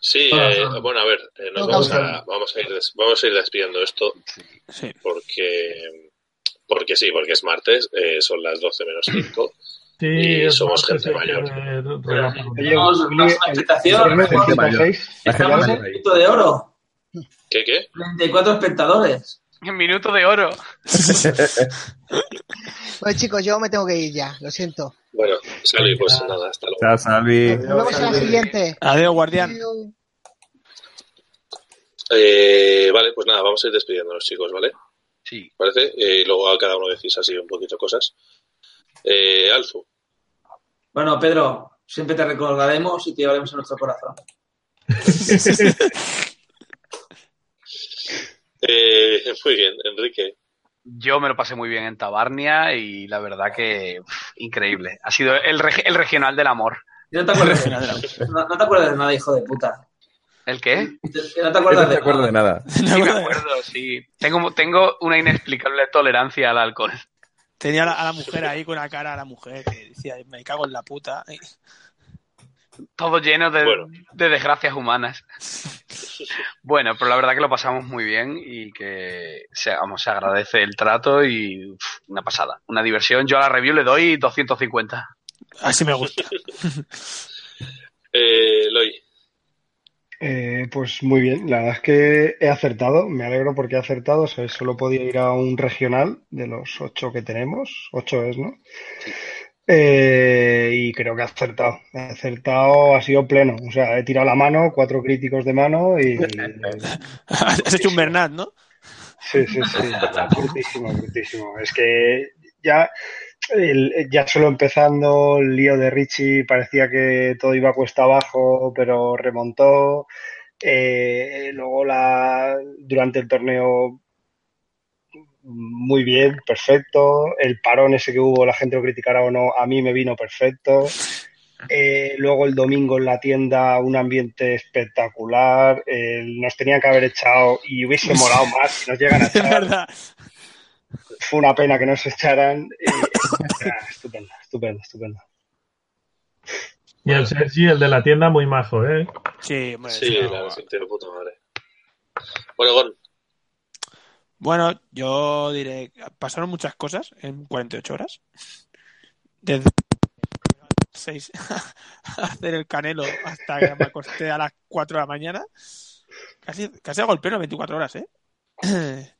Sí,
Ah,
eh,
ah.
bueno, a ver, eh, nos
No,
vamos
causa.
a, vamos, a ir, des- vamos a ir despidiendo esto
Sí.
porque, porque sí, porque es martes, eh, son las 12 menos 5
Sí,
y
es
somos
martes,
gente
hay que
mayor.
ver
Pero
relámpago.
Oye,
tenemos
Willy,
una
el-
expectación,
el torneo de
estamos-
66,
La gente
Estamos en
mayor
el
ahí.
minuto de oro.
¿Qué, qué?
34 espectadores.
Minuto de oro.
Bueno, chicos, yo me tengo que ir ya. Lo siento.
Bueno, Salvi, pues
Venga.
nada, hasta luego.
Chao, Salvi.
Nos vemos en la
Salvi.
siguiente.
Adiós, guardián.
Adiós.
Eh, vale, pues nada, vamos a ir despidiéndonos, chicos, ¿vale?
Sí.
¿Parece? Eh, y luego a cada uno decís así un poquito cosas. Eh, Alfu,
Bueno, Pedro, siempre te recordaremos y te llevaremos en nuestro corazón.
eh, muy bien, Enrique.
Yo me lo pasé muy bien en Tabarnia y la verdad que uf, increíble. Ha sido el, reg- el regional del amor.
Y no te acuerdas, no, no te acuerdas de nada, hijo de puta.
¿El qué?
Te- No te
Yo
acuerdas
no te
de
acuerdo
nada.
de nada.
Sí, me acuerdo, sí. Tengo, tengo una inexplicable tolerancia al alcohol.
Tenía a la, a la mujer ahí con la cara a la mujer que decía, me cago en la puta.
Todo lleno de,
Bueno.
de desgracias humanas. Bueno, pero la verdad que lo pasamos muy bien y que se, vamos, se agradece el trato y uf, una pasada. Una diversión. Yo a la review le doy 250.
Así me gusta.
Eh, Loi,
eh, pues muy bien, la verdad es que he acertado, me alegro porque he acertado, o sea, solo podía ir a un regional de los ocho que tenemos, ocho es, ¿no? Eh, y creo que he acertado, he acertado, ha sido pleno, o sea, he tirado la mano, cuatro críticos de mano y...
Has hecho un Bernat, ¿no?
Sí, sí, sí, brutísimo, brutísimo. Es que ya, el- ya solo empezando el lío de Richie parecía que todo iba cuesta abajo, pero remontó. Eh, luego la, durante el torneo muy bien, perfecto. El parón ese que hubo, la gente lo criticará o no, a mí me vino perfecto. Eh, luego el domingo en la tienda, un ambiente espectacular. Eh, nos tenían que haber echado y hubiese molado más si nos llegan a
Es
echar
verdad.
fue una pena que nos echaran. eh, ah, estupendo, estupendo, estupendo.
Y el Sergi, el de la tienda, muy majo, ¿eh?
Sí, hombre,
sí,
sí.
la gente de puta madre. Bueno, Gon,
Bueno, yo diré, pasaron muchas cosas en 48 horas. Desde seis hacer el canelo hasta que me acosté a las 4 de la mañana. Casi, casi hago el pleno 24 horas, ¿eh?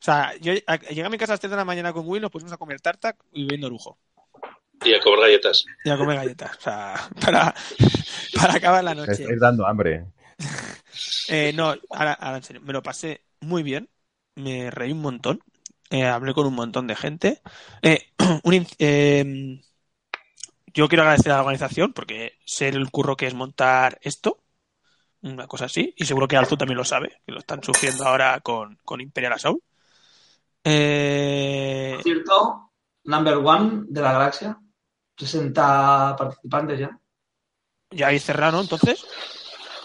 O sea, yo a- llegué a mi casa a las 3 de la mañana con Will, nos pusimos a comer tarta y bebiendo lujo.
y a cobrar galletas.
Y a comer galletas. O sea, para, para acabar la
Me
noche.
estáis dando hambre.
Eh, no, ahora, ahora en serio, me lo pasé muy bien, me reí un montón, eh, hablé con un montón de gente. Eh, un in- eh, yo quiero agradecer a la organización porque sé el curro que es montar esto, una cosa así, y seguro que Alzu también lo sabe, que lo están sufriendo ahora con, con Imperial Assault. Eh,
Por cierto, number one de la galaxia. 60 participantes ya.
ya habéis cerrado, ¿no? Entonces,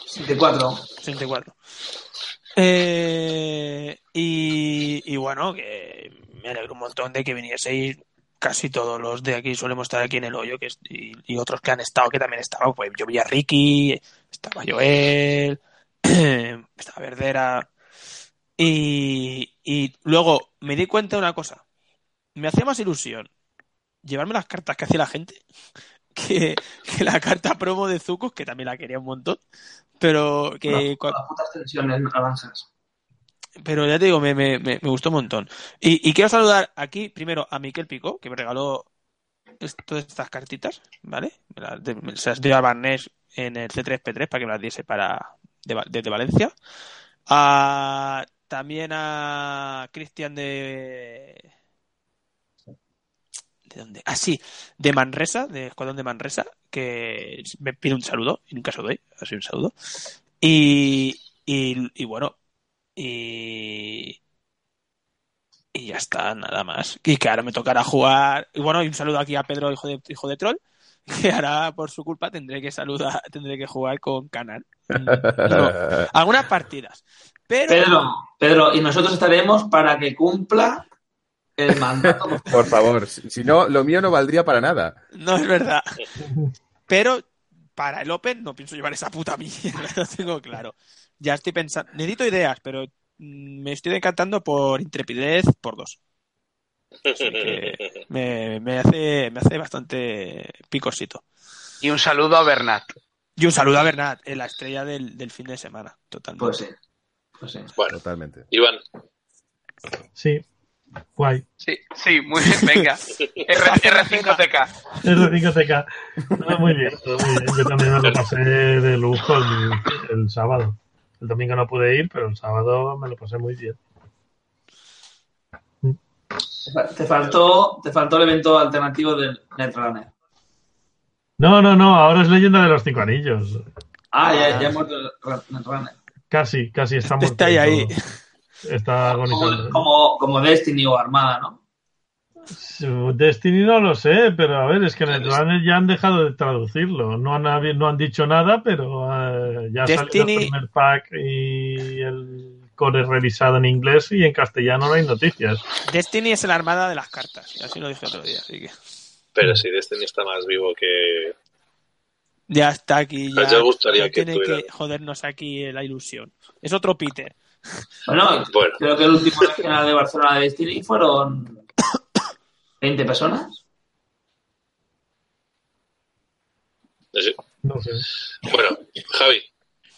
64.
64. Eh, y, y bueno, que me alegro un montón de que vinieseis casi todos los de aquí. Solemos estar aquí en el hoyo que es- y, y otros que han estado, que también estaban. Pues yo vi a Ricky, estaba Joel, esta verdera. Y, y luego me di cuenta de una cosa. Me hacía más ilusión llevarme las cartas que hacía la gente que, que la carta promo de Zucos, que también la quería un montón. Pero que
Las
cua-
las putas tensiones avanzas.
pero ya te digo, me, me, me, me gustó un montón. Y, y quiero saludar aquí primero a Miquel Pico, que me regaló es- todas estas cartitas, ¿vale? Me las, de- me- se las dio a Barnés en el C3P3 para que me las diese para, de Va- desde Valencia. A- también a Cristian de... ¿De dónde? Ah, sí, de Manresa, de Escuadrón de Manresa, que me pide un saludo, y nunca se lo doy, así un saludo. Y, y, y bueno, y. Y ya está, nada más. Y que ahora me tocará jugar. Y bueno, y un saludo aquí a Pedro, hijo de, hijo de troll. Que ahora, por su culpa, tendré que saludar, tendré que jugar con Canal. No, algunas partidas. Pero.
Pedro, Pedro, y nosotros estaremos para que cumpla el mandato.
Por favor, si si no, lo mío no valdría para nada.
No es verdad.
Eh,
Pero para el Open no pienso llevar esa puta mierda, lo tengo claro. Ya estoy pensando. Necesito ideas, pero mm, me estoy decantando por intrepidez por dos. Así que me, me hace, me hace bastante picosito.
Y un saludo a Bernat.
Y un saludo a Bernat, eh, la estrella del, del fin de semana, totalmente.
Pues sí. Pues sí.
Bueno,
Totalmente.
Iván,
Sí. Guay.
Sí, sí, muy bien, venga. R, 5 tk
Es de 5TK. No, muy bien, todo muy bien. Yo también me lo pasé de lujo el, el sábado. El domingo no pude ir, pero el sábado me lo pasé muy bien.
Te fa- Te faltó, te faltó el evento alternativo del Netrunner.
No, no, no, ahora es leyenda de los cinco anillos.
Ah, ya, ya he muerto el ra- Netrunner.
Casi, casi está muerto.
Está ahí, ahí.
Está agonizando. ¿eh?
Como, como, como Destiny o Armada, ¿no?
Destiny no lo sé, pero a ver, es que en el
Claro, es-
runner ya han dejado de traducirlo. No han, habi- no han dicho nada, pero eh, ya salió
Destiny-
el primer pack y el core revisado en inglés y en castellano no hay noticias.
Destiny es la armada de las cartas, así lo dije otro día. Así que
pero si Destiny está más vivo que.
ya está aquí. Ya,
Ya Pues gustaría
ya
que
tiene
tuviera-
que jodernos aquí la ilusión. Es otro Peter.
Bueno,
Bueno.
creo que el último nacional de Barcelona de Destiny fueron 20 personas.
no sé.
No sé.
Bueno, Javi,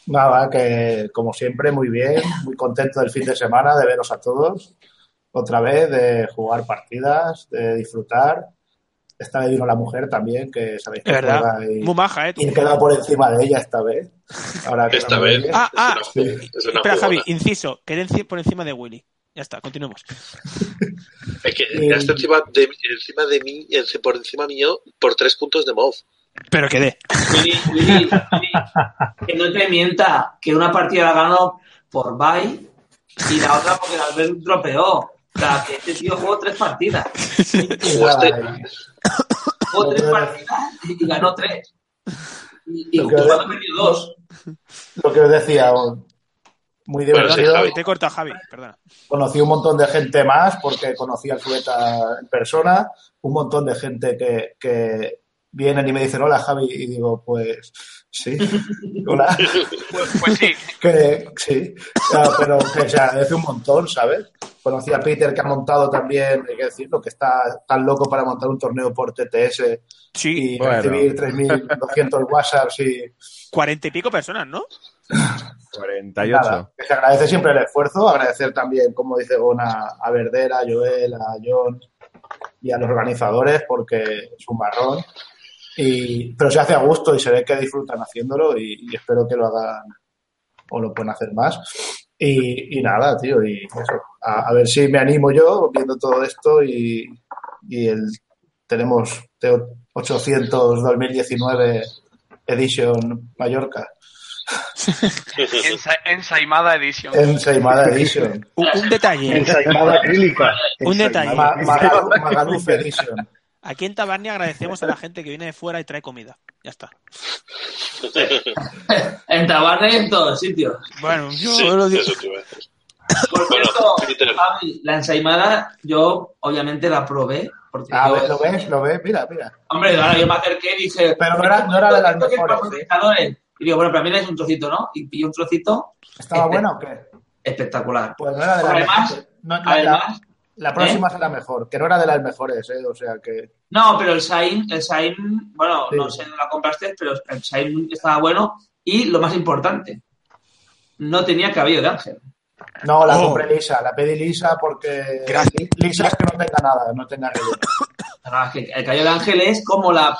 Nada, que como siempre, muy bien, muy contento del fin de semana, de veros a todos, otra vez, de jugar partidas, de disfrutar. Esta vez vino la mujer también, que sabéis que
Es verdad.
juega y,
Muy maja, ¿eh? tú.
y he quedado por encima de ella esta vez. Ahora que
Esta
no me
vez.
oye.
Ah, ah.
es una, es una
Espera, Javi,
jugona.
inciso. Quedé enci- por encima de Willy. Ya está, continuemos.
Es que
Eh,
está encima de, encima de mí, ence- por encima mío, por tres puntos de MOV.
Pero quedé.
Willy, Willy, Willy, que no te mienta, que una partida la ganó por Bay y la otra porque la Albert tropeó. O sea, que este tío jugó tres partidas.
Y
Jugaste-
nada, y-
Jugó tres
Lo que-
partidas y ganó tres. Y, y
Lo que-
Guzmán perdió dos.
lo que os decía, muy
Bueno,
divertido.
sí, Javi.
Que te he cortado, Javi, perdona.
conocí un montón de gente más porque conocí al Zubeta en persona, un montón de gente que, que vienen y me dicen hola Javi y digo pues sí, hola,
Pues, pues sí,
que sí, Claro, pero que se agradece un montón, ¿sabes? Conocí a Peter que ha montado también, hay que decirlo, que está tan loco para montar un torneo por TTS
Sí,
y
Bueno.
recibir 3.200 WhatsApps y
cuarenta y pico personas, ¿no?
48.
Nada, que se agradece siempre el esfuerzo, agradecer también, como dice Gona, a Verdera, a Joel, a John y a los organizadores porque es un marrón. Y, pero se hace a gusto y se ve que disfrutan haciéndolo y, y espero que lo hagan o lo puedan hacer más. Y, y nada, tío, y eso. A, a ver si me animo yo viendo todo esto y, y el, tenemos T- 800 2019 Edition Mallorca
ensa- ensaimada edición.
en Seimada Edition.
Un, un detalle.
Ensaimada acrílica.
Un detalle.
Ma- Magalu- Magaluf Edition.
Aquí en Tabarnia agradecemos a la gente que viene de fuera y trae comida. Ya está.
En Tabarne y en todos sitios.
Bueno, yo
Sí,
lo digo.
eso te iba a decir.
Por
Bueno,
cierto,
Peter.
Javi, la ensaimada yo obviamente la probé. Porque
Ah,
yo-
¿ves? ¿Lo ves? ¿Lo ves? Mira, mira.
Hombre, ahora yo me acerqué y dije.
Pero no era- no era de las
"Esto que es
mejores,
para los espectadores". eh". Y digo, bueno, pero mira es un trocito, ¿no? Y pillé un trocito
¿Estaba
Este-
buena o qué?
espectacular.
Pues no era de las
Además,
mejores. No, no, la,
Además,
la próxima será mejor, que no era de las mejores, ¿eh? O sea que.
no, pero el Sain, el Sain, bueno,
Sí.
no sé no la compraste, pero el Sain estaba bueno. Y lo más importante, no tenía cabello de ángel.
No, la
Oh.
compré lisa, la pedí lisa porque.
Gracias.
Lisa es que no tenga nada, no tenga que
Ah, que El cabello de ángel es como la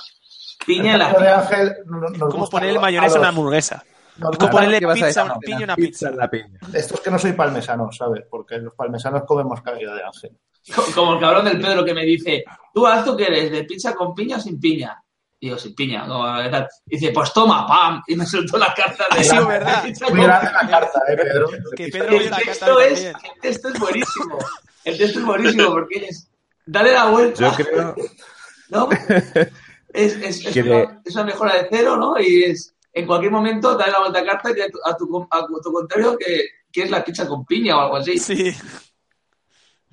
piña en
El
la
de Ángel no- nos
¿Cómo
gusta
ponerle
a
mayonesa a
los-
una hamburguesa?
nos
¿Cómo
gusta-
ponerle
¿Qué vas a
pizza a
decir?
una piña a una pizza?
en la piña.
Esto es que no soy palmesano, ¿sabes? Porque los palmesanos comemos cabello de ángel.
Co- Como el cabrón del Pedro que me dice, ¿tú haz tú que eres de pizza con piña o sin piña? Digo, sin piña. como la verdad. Y dice, pues toma, pam. Y me soltó la carta de.
Ha sido
de
verdad.
pizza
Muy
con-
grande la carta, ¿eh, Pedro?
Que Pedro
El
vio la
texto,
carta
es,
también.
el texto es buenísimo. El texto es buenísimo porque es. Dale la
Yo
vuelta.
creo
¿no? Es, es, es
Que
una,
de-
es una mejora de cero, ¿no? Y es. En cualquier momento, dale la vuelta a carta y a tu, a tu, com- a tu contrario que, que es la pizza con piña o algo así.
Sí.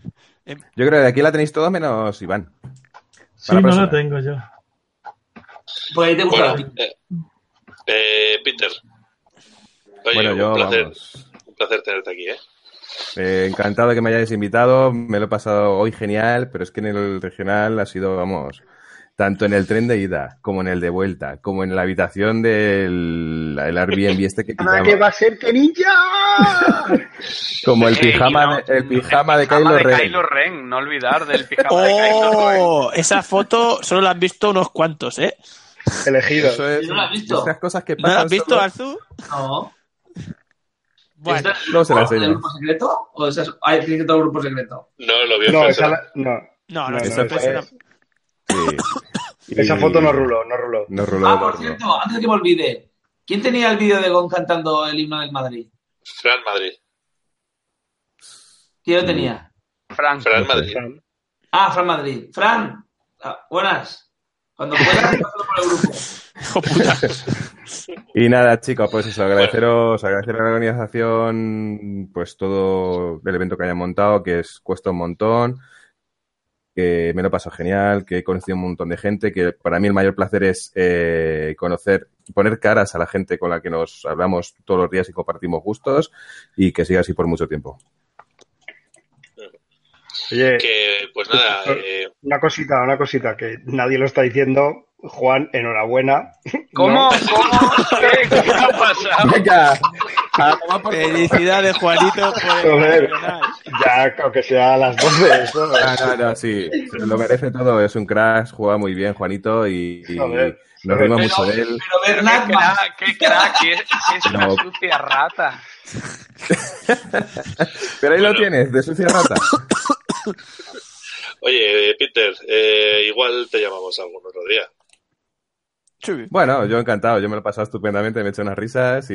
Yo creo que aquí la tenéis todos menos Iván.
Sí, no
persona.
la tengo yo.
Porque ahí te gusta la
Bueno,
piña.
eh, eh, Peter. Oye,
bueno,
un,
yo
placer,
vamos.
un placer tenerte aquí, ¿eh?
Eh, encantado de que me hayáis invitado. Me lo he pasado hoy genial, pero es que en el regional ha sido, vamos, tanto en el tren de ida, como en el de vuelta, como en la habitación del el Airbnb este que
Nada
pillamos,
que va a ser que ninja.
como el
Eh, y
pijama,
no,
de, el pijama de
pijama
Uh, Kylo
de
Ren.
Kylo Ren, no olvidar del pijama de Kylo Ren.
¡Oh! Esa foto solo la han visto unos cuantos, ¿eh?
Elegido.
Eso es,
No lo has visto.
esas cosas que
¿No
pasan.
la has visto,
solo-
Arzu?
No.
Bueno,
¿Estás en
luego se la
el grupo,
enseño.
del grupo secreto? ¿O estás, hay tienes que estar en el grupo secreto?
No, lo vi en
No, esa,
persona.
la- no,
no,
No,
no,
no,
no,
eso
Sí.
esa
Y-
foto no ruló, no ruló.
No ruló,
Ah,
no
por
ruló.
cierto, antes que me olvide, ¿quién tenía el vídeo de Gon cantando el himno del Madrid?
Fran Madrid.
¿Quién lo tenía?
Frank,
Fran
No sé.
Madrid.
Ah, Fran Madrid. Fran, ah, buenas. Cuando puedas, pásalo por el grupo.
hijo puta.
Y nada, chicos, pues eso, agradeceros, agradecer a la organización, pues todo el evento que hayan montado, que es cuesta un montón, que me lo paso genial, que he conocido un montón de gente, que para mí el mayor placer es eh, conocer, poner caras a la gente con la que nos hablamos todos los días y compartimos gustos, y que siga así por mucho tiempo.
Oye,
Que, pues nada, eh,
una cosita, una cosita que nadie lo está diciendo. Juan, enhorabuena.
¿Cómo?
No,
¿Cómo? ¿Qué? ¿Qué ha pasado?
¡Venga!
Felicidades, Juanito, por
Ah, Joder.
el profesional.
ya, aunque sea a las 12, eso.
No, no, no, sí, se lo merece todo, es un crash, juega muy bien Juanito y, y
Joder.
nos rimos
Pero,
mucho de él.
pero
¡Qué
Bernat más.
crack! ¡Qué crack! ¡Es, es una
No.
sucia rata!
Pero ahí lo
Bueno.
tienes, de sucia rata.
oye, eh, Peter, eh, igual te llamamos algún otro día.
Sí.
Bueno, yo encantado, yo me lo he pasado estupendamente, me he hecho unas risas y,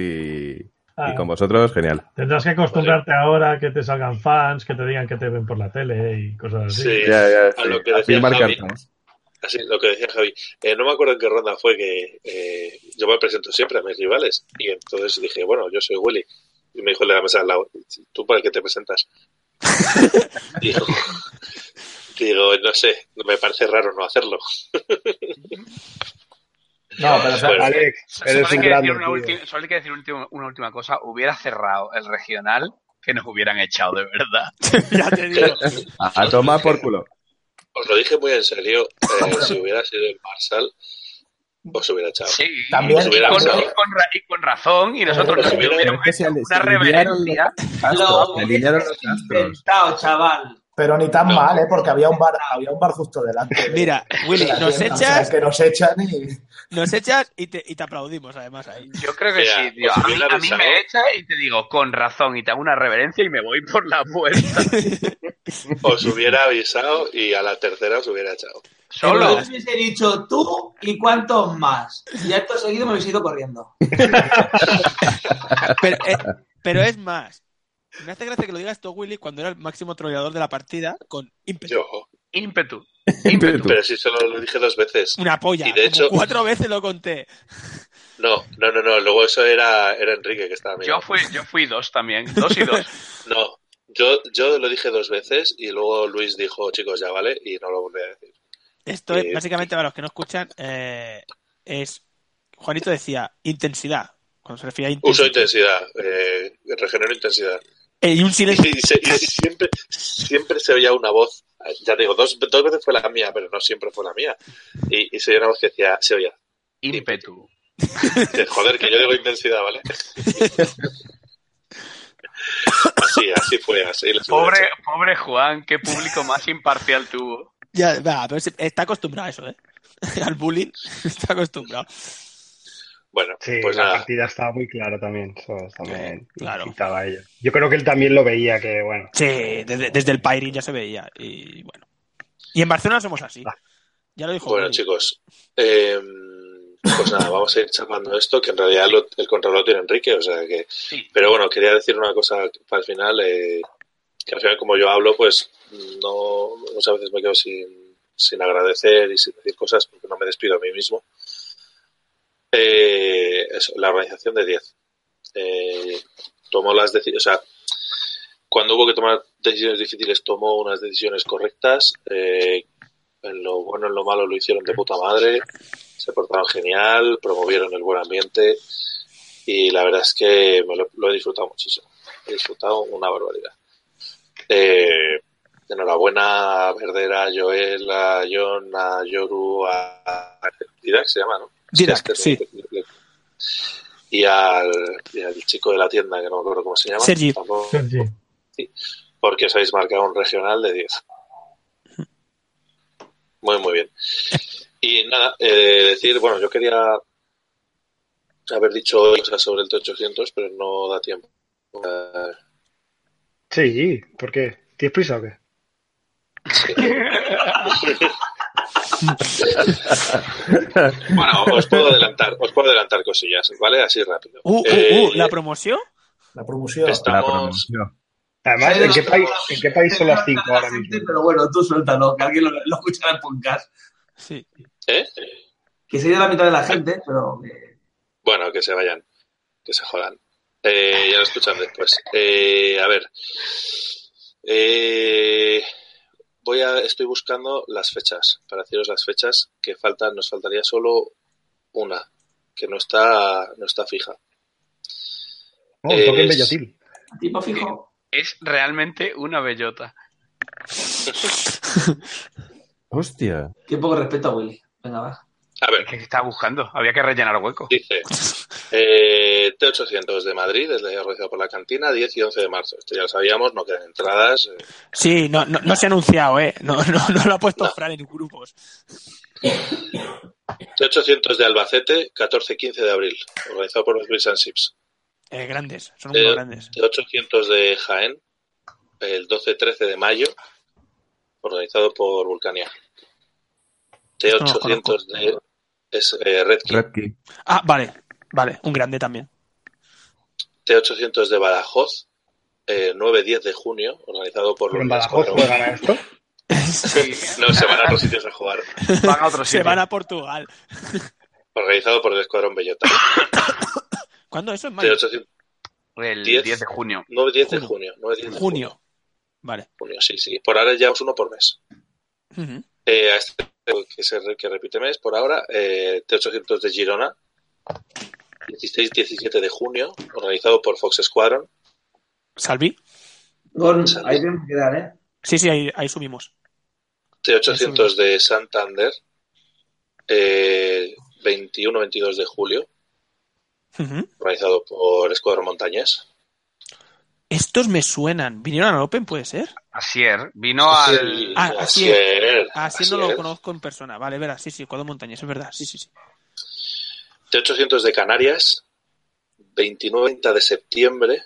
y
Ah.
con vosotros, genial.
Tendrás que acostumbrarte ahora a que te salgan fans, que te digan que te ven por la tele y cosas así.
Sí.
Ya, ya,
a
sí.
lo que decía
Firmar
Javi.
cartas.
Así, lo que decía Javi. Eh, no me acuerdo en qué ronda fue que eh, yo me presento siempre a mis rivales. Y entonces dije, bueno, yo soy Willy. Y me dijo el de la mesa al lado, ¿tú para qué te presentas? digo, digo, no sé, me parece raro no hacerlo.
No, pero o sea,
Pues,
Bueno.
Alex,
Solo
eres
hay
un
que
grande.
decir, una,
tío.
última, solo hay que decir un último- una última cosa. Hubiera cerrado el regional que nos hubieran echado, de verdad.
Ya te digo.
Ah,
A, a tomar por culo.
Os lo dije muy en serio, eh, si hubiera sido el Marshall, os hubiera echado.
Sí,
También-
y, con,
Hubiera-
y con ra- y con razón, y nosotros
Pero
nos
si hubiera-
hubiéramos
Pero es que
hecho
se-
una
se alinearon los
reverencia.
astros, se alinearon los astros.
inventado, chaval.
pero ni tan
No.
mal, ¿eh? Porque había un bar, había un bar justo delante.
Mira, Willy, nos
O sea,
echas,
que nos echan y.
nos echas y te, y te aplaudimos además ahí.
Yo creo que
Mira, pues
sí, tío.
os
A mí,
hubiera
a mí
avisado.
me echa y te digo con razón y te hago una reverencia y me voy por la puerta.
Os hubiera avisado y a la tercera os hubiera echado.
Yo
Solo.
os hubiese dicho tú y cuántos más. Y acto seguido me hubiese ido corriendo.
Pero, eh, pero es más, me hace gracia que lo digas tú, Willy, cuando era el máximo troleador de la partida, con ímpetu.
Yo,
Ímpetu.
Ímpetu.
pero si solo lo dije dos veces.
Una polla,
Y de
como
hecho-
cuatro veces lo conté.
No, no, no, no. Luego eso era, era Enrique que estaba
Yo
mirando.
fui, yo fui dos también. Dos y dos.
No, yo, yo lo dije dos veces y luego Luis dijo, chicos, ya vale, y no lo volví a decir.
Esto es,
Eh,
básicamente, para los que no escuchan, eh, es. Juanito decía intensidad, Con surfear intenso.
Uso intensidad, eh, regenero intensidad.
Eh, y un silencio.
Y, se- y siempre, siempre se oía una voz, ya digo, dos, dos veces fue la mía, pero no siempre fue la mía. Y, y se oía una voz que decía, se oía,
Ímpetu.
Eh, Joder, que yo digo intensidad, ¿vale? Así, así fue, así. la
Pobre,
segunda
pobre Juan, qué público más imparcial tuvo.
Ya, va, pero se- está acostumbrado a eso, ¿eh? Al bullying. Está acostumbrado.
hecha. Bueno,
Sí,
pues
la
nada.
partida estaba muy clara también. ¿sabes? También
Claro.
incitaba a ello. Yo creo que él también lo veía, que bueno.
Sí, Eh, desde, desde el Pairing ya se veía. Y bueno. Y en Barcelona somos así.
Ah,
Ya lo dijo.
Bueno,
Willy.
chicos, eh, pues nada, vamos a ir chapando esto, que en realidad lo- el control lo tiene Enrique, o sea que...
Sí.
Pero bueno, quería decir una cosa para el final, eh, que al final como yo hablo, pues no muchas veces me quedo sin, sin agradecer y sin decir cosas porque no me despido a mí mismo. Eh, eso, la organización de 10. Eh, tomó las decisiones, o sea, cuando hubo que tomar decisiones difíciles, tomó unas decisiones correctas. eh, en lo bueno, en lo malo, lo hicieron de puta madre. Se portaron genial, promovieron el buen ambiente. Y la verdad es que me lo, lo he disfrutado muchísimo. He disfrutado una barbaridad. Eh, enhorabuena a Verdera, a Joel, a John, a Yoru, a, a Didac se llama, ¿no?
Didac, sí.
le- le- y, al, y al chico de la tienda, que no me acuerdo cómo se llama.
Sergi.
Tampoco-
Sergi.
porque os habéis marcado un regional de 10. Muy, muy bien. Y nada, eh, decir, bueno, yo quería haber dicho hoy cosas sobre el T800, pero no da tiempo. Eh,
Sí, ¿por qué? ¿Tienes prisa o qué?
bueno, os puedo adelantar, os puedo adelantar cosillas, ¿vale? Así rápido.
Uh, uh, uh,
Eh,
la promoción.
La promoción.
Está-
La
Estamos-
promoción.
Además, ¿en qué, país, ¿en qué país son las 5 ahora mismo?
Pero bueno, tú suéltalo, que alguien lo, lo escuchará en podcast.
Sí.
¿eh?
Que se ha ido la mitad de la gente, pero que-
Bueno, que se vayan, que se jodan. Eh, ya lo escuchan después. Eh, a ver. Eh, voy a, estoy buscando las fechas, para deciros las fechas que faltan, nos faltaría solo una, que no está, no está fija.
Oh, toque en
Es-
Bellatil.
tipo fijo.
Es realmente una bellota.
Hostia.
Qué poco respeto a Willy. Venga, va.
A ver,
Es que estaba buscando. Había que rellenar hueco.
dice eh, T800 de Madrid, desde organizado por la cantina, 10 y 11 de marzo. Esto ya lo sabíamos, no quedan entradas. eh,
Sí, no, no, no se ha anunciado, ¿eh? No, no, no lo ha puesto
No.
Fran en grupos.
T800 de Albacete, 14 y 15 de abril, organizado por los Bills and Ships.
Eh, grandes, son
Eh,
muy grandes.
de 800 de Jaén, el 12-13 de mayo, organizado por Vulcania.
Esto no lo
T800 de es, eh, Red Key.
Red Key.
Ah, vale, vale, un grande también.
T800 de Badajoz, eh, 9-10 de junio, organizado por
¿Pero en
Lourdes
Badajoz
Cuadrón.
juegan a esto?
Sí.
No, se van a otros sitios a jugar.
Van a otro
Se
sitio.
van a Portugal.
Organizado por el Escuadrón Bellota.
¿Cuándo eso es mayo?
T800,
El 10,
10.
de junio.
9-10 de
Junio.
junio. 9-10 de junio.
Junio. Vale.
Junio, sí, sí. Por ahora llevamos uno por mes.
Ujú.
Eh, a este que, se, re- que repite mes por ahora, eh, T800 de Girona, 16-17 de junio, organizado por Fox Squadron.
¿Salvi?
Gon, ahí tenemos que quedar, ¿eh?
Sí, sí, ahí, ahí subimos.
T800 de Santander, eh, 21-22 de julio,
Ujú.
organizado por Escuadrón Montañés.
Estos me suenan. ¿Vinieron al Open, puede ser?
Asier vino al.
Ah, así
Asier,
Así Ah, no lo
Asier.
conozco en persona. Vale, verás, sí, sí, Cuadro Montañés, es verdad. Sí, sí, sí.
T800 de Canarias, 29-30 de septiembre,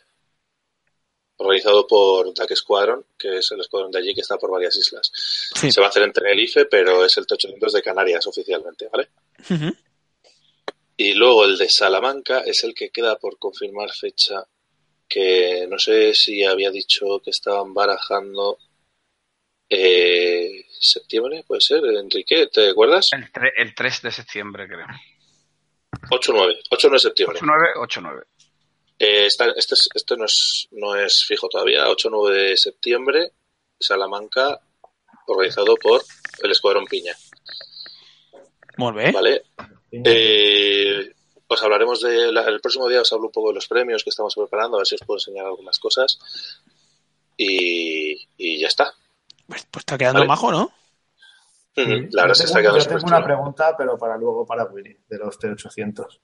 organizado por Duck Squadron, que es el escuadrón de allí que está por varias islas.
Sí.
Se va a hacer en Tenerife, pero es el T800 de Canarias oficialmente, ¿vale?
Ujú.
Y luego el de Salamanca es el que queda por confirmar fecha, que no sé si había dicho que estaban barajando eh, septiembre, puede ser, Enrique, ¿te acuerdas?
El, tre- el 3 de septiembre, creo.
8-9, 8-9 de septiembre.
8-9, 8-9.
Eh, está- este es- esto no es, no es fijo todavía. 8-9 de septiembre, Salamanca, organizado por el Escuadrón Piña.
Muy bien.
¿Vale? Eh, Os hablaremos de. la- el próximo día os hablo un poco de los premios que estamos preparando, a ver si os puedo enseñar algunas cosas. Y, y ya está.
Pues, pues está quedando
Vale.
majo, ¿no?
Ujú, La verdad es que está
Yo
quedando
tengo
súper
una
chulo.
pregunta, pero para luego, para Willy, de los T800.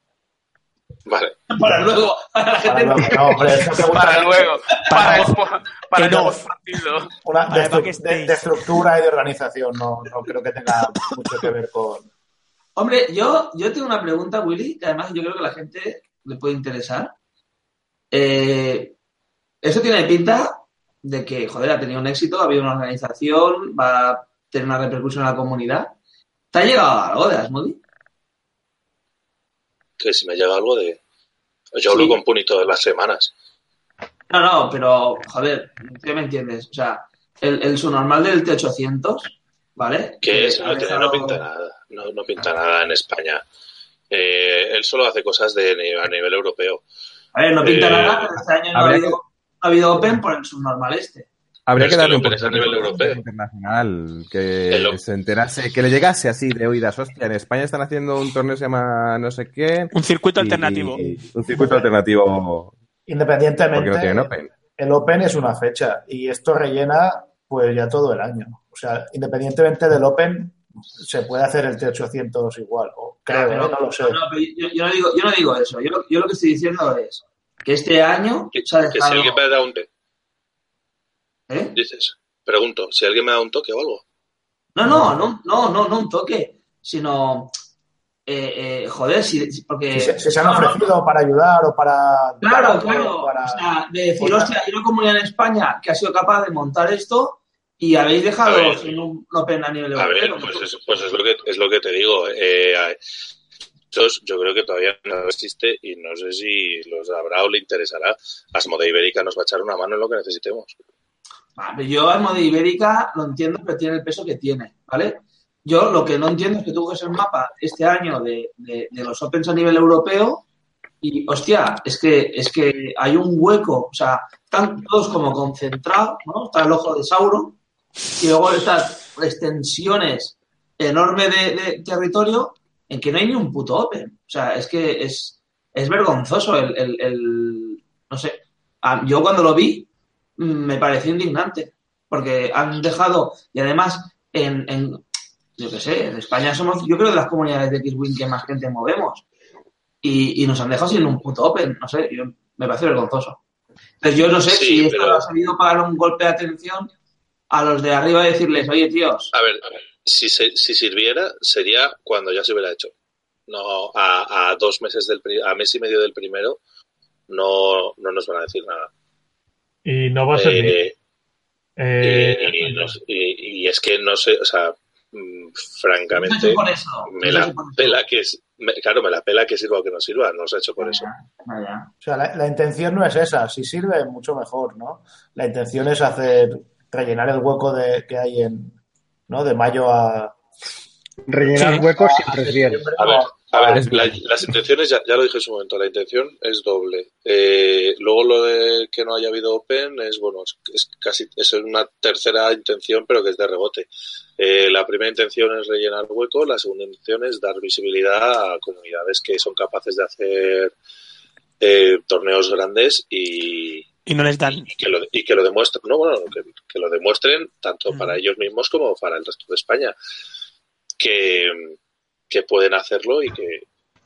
Vale.
Para luego, para la
Para
gente.
luego, no, hombre, esta pregunta
Para luego, para, el- para el
no.
postpartido.
una
Para
de,
el
estru-
backstage.
de- de estructura y de organización, no, no creo que tenga mucho que ver con...
Hombre, yo, yo tengo una pregunta, Willy, que además yo creo que a la gente le puede interesar. Eh, esto tiene pinta de que, joder, ha tenido un éxito, ha habido una organización, va a tener una repercusión en la comunidad. ¿Te ha llegado algo de Asmodi?
Que si me llega algo de. Yo hablo
Sí.
con Puni todas las semanas.
No, no, pero, joder, ¿qué me entiendes? O sea, el, el subnormal del T800, ¿vale?
Que
Eh,
eso
ha Ah.
no, tiene-
dejado-
no pinta nada. No, no pinta nada en España. Eh, él solo hace cosas de, a nivel europeo.
A ver, no pinta
Eh,
nada, pero este año no ha,
habría
habido,
que-
no ha habido Open por el subnormal este.
Habría que
Pero es que
darle
lo
un
operas
poquito
a nivel
de
europeo.
internacional,
Es
que
lo-
se enterase, que le llegase así de oídas. Hostia, en España están haciendo un torneo que se llama no sé qué.
Un circuito
y-
alternativo.
Un circuito alternativo porque
Independientemente,
no tienen Open.
el Open es una fecha y esto rellena pues ya todo el año. O sea, independientemente del Open, se puede hacer el T800 igual, o creo,
Pero-
¿eh? no lo sé.
No, pero yo, yo no digo, yo no digo eso. Yo lo, yo lo que estoy diciendo es que este año
Que,
se ha
que si
dejado.
alguien me da un toque,
¿eh?
dices, pregunto, si alguien me da un toque o algo.
No, no, no, no, no, no un toque, sino. eh, eh, joder, si, si- porque.
Si se, si se han
No, no,
ofrecido para ayudar o para...
Claro,
para-
claro.
para-
O sea, de decir,
Otra-
hostia, hay una comunidad en España que ha sido capaz de montar esto y habéis dejado
A ver.
sin un Open a nivel
A ver,
europeo.
pues es, pues es lo que es lo que te digo. Eh, a- estos yo creo que todavía no existe y no sé si los habrá o le interesará. Asmodee Ibérica nos va a echar una mano en lo que necesitemos.
Ah, pero Yo Almo de Ibérica lo entiendo, pero tiene el peso que tiene, ¿vale? Yo lo que no entiendo es que tú coges el mapa este año de, de- de los Opens a nivel europeo y, hostia, es que, es que hay un hueco, o sea, están todos como concentrados, ¿no? Está el ojo de Sauron y luego estas extensiones enormes de, de territorio en que no hay ni un puto Open. O sea, es que es, es vergonzoso el, el- el- No sé, Ah, yo cuando lo vi mm, me pareció indignante, porque han dejado, y además, en, en- yo qué sé, en España somos, yo creo, de las comunidades de X-Wing que más gente movemos, y, y nos han dejado sin un puto Open, no sé, yo- me parece vergonzoso. Entonces yo no sé
Sí,
si esto
pero-
ha sabido para un golpe de atención a los de arriba y decirles, oye, tíos,
A ver, si, se- si sirviera, sería cuando ya se hubiera hecho. No, a, a dos meses del pri- a mes y medio del primero, no, no nos van a decir nada.
Y no va a ser
Eh,
ni- eh,
y, y nos- y- y es que no sé, o sea, mm,
¿qué has
francamente,
hecho con eso?
me la pela que es, me- claro, me la pela que sirva o que no sirva, no se ha hecho por eso.
O sea, la, la intención no es esa. Si sirve, mucho mejor, ¿no? La intención es hacer rellenar el hueco de, que hay en, ¿no? De mayo a, Ah,
Rellenar
Sí.
huecos
a-
siempre
a
es bien.
septiembre,
A
¿no?
ver, a ver,
Es
la-
bien.
las intenciones, ya, ya lo dije en su momento, la intención es doble. Eh, luego lo de que no haya habido Open es, bueno, es, es casi, es una tercera intención, pero que es de rebote. Eh, la primera intención es rellenar hueco, la segunda intención es dar visibilidad a comunidades que son capaces de hacer eh, torneos grandes y,
Y no les dan.
y que lo, y que lo demuestren, no, bueno, que, que lo demuestren tanto
Mm.
para ellos mismos como para el resto de España, que, que pueden hacerlo y que,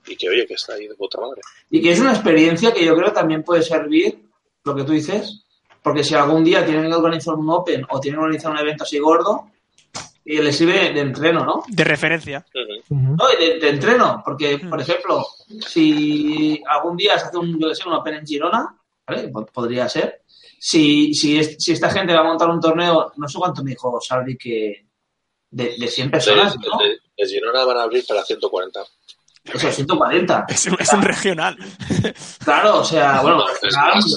y que, oye, que está ahí de puta madre.
Y que es una experiencia que yo creo también puede servir, lo que tú dices, porque si algún día tienen que organizar un Open o tienen que organizar un evento así gordo, y les sirve de entreno, ¿no?
De referencia.
Ujú.
Ujú.
No, de, de entreno, porque, por
Mm.
ejemplo, si algún día se hace un, yo que sé, un Open en Girona, ¿vale? Po- Podría ser. Si, si, es- si esta gente va a montar un torneo, no sé cuánto me dijo Salvi que de, de 100 personas,
De-
¿no?
de- de Girona van a abrir para 140.
Eso, 140.
Es un, es un regional.
Claro, o sea, bueno,
No, es,
claro,
más,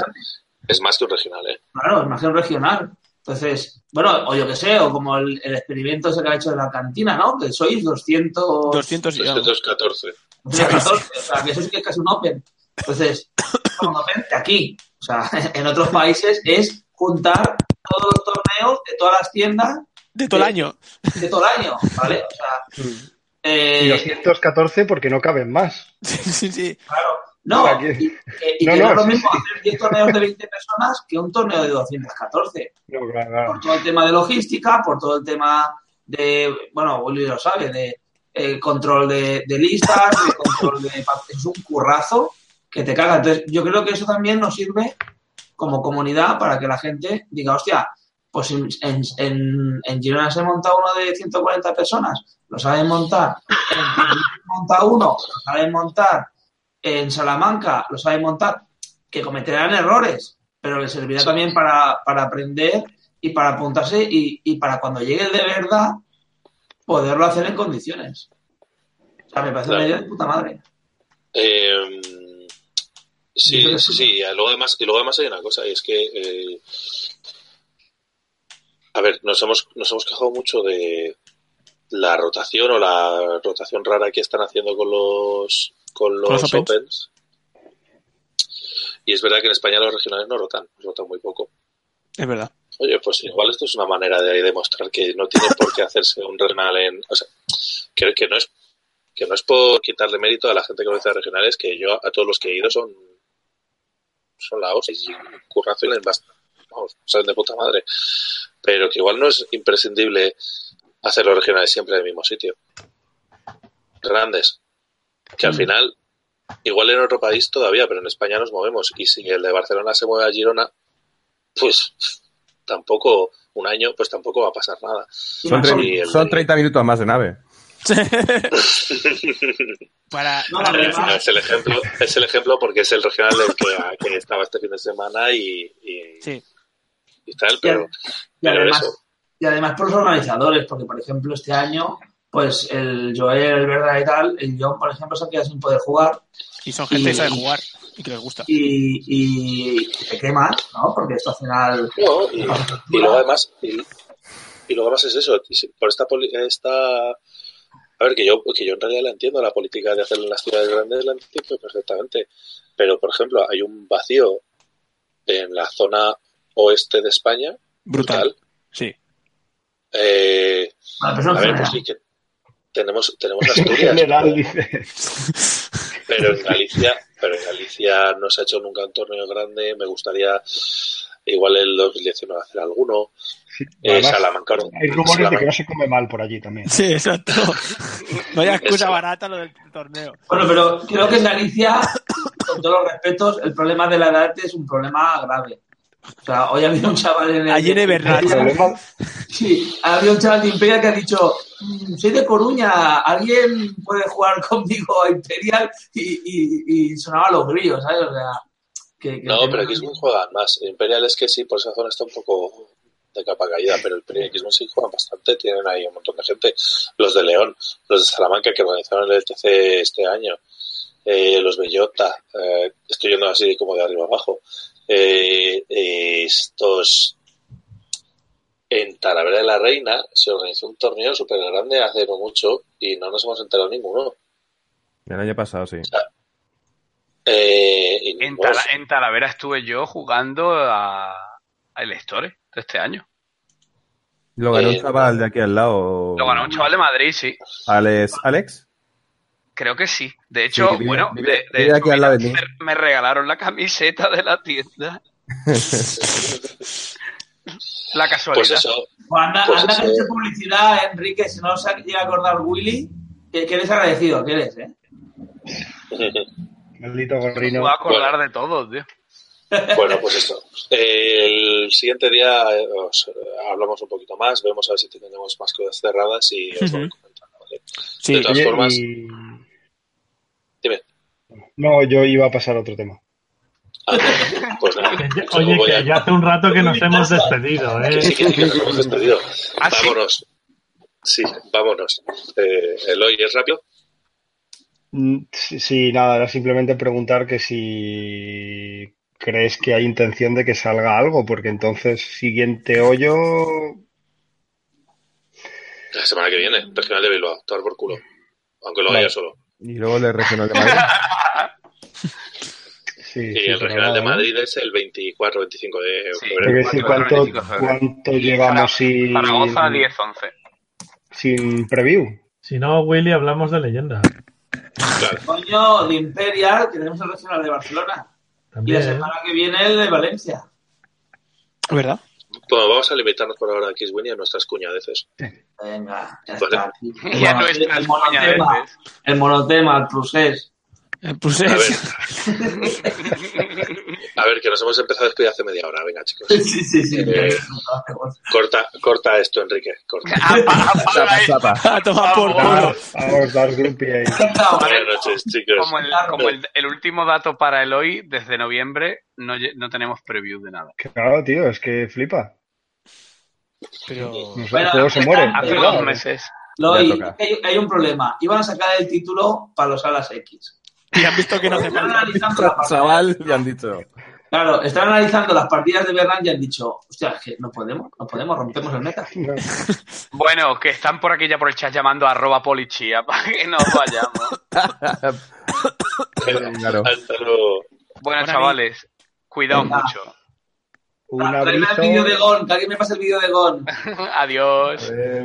es más que un regional, ¿eh?
Claro, es margen regional. Entonces, bueno, o yo que sé, o como el, el experimento ese que ha hecho de la cantina, ¿no? Que sois 200...
200 y algo.
314.
214, o sea, que eso sí que es casi un open. Entonces, un open de aquí. O sea, en otros países es juntar todos los torneos de todas las tiendas
De todo el año.
Mm.
de todo el año, ¿vale? O sea, Eh,
Y 214 porque no caben más.
sí, sí.
O
No,
sea,
y,
que-
que- y
no,
que
no,
no es lo
sí,
mismo hacer 10 torneos de 20 personas que un torneo de 214.
No, claro, claro.
Por todo el tema de logística, por todo el tema de, bueno, Willy lo sabe, de eh, control de, de listas, de control de... Es un currazo que te caga. Entonces, yo creo que eso también nos sirve como comunidad para que la gente diga, hostia, pues en, en, en- en Girona se monta uno de 140 personas, lo saben montar. En Madrid se monta uno, lo saben montar. En Salamanca lo saben montar. Que cometerán errores, pero les servirá también para, para aprender y para apuntarse y, y para cuando llegue el de verdad poderlo hacer en condiciones. O sea, me parece una
Claro.
idea de puta madre.
Eh, sí,
Yo creo que
sí, sí. Y luego, además, y luego además hay una cosa, y es que... eh, a ver, nos hemos, nos hemos quejado mucho de la rotación o la rotación rara que están haciendo con los, con los,
los Opens.
opens. Y es verdad que en España los regionales no rotan, pues rotan muy poco.
Es verdad.
Oye, pues igual esto es una manera de demostrar que no tiene por qué hacerse un renal en... O sea, que, que no es que no es por quitarle mérito a la gente que organiza regionales, que yo a todos los que he ido son son la hostia y un currazo y la envasa. Vamos, saben de puta madre. Pero que igual no es imprescindible hacer los regionales siempre en el mismo sitio. Grandes. Que al final, igual en otro país todavía, pero en España nos movemos. Y si el de Barcelona se mueve a Girona, pues tampoco un año, pues tampoco va a pasar nada.
Son,
Sí,
tre-
el-
son 30 minutos más de nave.
Para,
No,
para
no,
Al
mí-
final es el ejemplo, es el ejemplo porque es el regional del que, que estaba este fin de semana y, y-
sí.
y tal, pero,
Y
pero
además,
eso,
y además por los organizadores, porque por ejemplo este año, pues el Joel, el Verdad y tal, el John, por ejemplo, se ha quedado sin poder jugar
Y son gente que
Y-
sabe jugar y que les gusta.
y, y te quemas, ¿no? Porque esto al final.
no, y, y luego además, y, y luego además es eso, y si- por esta, poli- esta, a ver, que yo, que yo en realidad la entiendo, la política de hacerlo en las ciudades grandes la entiendo perfectamente, pero por ejemplo, hay un vacío en la zona oeste de España,
Brutal.
brutal.
Sí.
Eh,
Para la persona
a ver, pues
general.
sí que tenemos, tenemos
En
Asturias,
general, dice.
pero en Galicia, pero en Galicia no se ha hecho nunca un torneo grande, me gustaría igual el 2019 hacer alguno,
Sí,
Eh,
además,
Salamanca, ¿no?
Hay rumores de que
Salamanca.
no se come mal por allí también.
Sí, exacto. Vaya excusa
Eso.
barata lo del torneo.
Bueno, pero creo que en Galicia, con todos los respetos, el problema de la edad es un problema grave. O sea, hoy ha habido un chaval en el.
Allí en Everland.
El problema,
Sí, había un chaval de Imperial que ha dicho, "Mm, soy de Coruña, ¿alguien puede jugar conmigo a Imperial? Y, y, y sonaba los grillos, ¿sabes? O sea, que, que-
No, pero el X-Men juegan más. El Imperial es que sí, por esa zona está un poco de capa caída, pero el X-Men sí juegan bastante, tienen ahí un montón de gente. Los de León, los de Salamanca que organizaron el TC este año, eh, los Bellota, eh, estoy yendo así como de arriba abajo. Eh, eh, estos. En Talavera de la Reina se organizó un torneo súper grande hace no mucho y no nos hemos enterado ninguno.
El año pasado, sí.
Eh, y
En,
bueno,
Tala- en Talavera estuve yo jugando a, a el Store de este año.
Lo ganó un
Eh,
chaval de aquí al lado.
Lo ganó un chaval de Madrid, sí.
Alex. ¿Alex?
Creo que sí. De
Sí,
hecho,
que vive-
bueno,
vive-
de- de
vive
hecho,
aquí al lado de
mira,
mí.
me, me regalaron la camiseta de la tienda. la
pues
casualidad.
eso,
Anda,
Pues
anda
eso-
que eche publicidad, Enrique, si no se llega a acordar Willy, que, que eres agradecido, que eres, ¿eh?
maldito
Me
gorrino.
puedo acordar
Bueno.
de todo, tío.
Bueno, pues eso. El siguiente día eh, os, eh, hablamos un poquito más, vemos a ver si tenemos más cosas cerradas y os voy
Ujú.
comentando. ¿vale?
Sí.
De todas
Oye,
formas,
y-
dime.
No, yo iba a pasar a otro tema.
Ah, pues nada,
Que ya-
yo
Oye,
voy a-
que ya hace un rato que nos hemos despedido,
que sí,
¿eh?
que sí, que nos hemos despedido.
Ah, ¿sí?
vámonos. Sí, vámonos. Eh, Eloy, ¿es rápido?
Mm, Sí, sí, nada, era simplemente preguntar que si crees que hay intención de que salga algo, porque entonces siguiente hoyo,
La semana que viene, regional de Bilbao, tomar por culo. Aunque lo haga
Vale.
yo solo.
Y luego el regional de Madrid.
sí,
Y
sí,
el
pero
regional de
nada, ¿eh? ¿no?
Madrid es el 24-25 de
Sí.
Hay que
febrero.
decir
4 de
cuánto,
febrero.
cuánto
Y
llevamos
Zara- Zaragoza
sin,
10-11.
sin preview.
Si no, Willy, hablamos de leyenda.
Claro.
Coño, de Imperial, que tenemos el Regional de Barcelona. Y la
También.
semana que viene el de Valencia.
¿Verdad?
Bueno, vamos a limitarnos por ahora a Kiswin y a nuestras cuñadeces.
Venga, ya
Vale.
está.
Ya no es ¿eh?
el
las
monotema,
cuñadeces.
el monotema, el procés.
Eh, Pues
A ver,
es-
a ver, que nos hemos empezado a despedir hace media hora. Venga, chicos.
Sí, sí, sí.
Eh, Corta, corta esto, Enrique. Corta.
Apa- apaga
Zapa,
ahí.
zapa.
a tomar por culo.
Vamos, dar grupi ahí.
Buenas noches, chicos.
Como, el, como el- el último dato para Eloy, desde noviembre no, lle- no tenemos preview de nada.
Claro, tío, es que flipa.
Pero...
No sé, el
Bueno,
juego se muere.
Hace
Pero-
dos meses.
Loi,
Ya toca.
hay, hay un problema. Iban a sacar el título para los Alas X.
Y han visto que no hace
Están
falta.
analizando la partida.
Chaval, ya han dicho.
Claro, están analizando las partidas de Berlán y han dicho, hostia, es que no podemos, no podemos, rompemos el meta.
No.
Bueno, que están por aquí ya por el chat llamando a arroba policía para que nos vayamos.
Venga,
Claro.
Hasta luego.
Bueno, chavales, cuidaos
Venga.
mucho.
Un
Traeme el
abrazo.
vídeo de Gon, que alguien me pase el vídeo de Gon.
Adiós.
Eh,